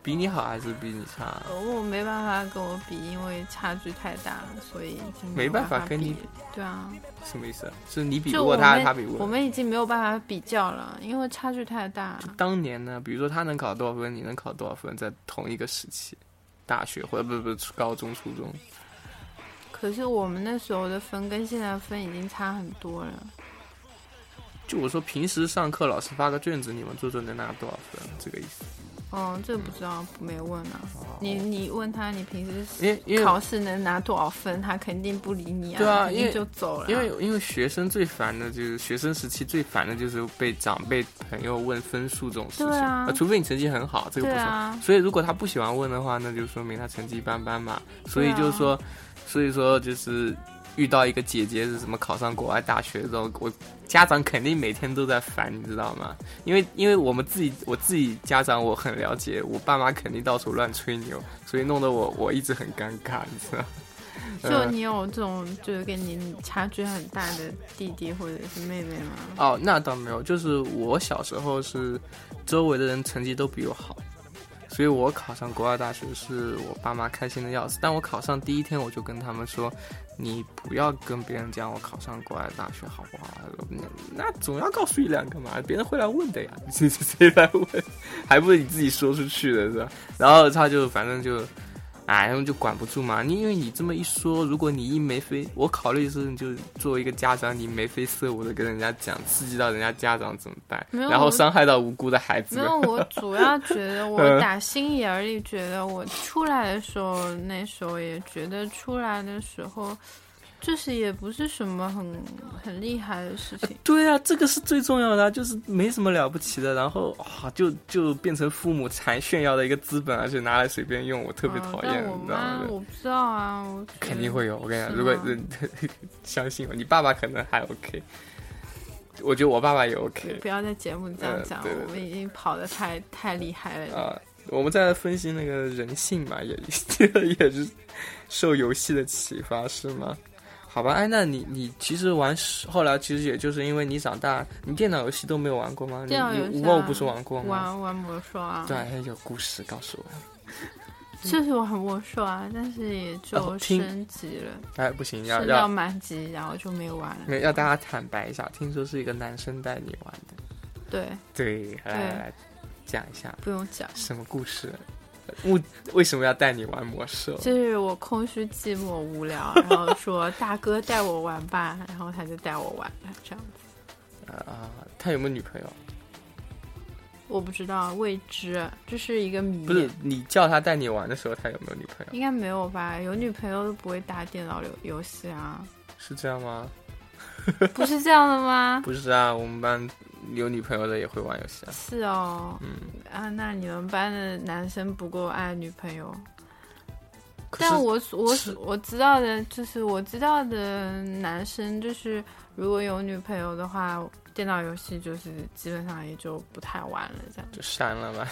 Speaker 1: 比你好还是比你差？
Speaker 3: 我没办法跟我比，因为差距太大了，所以已经
Speaker 1: 没
Speaker 3: 有办
Speaker 1: 办法跟
Speaker 3: 比
Speaker 1: 你
Speaker 3: 了。对啊，
Speaker 1: 什么意思啊？是你比
Speaker 3: 就
Speaker 1: 不
Speaker 3: 我
Speaker 1: 过他，
Speaker 3: 们
Speaker 1: 他比不
Speaker 3: 我
Speaker 1: 过你。
Speaker 3: 们已经没有办法比较了，因为差距太大。
Speaker 1: 当年呢，比如说他能考多少分，你能考多少分，在同一个时期，大学或者不不不高中、初中，
Speaker 3: 可是我们那时候的分跟现在的分已经差很多了。
Speaker 1: 就我说平时上课老师发个卷子，你们做做能拿多少分，这个意思。
Speaker 3: 哦，这不知道，没问啊。你你问他，你平时
Speaker 1: 因为因为
Speaker 3: 考试能拿多少分，他肯定不理你啊，
Speaker 1: 对啊
Speaker 3: 肯
Speaker 1: 因
Speaker 3: 定
Speaker 1: 为
Speaker 3: 就走了啊。
Speaker 1: 因为因为学生最烦的就是学生时期最烦的就是被长辈朋友问分数这种事情，
Speaker 3: 对啊
Speaker 1: 除非你成绩很好，这个不
Speaker 3: 对
Speaker 1: 说。
Speaker 3: 啊，
Speaker 1: 啊所以如果他不喜欢问的话，那就说明他成绩一般般嘛。所以就是说，所以说就是遇到一个姐姐是什么考上国外大学这种，我家长肯定每天都在烦，你知道吗？因为因为我们自己我自己家长我很了解，我爸妈肯定到处乱吹牛，所以弄得我我一直很尴尬，你知道吗。
Speaker 3: 就
Speaker 1: 嗯
Speaker 3: 你有这种就是跟你差距很大的弟弟或者是妹妹吗？
Speaker 1: 哦，那倒没有，就是我小时候是周围的人成绩都比我好，所以我考上国外大学是我爸妈开心的要死。但我考上第一天我就跟他们说，你不要跟别人讲我考上国外大学好不好？那那总要告诉一两个嘛，别人会来问的呀，谁谁来问？还不是你自己说出去的是吧？然后他就反正就。哎，他们就管不住嘛。你因为你这么一说，如果你一眉飞，我考虑是就作为一个家长，你眉飞色舞的跟人家讲，刺激到人家家长怎么办？
Speaker 3: 没有
Speaker 1: 然后
Speaker 3: 我
Speaker 1: 伤害到无辜的孩子
Speaker 3: 没。 有，我主要觉得
Speaker 1: 嗯
Speaker 3: 我打心眼里觉得，我出来的时候，那时候也觉得出来的时候，就是也不是什么很很厉害的事情。
Speaker 1: 对啊，这个是最重要的啊、就是没什么了不起的。然后啊，就就变成父母才炫耀的一个资本，而且拿来随便用，我 特别
Speaker 3: 啊
Speaker 1: 讨厌，
Speaker 3: 但我
Speaker 1: 你知道
Speaker 3: 妈
Speaker 1: 吗？
Speaker 3: 我不知道啊，我觉得
Speaker 1: 肯定会有，我跟你讲，
Speaker 3: 是
Speaker 1: 如果
Speaker 3: 吗
Speaker 1: 相信我，你爸爸可能还 OK，我觉得我爸爸也 OK。
Speaker 3: 不要在节目里这样
Speaker 1: 嗯
Speaker 3: 讲，
Speaker 1: 对对对
Speaker 3: 我们已经跑得太太厉害了。
Speaker 1: 啊，我们在分析那个人性嘛，也 也是受游戏的启发，是吗？好吧，哎，那你你其实玩后来其实也就是因为你长大，你电脑游戏都没有玩过吗？你
Speaker 3: 电脑游
Speaker 1: 你
Speaker 3: 戏啊
Speaker 1: WoW 不是玩过吗？
Speaker 3: 玩玩魔兽啊，
Speaker 1: 对，哎有故事告诉我。
Speaker 3: 就是我很魔兽啊，但是也
Speaker 1: 嗯哦
Speaker 3: 就
Speaker 1: 听
Speaker 3: 升级了，
Speaker 1: 哎，不行，要
Speaker 3: 升到
Speaker 1: 要嗯
Speaker 3: 满级，然后就没有玩了。
Speaker 1: 没要大家坦白一下，听说是一个男生带你玩的。
Speaker 3: 对，
Speaker 1: 对，来来来，讲一下
Speaker 3: 不用讲。
Speaker 1: 什么故事？呃目为什么要带你玩魔兽？
Speaker 3: 就是我空虚寂寞无聊，然后说大哥带我玩吧，然后他就带我玩了，这样子。
Speaker 1: 啊，他有没有女朋友？
Speaker 3: 我不知道未知，这是一个谜。
Speaker 1: 不是你叫他带你玩的时候，他有没有女朋友？
Speaker 3: 应该没有吧？有女朋友都不会打电脑游游 戏啊，
Speaker 1: 是这样吗？
Speaker 3: 不是这样的吗？
Speaker 1: 不是啊，我们班有女朋友的也会玩游戏啊。
Speaker 3: 是哦，
Speaker 1: 嗯，
Speaker 3: 啊，那你们班的男生不够爱女朋友。
Speaker 1: 可是
Speaker 3: 但我所我
Speaker 1: 是
Speaker 3: 所我知道的就是我知道的男生就是如果有女朋友的话，电脑游戏就是基本上也就不太玩了，这样。
Speaker 1: 就删了嘛，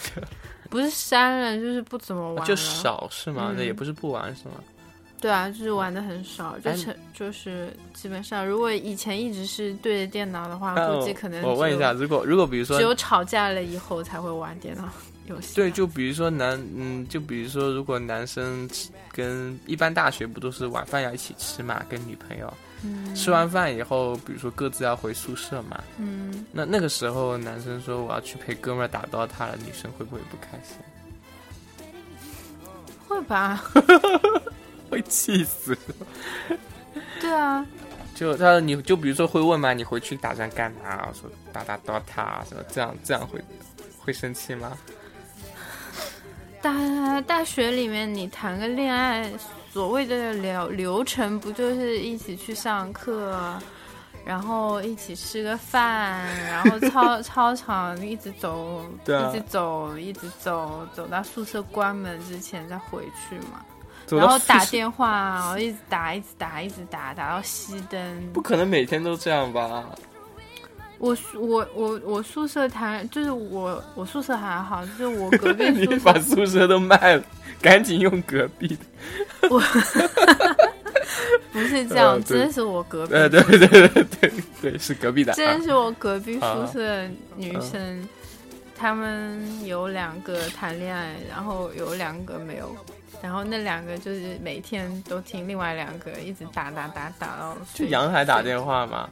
Speaker 3: 不是删了，就是不怎么玩
Speaker 1: 就啊
Speaker 3: 了，
Speaker 1: 就少是吗？
Speaker 3: 嗯
Speaker 1: 那、也不是不玩是吗？
Speaker 3: 对啊，就是玩的很少，就
Speaker 1: 哎
Speaker 3: 是就是基本上，如果以前一直是对着电脑的话，
Speaker 1: 那
Speaker 3: 估计可能
Speaker 1: 哎我
Speaker 3: 只
Speaker 1: 问
Speaker 3: 有
Speaker 1: 一下，，如果如果比如
Speaker 3: 只有
Speaker 1: 说
Speaker 3: 吵架了以后才会玩电脑游戏。啊
Speaker 1: 对，就比如说男嗯，就比如说如果男生跟一般大学不都是晚饭要一起吃嘛，跟女朋友、
Speaker 3: 嗯
Speaker 1: 吃完饭以后，比如说各自要回宿舍嘛，
Speaker 3: 嗯，
Speaker 1: 那那个时候男生说我要去陪哥们儿打 DOTA 了，女生会不会不开心？
Speaker 3: 会吧？
Speaker 1: 会气死。
Speaker 3: 对啊，
Speaker 1: 就他说你就比如说会问嘛，你回去打算干嘛？我说打打 DOTA 什么这样这样会会生气吗？
Speaker 3: 大大学里面你谈个恋爱，所谓的流流程不就是一起去上课？然后一起吃个饭，然后 操操场一直走，
Speaker 1: 对啊
Speaker 3: 一直走，一直走，走到宿舍关门之前再回去嘛。
Speaker 1: 走
Speaker 3: 然
Speaker 1: 到
Speaker 3: 后打
Speaker 1: 宿舍
Speaker 3: 电话，啊然后一直打，一直打，一直打，打到熄灯
Speaker 1: 不。可能每天都这样吧？
Speaker 3: 我宿我我我宿舍谈，就是我我宿舍还好，就是 我隔壁
Speaker 1: 你
Speaker 3: 宿
Speaker 1: 把
Speaker 3: 舍，
Speaker 1: 宿舍都卖了，赶紧用隔壁的。
Speaker 3: 不是这样
Speaker 1: 呃，对
Speaker 3: 真是我隔壁
Speaker 1: 呃，对对对对对，是隔壁 的。
Speaker 3: 真
Speaker 1: 啊、
Speaker 3: 是我隔壁宿舍女生，她们有两个谈恋爱，然后有两个没有，然后那两个就是每天都听另外两个一直打打打打到
Speaker 1: 去
Speaker 3: 睡
Speaker 1: 阳台打电话吗？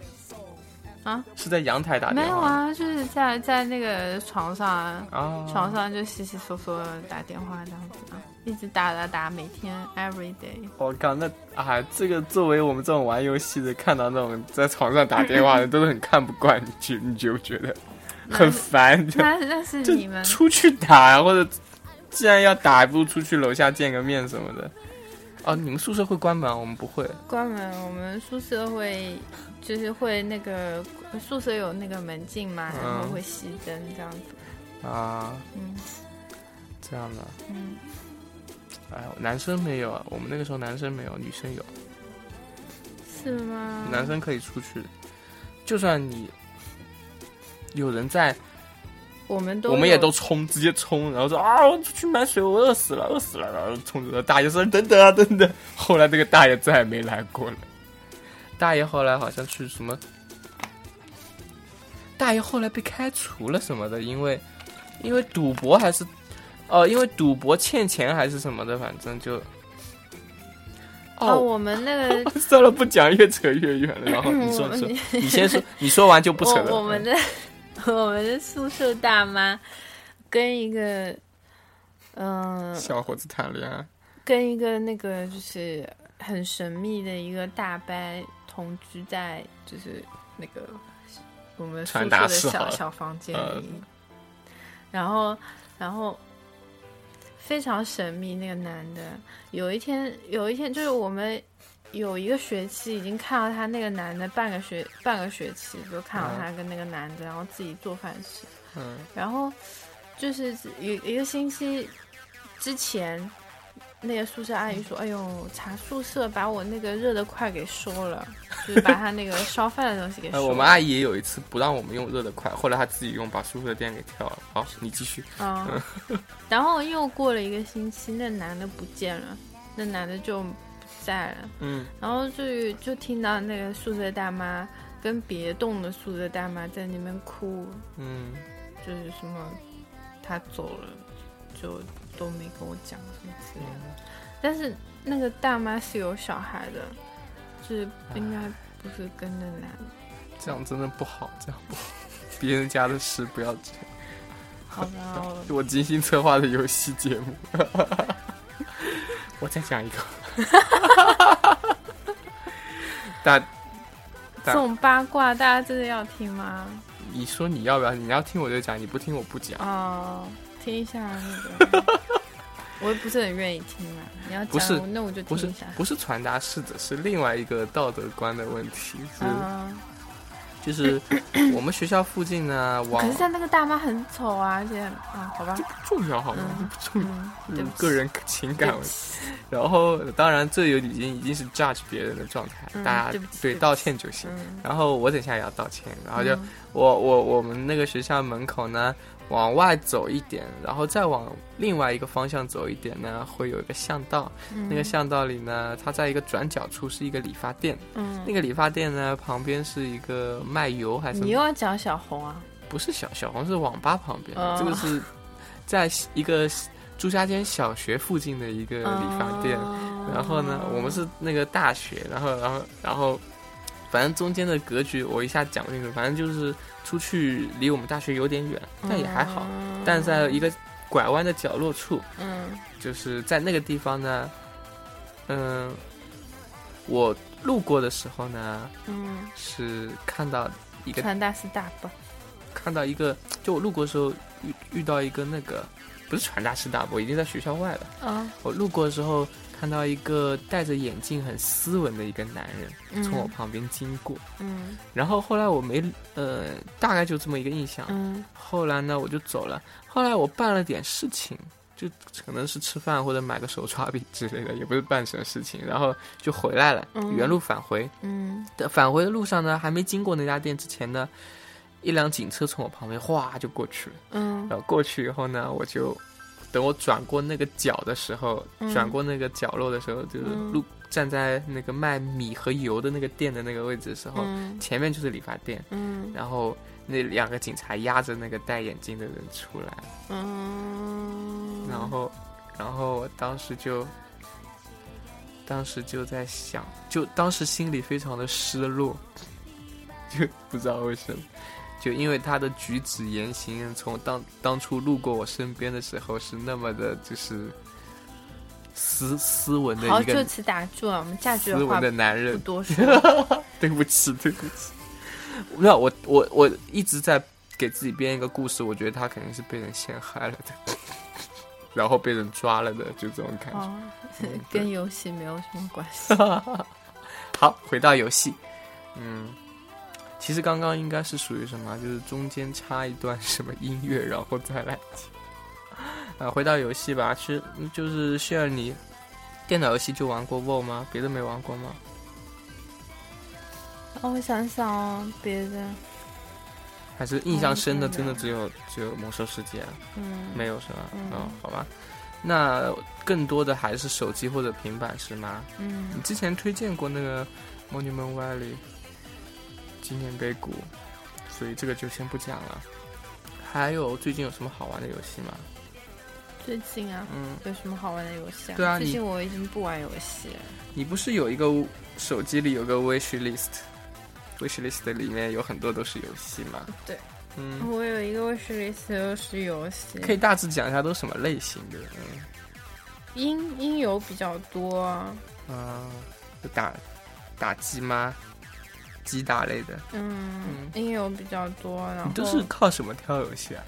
Speaker 3: 啊？
Speaker 1: 是在阳台打
Speaker 3: 没
Speaker 1: 电
Speaker 3: 有
Speaker 1: 话吗？
Speaker 3: 啊，就是在在那个床上啊，
Speaker 1: 啊，
Speaker 3: 床上就稀稀嗦嗦地打电话这样子啊，一直打打打，每天 every day。
Speaker 1: 我靠，那啊，这个作为我们这种玩游戏的，看到那种在床上打电 话的，都是很看不惯，你觉你觉不觉得很烦？ 就
Speaker 3: 那那是
Speaker 1: 就
Speaker 3: 你们
Speaker 1: 出去打，或者既然要打，还不如出去楼下见个面什么的。哦，你们宿舍会关门啊，我们不会。
Speaker 3: 关门，我们宿舍会就是会那个宿舍有那个门禁嘛，
Speaker 1: 嗯
Speaker 3: 然后会熄灯这样子。
Speaker 1: 啊，
Speaker 3: 嗯
Speaker 1: 这样的。
Speaker 3: 嗯，
Speaker 1: 哎，男生没有啊，我们那个时候男生没有，女生有，
Speaker 3: 是吗？
Speaker 1: 男生可以出去，就算你有人在，
Speaker 3: 我们都
Speaker 1: 我们也
Speaker 3: 有
Speaker 1: 都冲，直接冲，然后说啊，我去买水，我饿死了，饿死了，然后冲着大爷说等等啊，等等。后来这个大爷再也没来过了，大爷后来好像去什么，大爷后来被开除了什么的，因为因为赌博还是哦、因为赌博欠钱还是什么的，反正就
Speaker 3: 哦，我们那个
Speaker 1: 算了，不讲，越扯越远了。然后你说，
Speaker 3: 我
Speaker 1: 你说
Speaker 3: 们，
Speaker 1: 你先说，你说完就 不扯了。
Speaker 3: 我我们的 我们的宿舍大妈跟一个嗯、呃
Speaker 1: 小伙子谈恋爱，
Speaker 3: 跟一个那个就是很神秘的一个大伯同居在就是那个我们宿舍
Speaker 1: 传达
Speaker 3: 的
Speaker 1: 室好
Speaker 3: 小
Speaker 1: 了
Speaker 3: 小房间
Speaker 1: 呃
Speaker 3: 里，然后然后非常神秘那个男的，有一天有一天就是我们。有一个学期已经看到他那个男的半个学半个学期都看到他跟那个男的，然后自己做饭吃，
Speaker 1: 嗯，
Speaker 3: 然后就是有一个星期之前，那个宿舍阿姨说：“哎呦，查宿舍把我那个热的快给收了，就是把他那个烧饭的东西给收
Speaker 1: 呃，
Speaker 3: 了。
Speaker 1: 我们阿姨也有一次不让我们用热的快，后来她自己用，把宿舍电给跳了。好，你继续。
Speaker 3: 嗯，然后又过了一个星期，那男的不见了，那男的就不在了。
Speaker 1: 嗯，
Speaker 3: 然后就就听到那个宿舍大妈跟别栋的宿舍大妈在那边哭，
Speaker 1: 嗯，
Speaker 3: 就是什么他走了，就都没跟我讲什么之类的。但是那个大妈是有小孩的，就是应该不是跟那男的，
Speaker 1: 这样真的不好，这样不好。别人家的事不要这样，
Speaker 3: 好吧？ 我
Speaker 1: 我精心策划的游戏节目。我再讲一个，大，
Speaker 3: 这种八卦大家真的要听吗？
Speaker 1: 你说你要不要？你要听我就讲，你不听我不讲。
Speaker 3: 哦，听一下那个，我也不是很愿意听啊。你要
Speaker 1: 不是
Speaker 3: 讲，那我就
Speaker 1: 不是
Speaker 3: 听一下。
Speaker 1: 不是传达式的，是另外一个道德观的问题，是、
Speaker 3: 嗯，
Speaker 1: 就是我们学校附近呢，网
Speaker 3: 可是但那个大妈很丑啊，而且 啊，好吧
Speaker 1: 这，不重要好吗？
Speaker 3: 嗯
Speaker 1: 这不重要，
Speaker 3: 嗯，对不起，
Speaker 1: 个人情
Speaker 3: 对
Speaker 1: 感
Speaker 3: 不
Speaker 1: 问题。
Speaker 3: 起，
Speaker 1: 然后当然这有已经已经是 judge 别人的状态，
Speaker 3: 嗯
Speaker 1: 大家
Speaker 3: 对不起对不起
Speaker 1: 道歉就行。
Speaker 3: 嗯，
Speaker 1: 然后我等一下也要道歉，然后就、
Speaker 3: 嗯
Speaker 1: 我我我们那个学校门口呢，往外走一点，然后再往另外一个方向走一点呢，会有一个巷道，
Speaker 3: 嗯
Speaker 1: 那个巷道里呢，它在一个转角处是一个理发店，
Speaker 3: 嗯
Speaker 1: 那个理发店呢，旁边是一个卖油还是
Speaker 3: 你又要讲小红啊？
Speaker 1: 不是小小红是网吧旁边的，
Speaker 3: 哦
Speaker 1: 这个是在一个朱家尖小学附近的一个理发店。
Speaker 3: 哦
Speaker 1: 然后呢，我们是那个大学，然后然后然后，反正中间的格局我一下讲不清楚，反正就是出去离我们大学有点远，但也还好。
Speaker 3: 嗯
Speaker 1: 但在一个拐弯的角落处，
Speaker 3: 嗯
Speaker 1: 就是在那个地方呢，嗯、我路过的时候呢，
Speaker 3: 嗯，
Speaker 1: 是看到一个
Speaker 3: 传达是大伯，
Speaker 1: 看到一个，就我路过的时候遇遇到一个那个，不是传达师大伯，已经在学校外了。
Speaker 3: 嗯
Speaker 1: 我路过的时候看到一个戴着眼镜很斯文的一个男人
Speaker 3: 嗯
Speaker 1: 从我旁边经过，
Speaker 3: 嗯
Speaker 1: 然后后来我没呃，大概就这么一个印象。
Speaker 3: 嗯
Speaker 1: 后来呢，我就走了。后来我办了点事情，就可能是吃饭或者买个手抓饼之类的，也不是办什么事情，然后就回来了，
Speaker 3: 嗯
Speaker 1: 原路返回。
Speaker 3: 嗯
Speaker 1: 的返回的路上呢，还没经过那家店之前呢，一辆警车从我旁边哗就过去了。
Speaker 3: 嗯
Speaker 1: 然后过去以后呢，我就等我转过那个角的时候，
Speaker 3: 嗯
Speaker 1: 转过那个角落的时候，就是
Speaker 3: 嗯
Speaker 1: 路站在那个卖米和油的那个店的那个位置的时候，
Speaker 3: 嗯
Speaker 1: 前面就是理发店，
Speaker 3: 嗯
Speaker 1: 然后那两个警察压着那个戴眼镜的人出来，
Speaker 3: 嗯，
Speaker 1: 然后，然后我当时就。当时就在想，就当时心里非常的失落，就不知道为什么，就因为他的举止言行，从当当初路过我身边的时候是那么的，就是斯斯文的
Speaker 3: 好，
Speaker 1: 一
Speaker 3: 就
Speaker 1: 个
Speaker 3: 此打住了，我们下句
Speaker 1: 斯
Speaker 3: 话
Speaker 1: 文的男
Speaker 3: 不
Speaker 1: 人，
Speaker 3: 多说。
Speaker 1: 对不起，对不起。没有，我我我一直在给自己编一个故事，我觉得他肯定是被人陷害了的， 然后被人抓了的，就这种感觉。
Speaker 3: 哦
Speaker 1: 嗯，
Speaker 3: 跟游戏没有什么关 系。
Speaker 1: 哦好，回到游戏，嗯，其实刚刚应啊该是属于什么？就是中间插一段什么音乐，然后再来讲。 呃，回到游戏吧，是就是炫儿你电脑游戏就玩过 WoW 吗？别的没玩过吗？
Speaker 3: 让我想想 哦，别的，
Speaker 1: 还是印象深的
Speaker 3: 嗯
Speaker 1: 真的只哦有只有魔兽世界啊？
Speaker 3: 嗯，
Speaker 1: 没有是吧？
Speaker 3: 嗯
Speaker 1: 哦，好吧。那更多的还是手机或者平板是吗？你
Speaker 3: 嗯，
Speaker 1: 之前推荐过那个 Monument Valley 纪念碑谷，所以这个就先不讲了。还有最近有什么好玩的游戏吗？
Speaker 3: 最近啊，
Speaker 1: 嗯，
Speaker 3: 有什么好玩的游戏啊？
Speaker 1: 对啊
Speaker 3: 最
Speaker 1: 你
Speaker 3: 近我已经不玩游戏了。
Speaker 1: 你不是有一个手机里有个 wish list，wish list 里面有很多都是游戏吗？
Speaker 3: 对，
Speaker 1: 嗯，
Speaker 3: 我有一个 wish list 又是游戏，
Speaker 1: 可以大致讲一下都是什么类型的？嗯
Speaker 3: 音音游比较多啊，
Speaker 1: 啊，有打打击吗？击打类的，
Speaker 3: 嗯，音游比较多，然后
Speaker 1: 你都是靠什么挑游戏啊？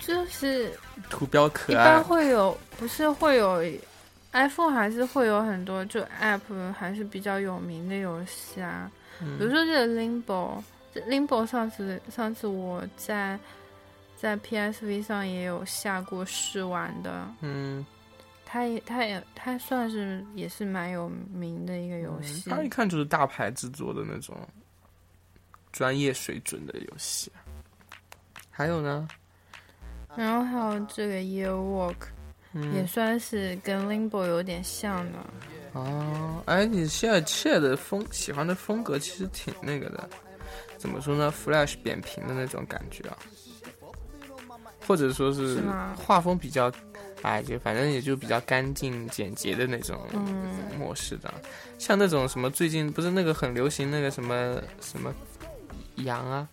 Speaker 3: 就是
Speaker 1: 图标啊
Speaker 3: 一
Speaker 1: 可
Speaker 3: 般
Speaker 1: 爱，
Speaker 3: 会有，不是会有 iPhone 还是会有很多就 App 还是比较有名的游戏啊，比
Speaker 1: 嗯，
Speaker 3: 如说这个 Limbo，这 Limbo 上次上次我在在 PSV 上也有下过试玩的，
Speaker 1: 嗯，
Speaker 3: 它也它也它算是也是蛮有名的一个游戏，
Speaker 1: 嗯它一看就是大牌制作的那种专业水准的游戏。啊还有呢，
Speaker 3: 然后还有这个 Year Walk 也
Speaker 1: 嗯，
Speaker 3: 算是跟 Limbo 有点像的，
Speaker 1: 哦，哎，你现在 c 的风喜欢的风格其实挺那个的，怎么说呢？Flash 扁平的那种感觉啊，或者说是
Speaker 3: 是吗
Speaker 1: 画风比较，哎，就反正也就比较干净简洁的那种，
Speaker 3: 嗯。
Speaker 1: 模式的，啊像那种什么最近不是那个很流行那个什么什么羊啊，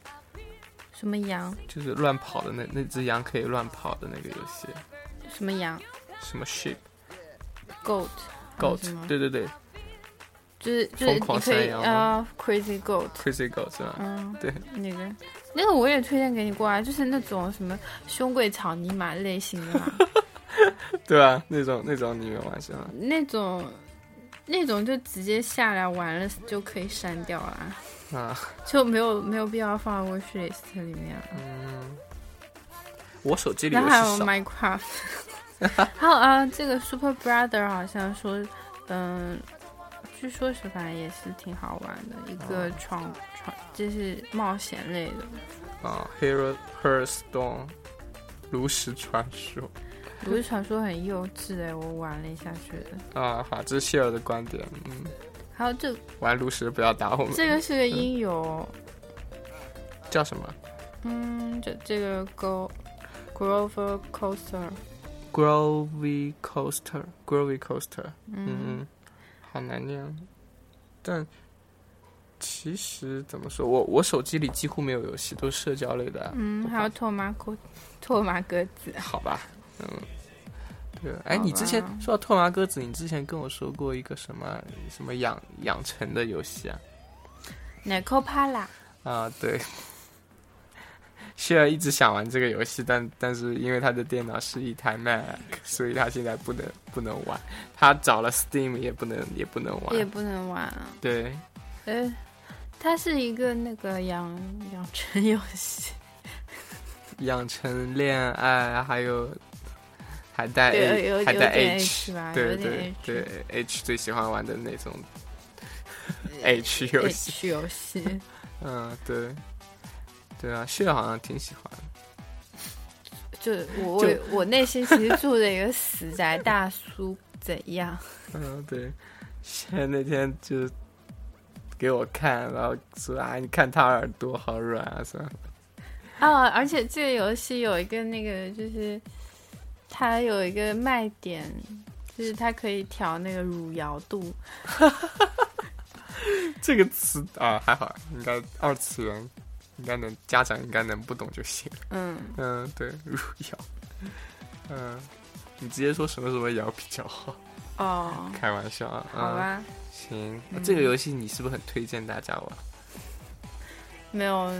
Speaker 3: 什么羊？
Speaker 1: 就是乱跑的那那只羊可以乱跑的那个游戏，
Speaker 3: 什么羊
Speaker 1: 什么 sheep
Speaker 3: ？Goat 还
Speaker 1: goat，
Speaker 3: 哦是什么
Speaker 1: 对对对
Speaker 3: 就是就是
Speaker 1: 疯狂
Speaker 3: 你可以
Speaker 1: 山羊
Speaker 3: 啊、c r a z y Goat，
Speaker 1: ，crazy goat 是吧？
Speaker 3: 嗯，
Speaker 1: 对，
Speaker 3: 那个那个我也推荐给你过来，啊就是那种什么胸柜草泥马类型的嘛，
Speaker 1: 对吧？那种那种你们玩是吗？
Speaker 3: 那种那种就直接下来玩了就可以删掉啦，
Speaker 1: 啊，
Speaker 3: 就没有没有必要放在 wish list 里面了。
Speaker 1: 嗯，我手机里游
Speaker 3: 然后还有
Speaker 1: 戏少，
Speaker 3: Minecraft，还有 啊，这个 Super Brother 好像说，嗯，据说是反正也是挺好玩的一
Speaker 1: 哦
Speaker 3: 个闯闯，就是冒险类的
Speaker 1: 啊，Hero Hearthstone，炉石传说
Speaker 3: 炉石传说很幼稚哎，我玩了一下觉得。
Speaker 1: 啊，好，这是谢尔的观点，嗯，
Speaker 3: 还有这
Speaker 1: 玩炉石不要打我们，
Speaker 3: 这个是个音游，
Speaker 1: 叫什么
Speaker 3: 嗯，这这个 Go Grover Coaster，
Speaker 1: ？Groovy Coaster，Groovy Coaster。
Speaker 3: 嗯，
Speaker 1: 嗯，好难念。但其实怎么说，我我手机里几乎没有游戏，都是社交类的。啊
Speaker 3: 嗯，还有拓马狗拓马鸽子，
Speaker 1: 好吧，嗯，对。哎，
Speaker 3: 好
Speaker 1: 你之前
Speaker 3: 吧
Speaker 1: 说到拓麻鸽子，你之前跟我说过一个什么什么养养成的游戏啊？
Speaker 3: 奶扣帕拉，
Speaker 1: 啊，对。 希尔一直想玩这个游戏，但但是因为他的电脑是一台 Mac，所以他现在不能不能玩。他找了 Steam 也不能也不能
Speaker 3: 也
Speaker 1: 玩。
Speaker 3: 不能玩啊，
Speaker 1: 对，
Speaker 3: 呃，它是一个那个养养成游戏，
Speaker 1: 养成恋爱，还有还带
Speaker 3: 对有
Speaker 1: A，
Speaker 3: 有
Speaker 1: 还带
Speaker 3: 有点 H
Speaker 1: H，
Speaker 3: 吧
Speaker 1: 对
Speaker 3: 有点
Speaker 1: 对
Speaker 3: H
Speaker 1: 对，H 最喜欢玩的那种 H 游戏，
Speaker 3: 呃 H 游戏，
Speaker 1: 嗯，对，对啊，血好像挺喜欢的，
Speaker 3: 就我我我内心其实住着一个死宅大叔怎样，
Speaker 1: 嗯，对，谢那天就给我看，然后说啊，你看他耳朵好软啊，什么，
Speaker 3: 啊，而且这个游戏有一个那个，就是它有一个卖点，就是它可以调那个汝窑度。
Speaker 1: 这个词啊还好，应该二次元，应该能家长应该能不懂就行。
Speaker 3: 嗯，
Speaker 1: 嗯，对， 汝窑。嗯，你直接说什么什么窑比较好，
Speaker 3: 哦，
Speaker 1: 开玩笑啊。
Speaker 3: 好
Speaker 1: 嗯，
Speaker 3: 吧，
Speaker 1: 行，啊
Speaker 3: 嗯
Speaker 1: 这个游戏你是不是很推荐大家玩？
Speaker 3: 没有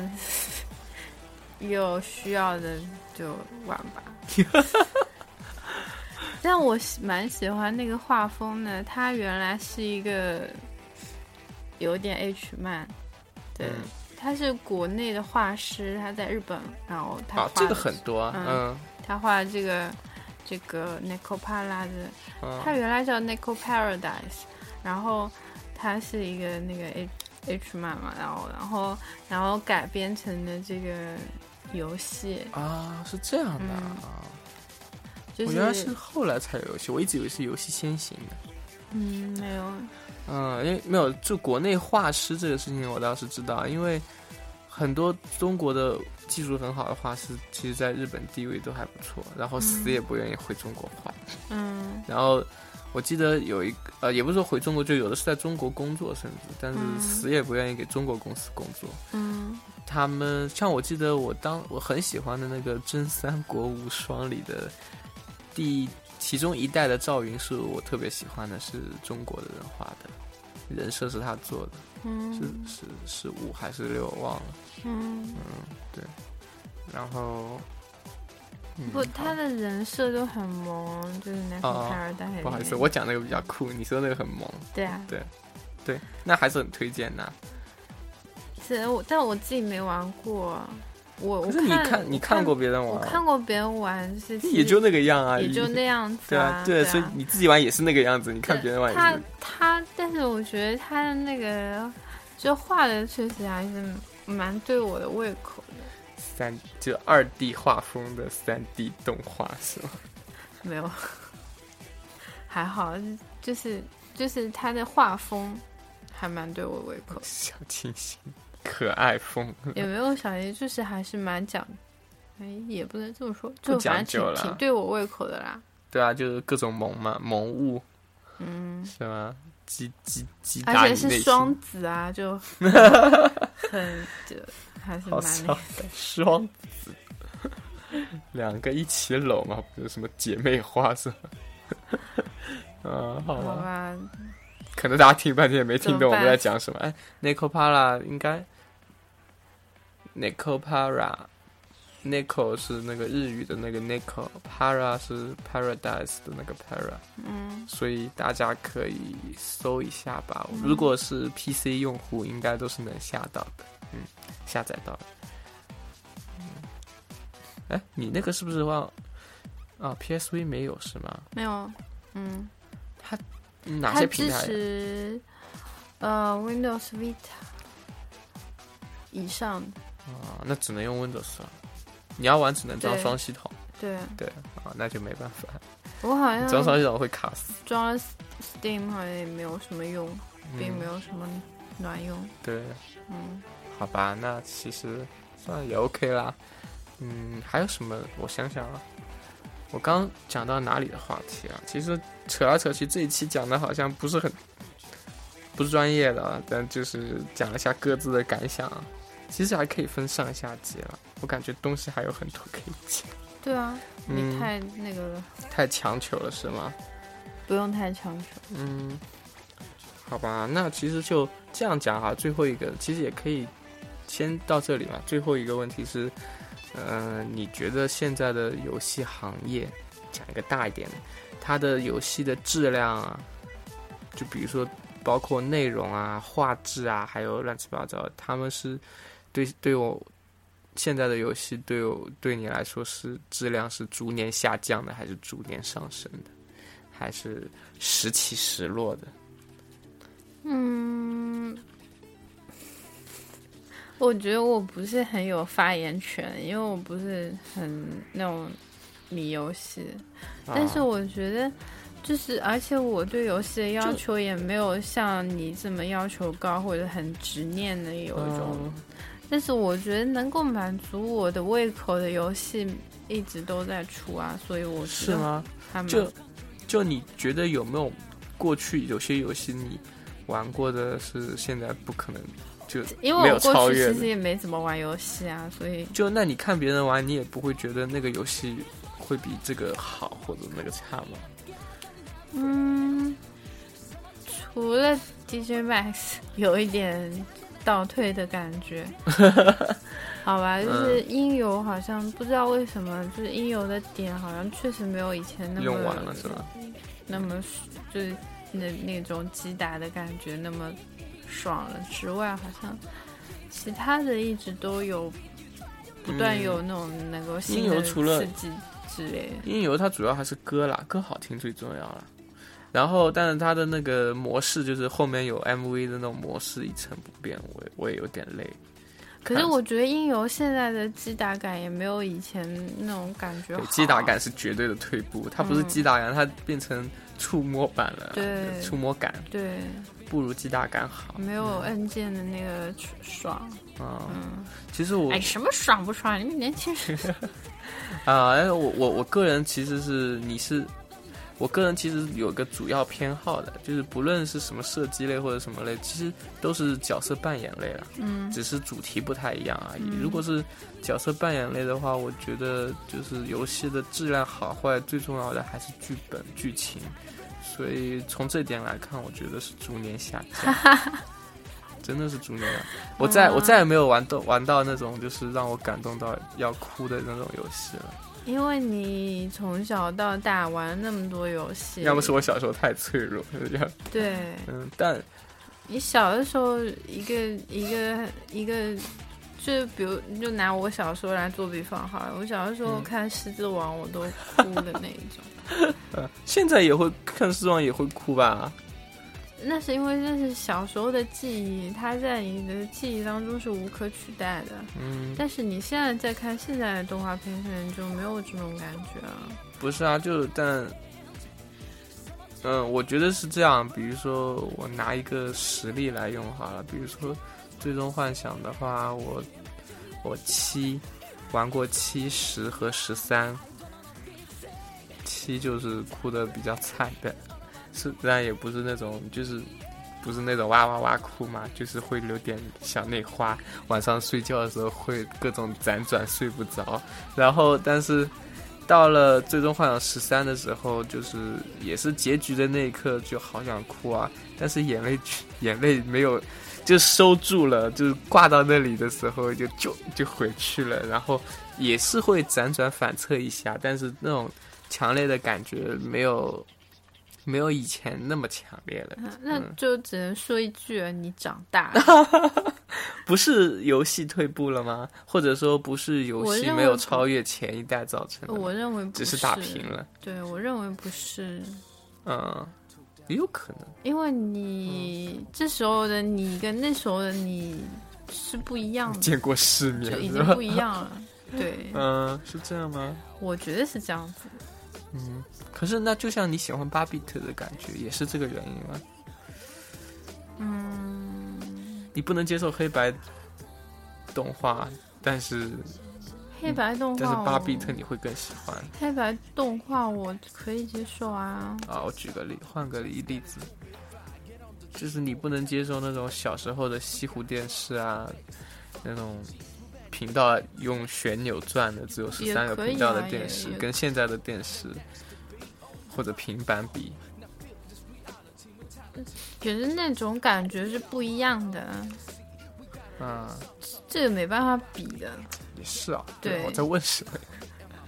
Speaker 3: 有需要的就玩 吧。但我喜蛮喜欢那个画风的，它原来是一个有点 H 漫，对，
Speaker 1: 嗯
Speaker 3: 他是国内的画师，他在日本，然后他
Speaker 1: 啊
Speaker 3: 画，
Speaker 1: 这个
Speaker 3: 的
Speaker 1: 很多啊，
Speaker 3: 嗯
Speaker 1: 嗯，
Speaker 3: 他画这个这个 n i c o p a l a 的它
Speaker 1: 嗯
Speaker 3: 原来叫 Nico Paradise，然后它是一个那个 H H 漫嘛，然后然后然后改编成的这个游戏，
Speaker 1: 啊，是这样的啊。
Speaker 3: 嗯就
Speaker 1: 我
Speaker 3: 是
Speaker 1: 原来是后来才有游戏，我一直以为是游戏先行的。
Speaker 3: 嗯没有
Speaker 1: 嗯，因为没有就国内画师这个事情，我倒是知道，因为很多中国的技术很好的画师，其实在日本地位都还不错，然后死也不愿意回中国画。
Speaker 3: 嗯
Speaker 1: 然后我记得有一个呃，也不是说回中国，就有的是在中国工作，甚至但是
Speaker 3: 嗯
Speaker 1: 死也不愿意给中国公司工作。
Speaker 3: 嗯
Speaker 1: 他们像我记得我当我很喜欢的那个《真三国无双》里的第其中一代的赵云是我特别喜欢的，是中国的人画的，人设是他做的，是
Speaker 3: 嗯
Speaker 1: 是是五还是六我忘了。
Speaker 3: 嗯，
Speaker 1: 然后，嗯
Speaker 3: 不，
Speaker 1: 好
Speaker 3: 他的人设都很萌，就是 Nico
Speaker 1: 哦
Speaker 3: Paradise。
Speaker 1: 不好意思，我讲那个比较酷，你说那个很萌，
Speaker 3: 对啊，
Speaker 1: 对，那还是很推荐的。
Speaker 3: 是我，但我自己没玩过，我我
Speaker 1: 可是你看你看
Speaker 3: 看
Speaker 1: 过别人
Speaker 3: 我
Speaker 1: 玩
Speaker 3: 看
Speaker 1: 啊，
Speaker 3: 过别人玩，就是其
Speaker 1: 也
Speaker 3: 实
Speaker 1: 就那个样啊，
Speaker 3: 也就那样子
Speaker 1: 对啊，
Speaker 3: 对
Speaker 1: 所以你自己玩也是那个样子，你看别人玩也是那
Speaker 3: 他
Speaker 1: 个。
Speaker 3: 他，但是我觉得他的那个就画的确实还是蛮对我的胃口的。
Speaker 1: 三就二 D 画风的三 D 动画是吗？，
Speaker 3: 没有， 还好，就是就是他的画风还蛮对我胃口
Speaker 1: 小清新，可爱风，
Speaker 3: 也没有小爷，就是还是蛮讲，哎，也不能这么说，
Speaker 1: 不
Speaker 3: 就
Speaker 1: 讲
Speaker 3: 反正
Speaker 1: 究
Speaker 3: 挺
Speaker 1: 了
Speaker 3: 挺对我胃口的啦。
Speaker 1: 对啊，就是各种萌嘛，萌物
Speaker 3: 嗯，
Speaker 1: 是吗？击击击打
Speaker 3: 而
Speaker 1: 你
Speaker 3: 且
Speaker 1: 内
Speaker 3: 是
Speaker 1: 心，
Speaker 3: 双子啊，就 很就还是
Speaker 1: 好
Speaker 3: 蛮
Speaker 1: 笑
Speaker 3: 那个
Speaker 1: 的双子，两个一起搂嘛，不是什么姐妹花是 吗？嗯，好
Speaker 3: 好
Speaker 1: 吧，
Speaker 3: 吧，
Speaker 1: 可能大家听半天也没听懂
Speaker 3: 怎么
Speaker 1: 我
Speaker 3: 办
Speaker 1: 们在讲什么。哎 n i c o p a r a 应该 n i c o p a r a n i c o 是那个日语的那个 n i c o p a r a 是 Paradise 的那个 Para，
Speaker 3: 嗯
Speaker 1: 所以大家可以搜一下吧。如果是 PC 用户，应该都是能下到的，嗯，下载到的。嗯，哎，你那个是不是忘啊？PSV 没有是吗？
Speaker 3: 没有，嗯。
Speaker 1: 嗯哪
Speaker 3: 它
Speaker 1: 些平
Speaker 3: 支
Speaker 1: 台？
Speaker 3: 持呃 Windows Vita 以上，
Speaker 1: 啊，那只能用 Windows 了。你要玩只能装
Speaker 3: 对
Speaker 1: 双系统，
Speaker 3: 对
Speaker 1: 对啊，那就没办法，
Speaker 3: 我好
Speaker 1: 装双
Speaker 3: 像
Speaker 1: 系统会卡死，
Speaker 3: 装了 Steam 好像也没有什么用，并
Speaker 1: 嗯
Speaker 3: 没有什么卵用。
Speaker 1: 对，
Speaker 3: 嗯，
Speaker 1: 好吧，那其实算也 OK 啦。嗯，还有什么？我想想啊，我刚讲到哪里的话题啊？其实扯来扯去，这一期讲的好像不是很不是专业的，啊，但就是讲了一下各自的感想啊。其实还可以分上下集了，我感觉东西还有很多可以讲。
Speaker 3: 对啊，你
Speaker 1: 嗯
Speaker 3: 太那个了，
Speaker 1: 太强求了是吗？
Speaker 3: 不用太强求。
Speaker 1: 嗯，好吧，那其实就这样讲哈、最后一个其实也可以先到这里吧。最后一个问题是，呃，你觉得现在的游戏行业，讲一个大一点的，它的游戏的质量啊，就比如说包括内容啊、画质啊，还有乱七八糟，他们是对对我现在的游戏对我对你来说是质量是逐年下降的，还是逐年上升的，还是时起时落的？
Speaker 3: 嗯，我觉得我不是很有发言权，因为我不是很那种迷游戏。但是
Speaker 1: 啊
Speaker 3: 我觉得，就是而且我对游戏的要
Speaker 1: 就
Speaker 3: 求也没有像你这么要求高或者很执念的有一种，
Speaker 1: 嗯
Speaker 3: 但是我觉得能够满足我的胃口的游戏一直都在出啊，所以我觉
Speaker 1: 是
Speaker 3: 得
Speaker 1: 吗？
Speaker 3: 还蛮
Speaker 1: 就就你觉得有没有过去有些游戏你玩过的是现在不可能就
Speaker 3: 因
Speaker 1: 没
Speaker 3: 为
Speaker 1: 有
Speaker 3: 我
Speaker 1: 超
Speaker 3: 过去
Speaker 1: 越
Speaker 3: 其
Speaker 1: 的
Speaker 3: 实也没怎么玩游戏啊，所以
Speaker 1: 就那你看别人玩，你也不会觉得那个游戏会比这个好或者那个差吗？
Speaker 3: 嗯，除了 DJ Max 有一点倒退的感 觉，好吧，
Speaker 1: 嗯
Speaker 3: 就是音游好像不知道为什么，就是音游的点好像确实没有以前那么
Speaker 1: 用完了是吧？
Speaker 3: 那么就是那那种击打的感觉那么爽了之外，好像其
Speaker 1: 嗯
Speaker 3: 他的一直都有不断有那种能够
Speaker 1: 音
Speaker 3: 新
Speaker 1: 游
Speaker 3: 的
Speaker 1: 除了
Speaker 3: 刺激之类的。
Speaker 1: 音游它主要还是歌啦，歌好听最重要啦。然后，但是它的那个模式就是后面有 MV 的那种模式一成不变，我也我也有点累。
Speaker 3: 可是我觉得音游现在的击打感也没有以前那种感
Speaker 1: 对
Speaker 3: 觉好，，嗯
Speaker 1: 击打感是绝对的退步，它不是击打感，它变成触摸版了，
Speaker 3: 对嗯
Speaker 1: 触摸感
Speaker 3: 对，
Speaker 1: 不如击打感好
Speaker 3: 没有按键的那个爽。
Speaker 1: 啊、其实我
Speaker 3: 哎，什么爽不爽？你们年轻人
Speaker 1: 啊、哎我我我个人其实是你是，我个人其实有个主要偏好的，就是不论是什么射击类或者什么类，其实都是角色扮演类了，
Speaker 3: 嗯
Speaker 1: 只是主题不太一样而已。如果是角色扮演类的话，我觉得就是游戏的质量好坏，最重要的还是剧本剧情。所以从这点来看，我觉得是逐年下降，真的是逐年啊！我再我再也没有玩到玩到那种就是让我感动到要哭的那种游戏了。
Speaker 3: 因为你从小到大玩那么多游戏，
Speaker 1: 要么是我小时候太脆弱， 要
Speaker 3: 对
Speaker 1: 嗯，但
Speaker 3: 你小的时候一个一个一个，就比如就拿我小时候来做比方好了，我小的时候
Speaker 1: 嗯
Speaker 3: 看《狮子王》我都哭的那一种，
Speaker 1: 呃，现在也会看失望也会哭吧？
Speaker 3: 那是因为那是小时候的记忆，它在你的记忆当中是无可取代的。
Speaker 1: 嗯，
Speaker 3: 但是你现在在看现在的动画片，可能就没有这种感觉了。
Speaker 1: 不是啊，就但，嗯，我觉得是这样。比如说，我拿一个实例来用好了，比如说《最终幻想》的话，我我七玩过七十和十三，七就是哭的比较惨的，是但也不是那种就是。不是那种哇哇哇哭嘛，就是会流点小泪花，晚上睡觉的时候会各种辗转睡不着，然后但是到了《最终幻想十三》的时候，就是也是结局的那一刻就好想哭啊，但是眼泪眼泪没有就收住了，就是挂到那里的时候就就就回去了，然后也是会辗转反侧一下，但是那种强烈的感觉没有没有以前那么强烈了。
Speaker 3: 那那
Speaker 1: 嗯
Speaker 3: 就只能说一句了，你长大 了。
Speaker 1: 不是游戏退步了吗？或者说不是游
Speaker 3: 我
Speaker 1: 戏
Speaker 3: 认为
Speaker 1: 没有超越前一代造成的吗？
Speaker 3: 我认为不
Speaker 1: 只是打平。了，
Speaker 3: 对，我认为不是。
Speaker 1: 嗯，也有可能。
Speaker 3: 因为你、这时候的你跟那时候的你是不一样的，
Speaker 1: 见过世面
Speaker 3: 就已
Speaker 1: 是
Speaker 3: 经
Speaker 1: 吧
Speaker 3: 不？一 样了。对，
Speaker 1: 嗯，是这样吗？
Speaker 3: 我觉得是这样子。
Speaker 1: 嗯，可是那就像你喜欢巴比特的感觉，也是这个原因吗？
Speaker 3: 嗯，
Speaker 1: 你不能接受黑白动画，但是
Speaker 3: 黑白动
Speaker 1: 但
Speaker 3: 画
Speaker 1: 是
Speaker 3: 我，
Speaker 1: 巴比特你会更喜欢
Speaker 3: 黑白动画我可以接受啊。
Speaker 1: 啊！我举个例，换个例例子，就是你不能接受那种小时候的西湖电视啊，那种。频道用旋钮转的只有十三个
Speaker 3: 也可以啊
Speaker 1: 频道的电视，
Speaker 3: 也也
Speaker 1: 跟现在的电视或者平板比，
Speaker 3: 可是那种感觉是不一样的，
Speaker 1: 啊、
Speaker 3: 这个没办法比的。
Speaker 1: 也是啊，
Speaker 3: 对
Speaker 1: 我在问什么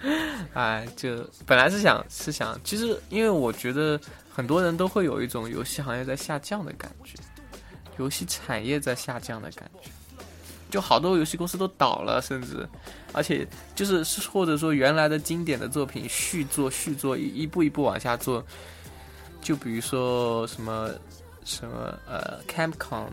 Speaker 1: 呀？ 哎，就本来是想是想，其实因为我觉得很多人都会有一种游戏行业在下降的感觉，游戏产业在下降的感觉，就好多游戏公司都倒了，甚至，而且就是是或者说原来的经典的作品续作续作一一步一步往下做，就比如说什么什么呃 Capcom，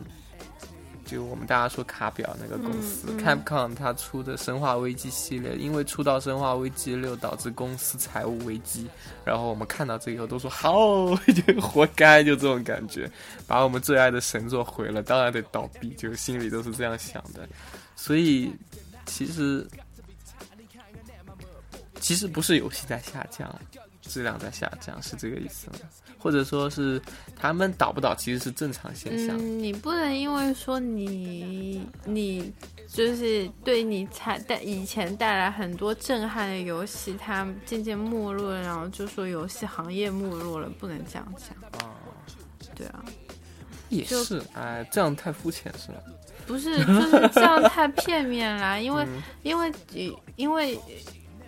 Speaker 1: 就我们大家说卡表那个公司、
Speaker 3: 嗯嗯
Speaker 1: Capcom，它出的《生化危机》系列，因为出到《生化危机六》导致公司财务危机，然后我们看到这以后都说好， 就活该，就这种感觉，把我们最爱的神作毁了，当然得倒闭，就心里都是这样想的，所以其实。其实不是游戏在下降，质量在下降，是这个意思吗？或者说是他们倒不倒其实是正常现象。
Speaker 3: 嗯，你不能因为说你你就是对你才带以前带来很多震撼的游戏，它渐渐没落了，然后就说游戏行业没落了，不能这样讲。
Speaker 1: 啊，
Speaker 3: 对啊，
Speaker 1: 也，
Speaker 3: 嗯就是
Speaker 1: 哎，这样太肤浅是吧？
Speaker 3: 啊
Speaker 1: 嗯
Speaker 3: 不是就是这样太片面啦，因为、因为因为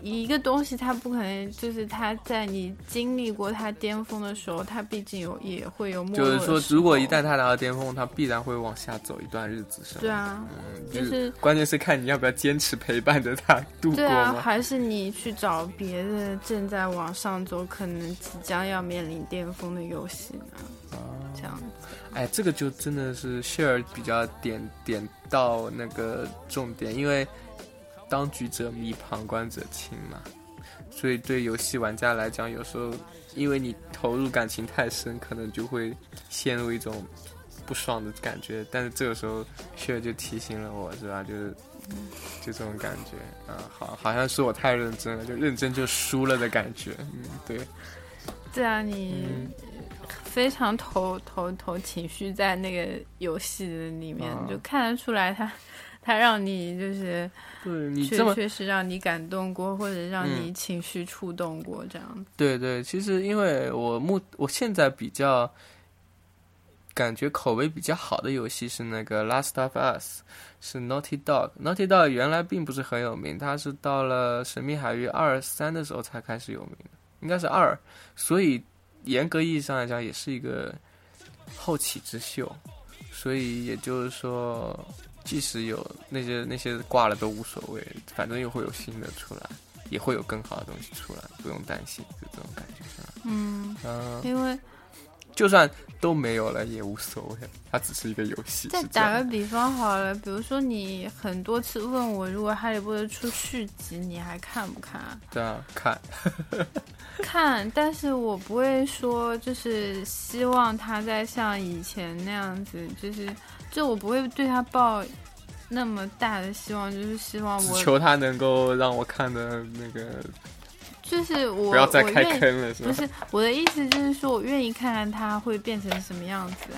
Speaker 3: 一个东西它不可能就是它在你经历过它巅峰的时候，它毕竟有也会有没
Speaker 1: 就
Speaker 3: 落的
Speaker 1: 是
Speaker 3: 时候。
Speaker 1: 说，如果一旦他达到巅峰，他必然会往下走一段日子，是吗？
Speaker 3: 对啊，
Speaker 1: 嗯，
Speaker 3: 就
Speaker 1: 就是关键是看你要不要坚持陪伴着他度过
Speaker 3: 对啊，
Speaker 1: 嘛。
Speaker 3: 还是你去找别的正在往上走、可能即将要面临巅峰的游戏呢？
Speaker 1: 啊
Speaker 3: 这样子，
Speaker 1: 哎，这个就真的是 share 比较点点到那个重点，因为当局者迷，旁观者清嘛。所以对游戏玩家来讲，有时候因为你投入感情太深，可能就会陷入一种不爽的感觉。但是这个时候 share 就提醒了我，是吧？就是就这种感觉啊，好，好像是我太认真了，就认真就输了的感觉。嗯，对，
Speaker 3: 对啊，你
Speaker 1: 嗯
Speaker 3: 非常投投投情绪在那个游戏里面，
Speaker 1: 啊
Speaker 3: 就看得出来它它让你就是
Speaker 1: 对你
Speaker 3: 确
Speaker 1: 这么
Speaker 3: 确实让你感动过，或者让
Speaker 1: 嗯
Speaker 3: 你情绪触动过这样子。
Speaker 1: 对对，其实因为我目我现在比较感觉口碑比较好的游戏是那个《Last of Us》，是 Naughty Dog。Naughty Dog 原来并不是很有名，它是到了《神秘海域二》三的时候才开始有名的，应该是二，所以严格意义上来讲也是一个后起之秀。所以也就是说，即使有那些那些挂了都无所谓，反正又会有新的出来。也会有更好的东西出来，不用担心，就这种感觉是吧？
Speaker 3: 嗯，
Speaker 1: 嗯、
Speaker 3: 因为
Speaker 1: 就算都没有了也无所谓，它只是一个游戏。
Speaker 3: 再
Speaker 1: 是这样
Speaker 3: 打个比方好了，比如说你很多次问我，如果《哈利波特》出续集，你还看不看？
Speaker 1: 对啊，看
Speaker 3: 看，但是我不会说，就是希望他再像以前那样子，就是就我不会对他抱那么大的希望，就是希望
Speaker 1: 只
Speaker 3: 我
Speaker 1: 求它能够让我看的那个
Speaker 3: 就是我
Speaker 1: 不要再
Speaker 3: 我
Speaker 1: 开
Speaker 3: 愿意
Speaker 1: 坑了，是
Speaker 3: 不
Speaker 1: 吧？
Speaker 3: 是我的意思，就是说我愿意看看他会变成什么样子，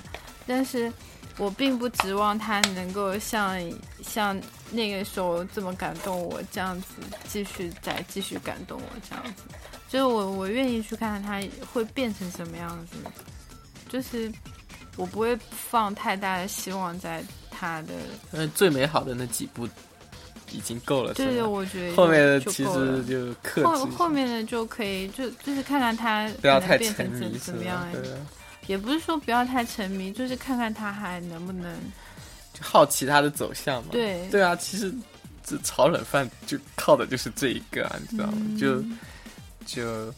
Speaker 3: 但是我并不指望他能够像像那个时候这么感动我，这样子继续再继续感动我这样子。就是我我愿意去看看他会变成什么样子，就是我不会放太大的希望在他的。
Speaker 1: 嗯、最美好的那几部已经够了，
Speaker 3: 对
Speaker 1: 是
Speaker 3: 对，
Speaker 1: 吧？
Speaker 3: 我觉得
Speaker 1: 后面的
Speaker 3: 就
Speaker 1: 其
Speaker 3: 够
Speaker 1: 实
Speaker 3: 了
Speaker 1: 就克
Speaker 3: 后
Speaker 1: 制一下，
Speaker 3: 后面的就可以就就是看看他
Speaker 1: 不要
Speaker 3: 能
Speaker 1: 太
Speaker 3: 变
Speaker 1: 沉迷，
Speaker 3: 成怎
Speaker 1: 是
Speaker 3: 怎么样
Speaker 1: 吧？对啊，
Speaker 3: 也不是说不要太沉迷，就是看看他还能不能
Speaker 1: 就好奇它的走向嘛。
Speaker 3: 对
Speaker 1: 对啊，其实这炒冷饭就靠的就是这一个啊，你知道吗？
Speaker 3: 嗯
Speaker 1: 就就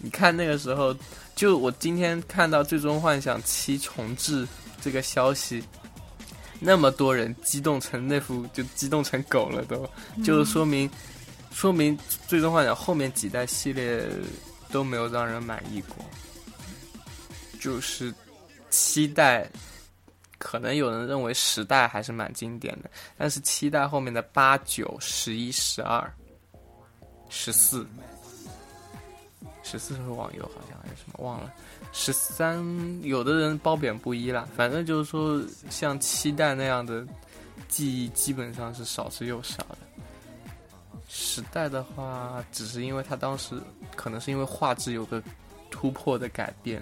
Speaker 1: 你看那个时候，就我今天看到《最终幻想七》重置这个消息，那么多人激动成那副就激动成狗了都，就说明说明《最终幻想》后面几代系列都没有让人满意过，就是七代。可能有人认为十代还是蛮经典的，但是七代后面的八九十一十二十四十四是网游好像还是什么忘了，十三有的人褒贬不一啦，反正就是说像七代那样的记忆基本上是少之又少的。十代的话，只是因为他当时可能是因为画质有个突破的改变，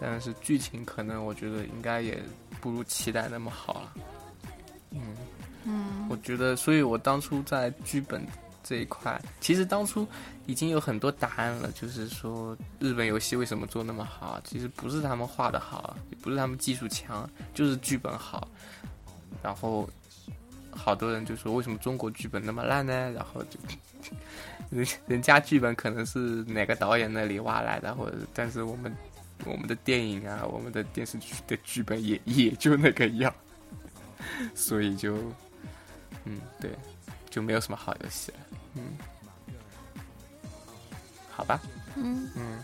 Speaker 1: 但是剧情可能我觉得应该也不如七代那么好了。嗯，
Speaker 3: 嗯
Speaker 1: 我觉得，所以我当初在剧本这一块，其实当初已经有很多答案了，就是说日本游戏为什么做那么好，其实不是他们画的好，也不是他们技术强，就是剧本好。然后好多人就说为什么中国剧本那么烂呢？ 然后就。人人家剧本可能是哪个导演那里挖来的，或者是但是我们我们的电影啊，我们的电视剧的剧本也也就那个样， 所以就嗯，对，就没有什么好游戏了。嗯，好吧，
Speaker 3: 嗯
Speaker 1: 嗯，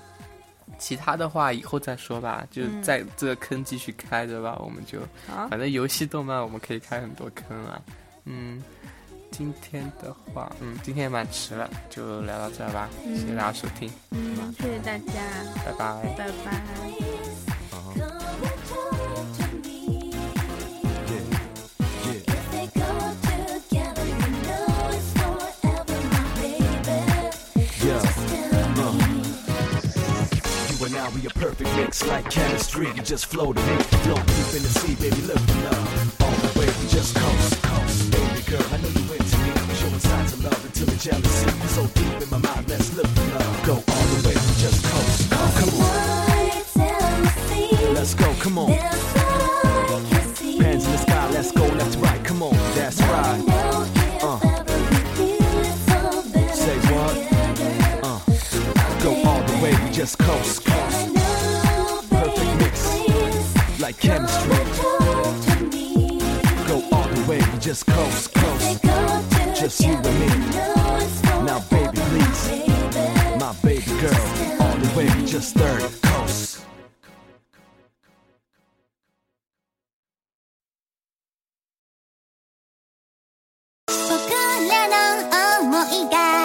Speaker 1: 其他的话以后再说吧，就
Speaker 3: 嗯
Speaker 1: 在这个坑继续开着吧，我们就
Speaker 3: 好
Speaker 1: 反正游戏动漫我们可以开很多坑啊。嗯，今天的话，嗯，今天也蛮迟了，就聊到这儿吧，谢谢大家收听，
Speaker 3: 嗯，谢谢大家，
Speaker 1: 拜拜。
Speaker 3: 拜拜。
Speaker 4: Uh-huh. Yeah. Uh-huh. You and I, we a perfect mix like chemistry. You just flow to me. Flow deep in the sea, baby, look love. All the way, we just coast, coast. Baby girl, I know you into me. Showing signs of love until the jealousy. So deep in my hands in the sky, let's go left to right, come on, that's right. Say what? Uh, go all the way, we just coast, coast, Perfect mix. like chemistry. Go all the way, we just coast, coast, just you and me. Now, baby, please, my baby girl, all the way, we just third coast.
Speaker 5: 僕らの想いが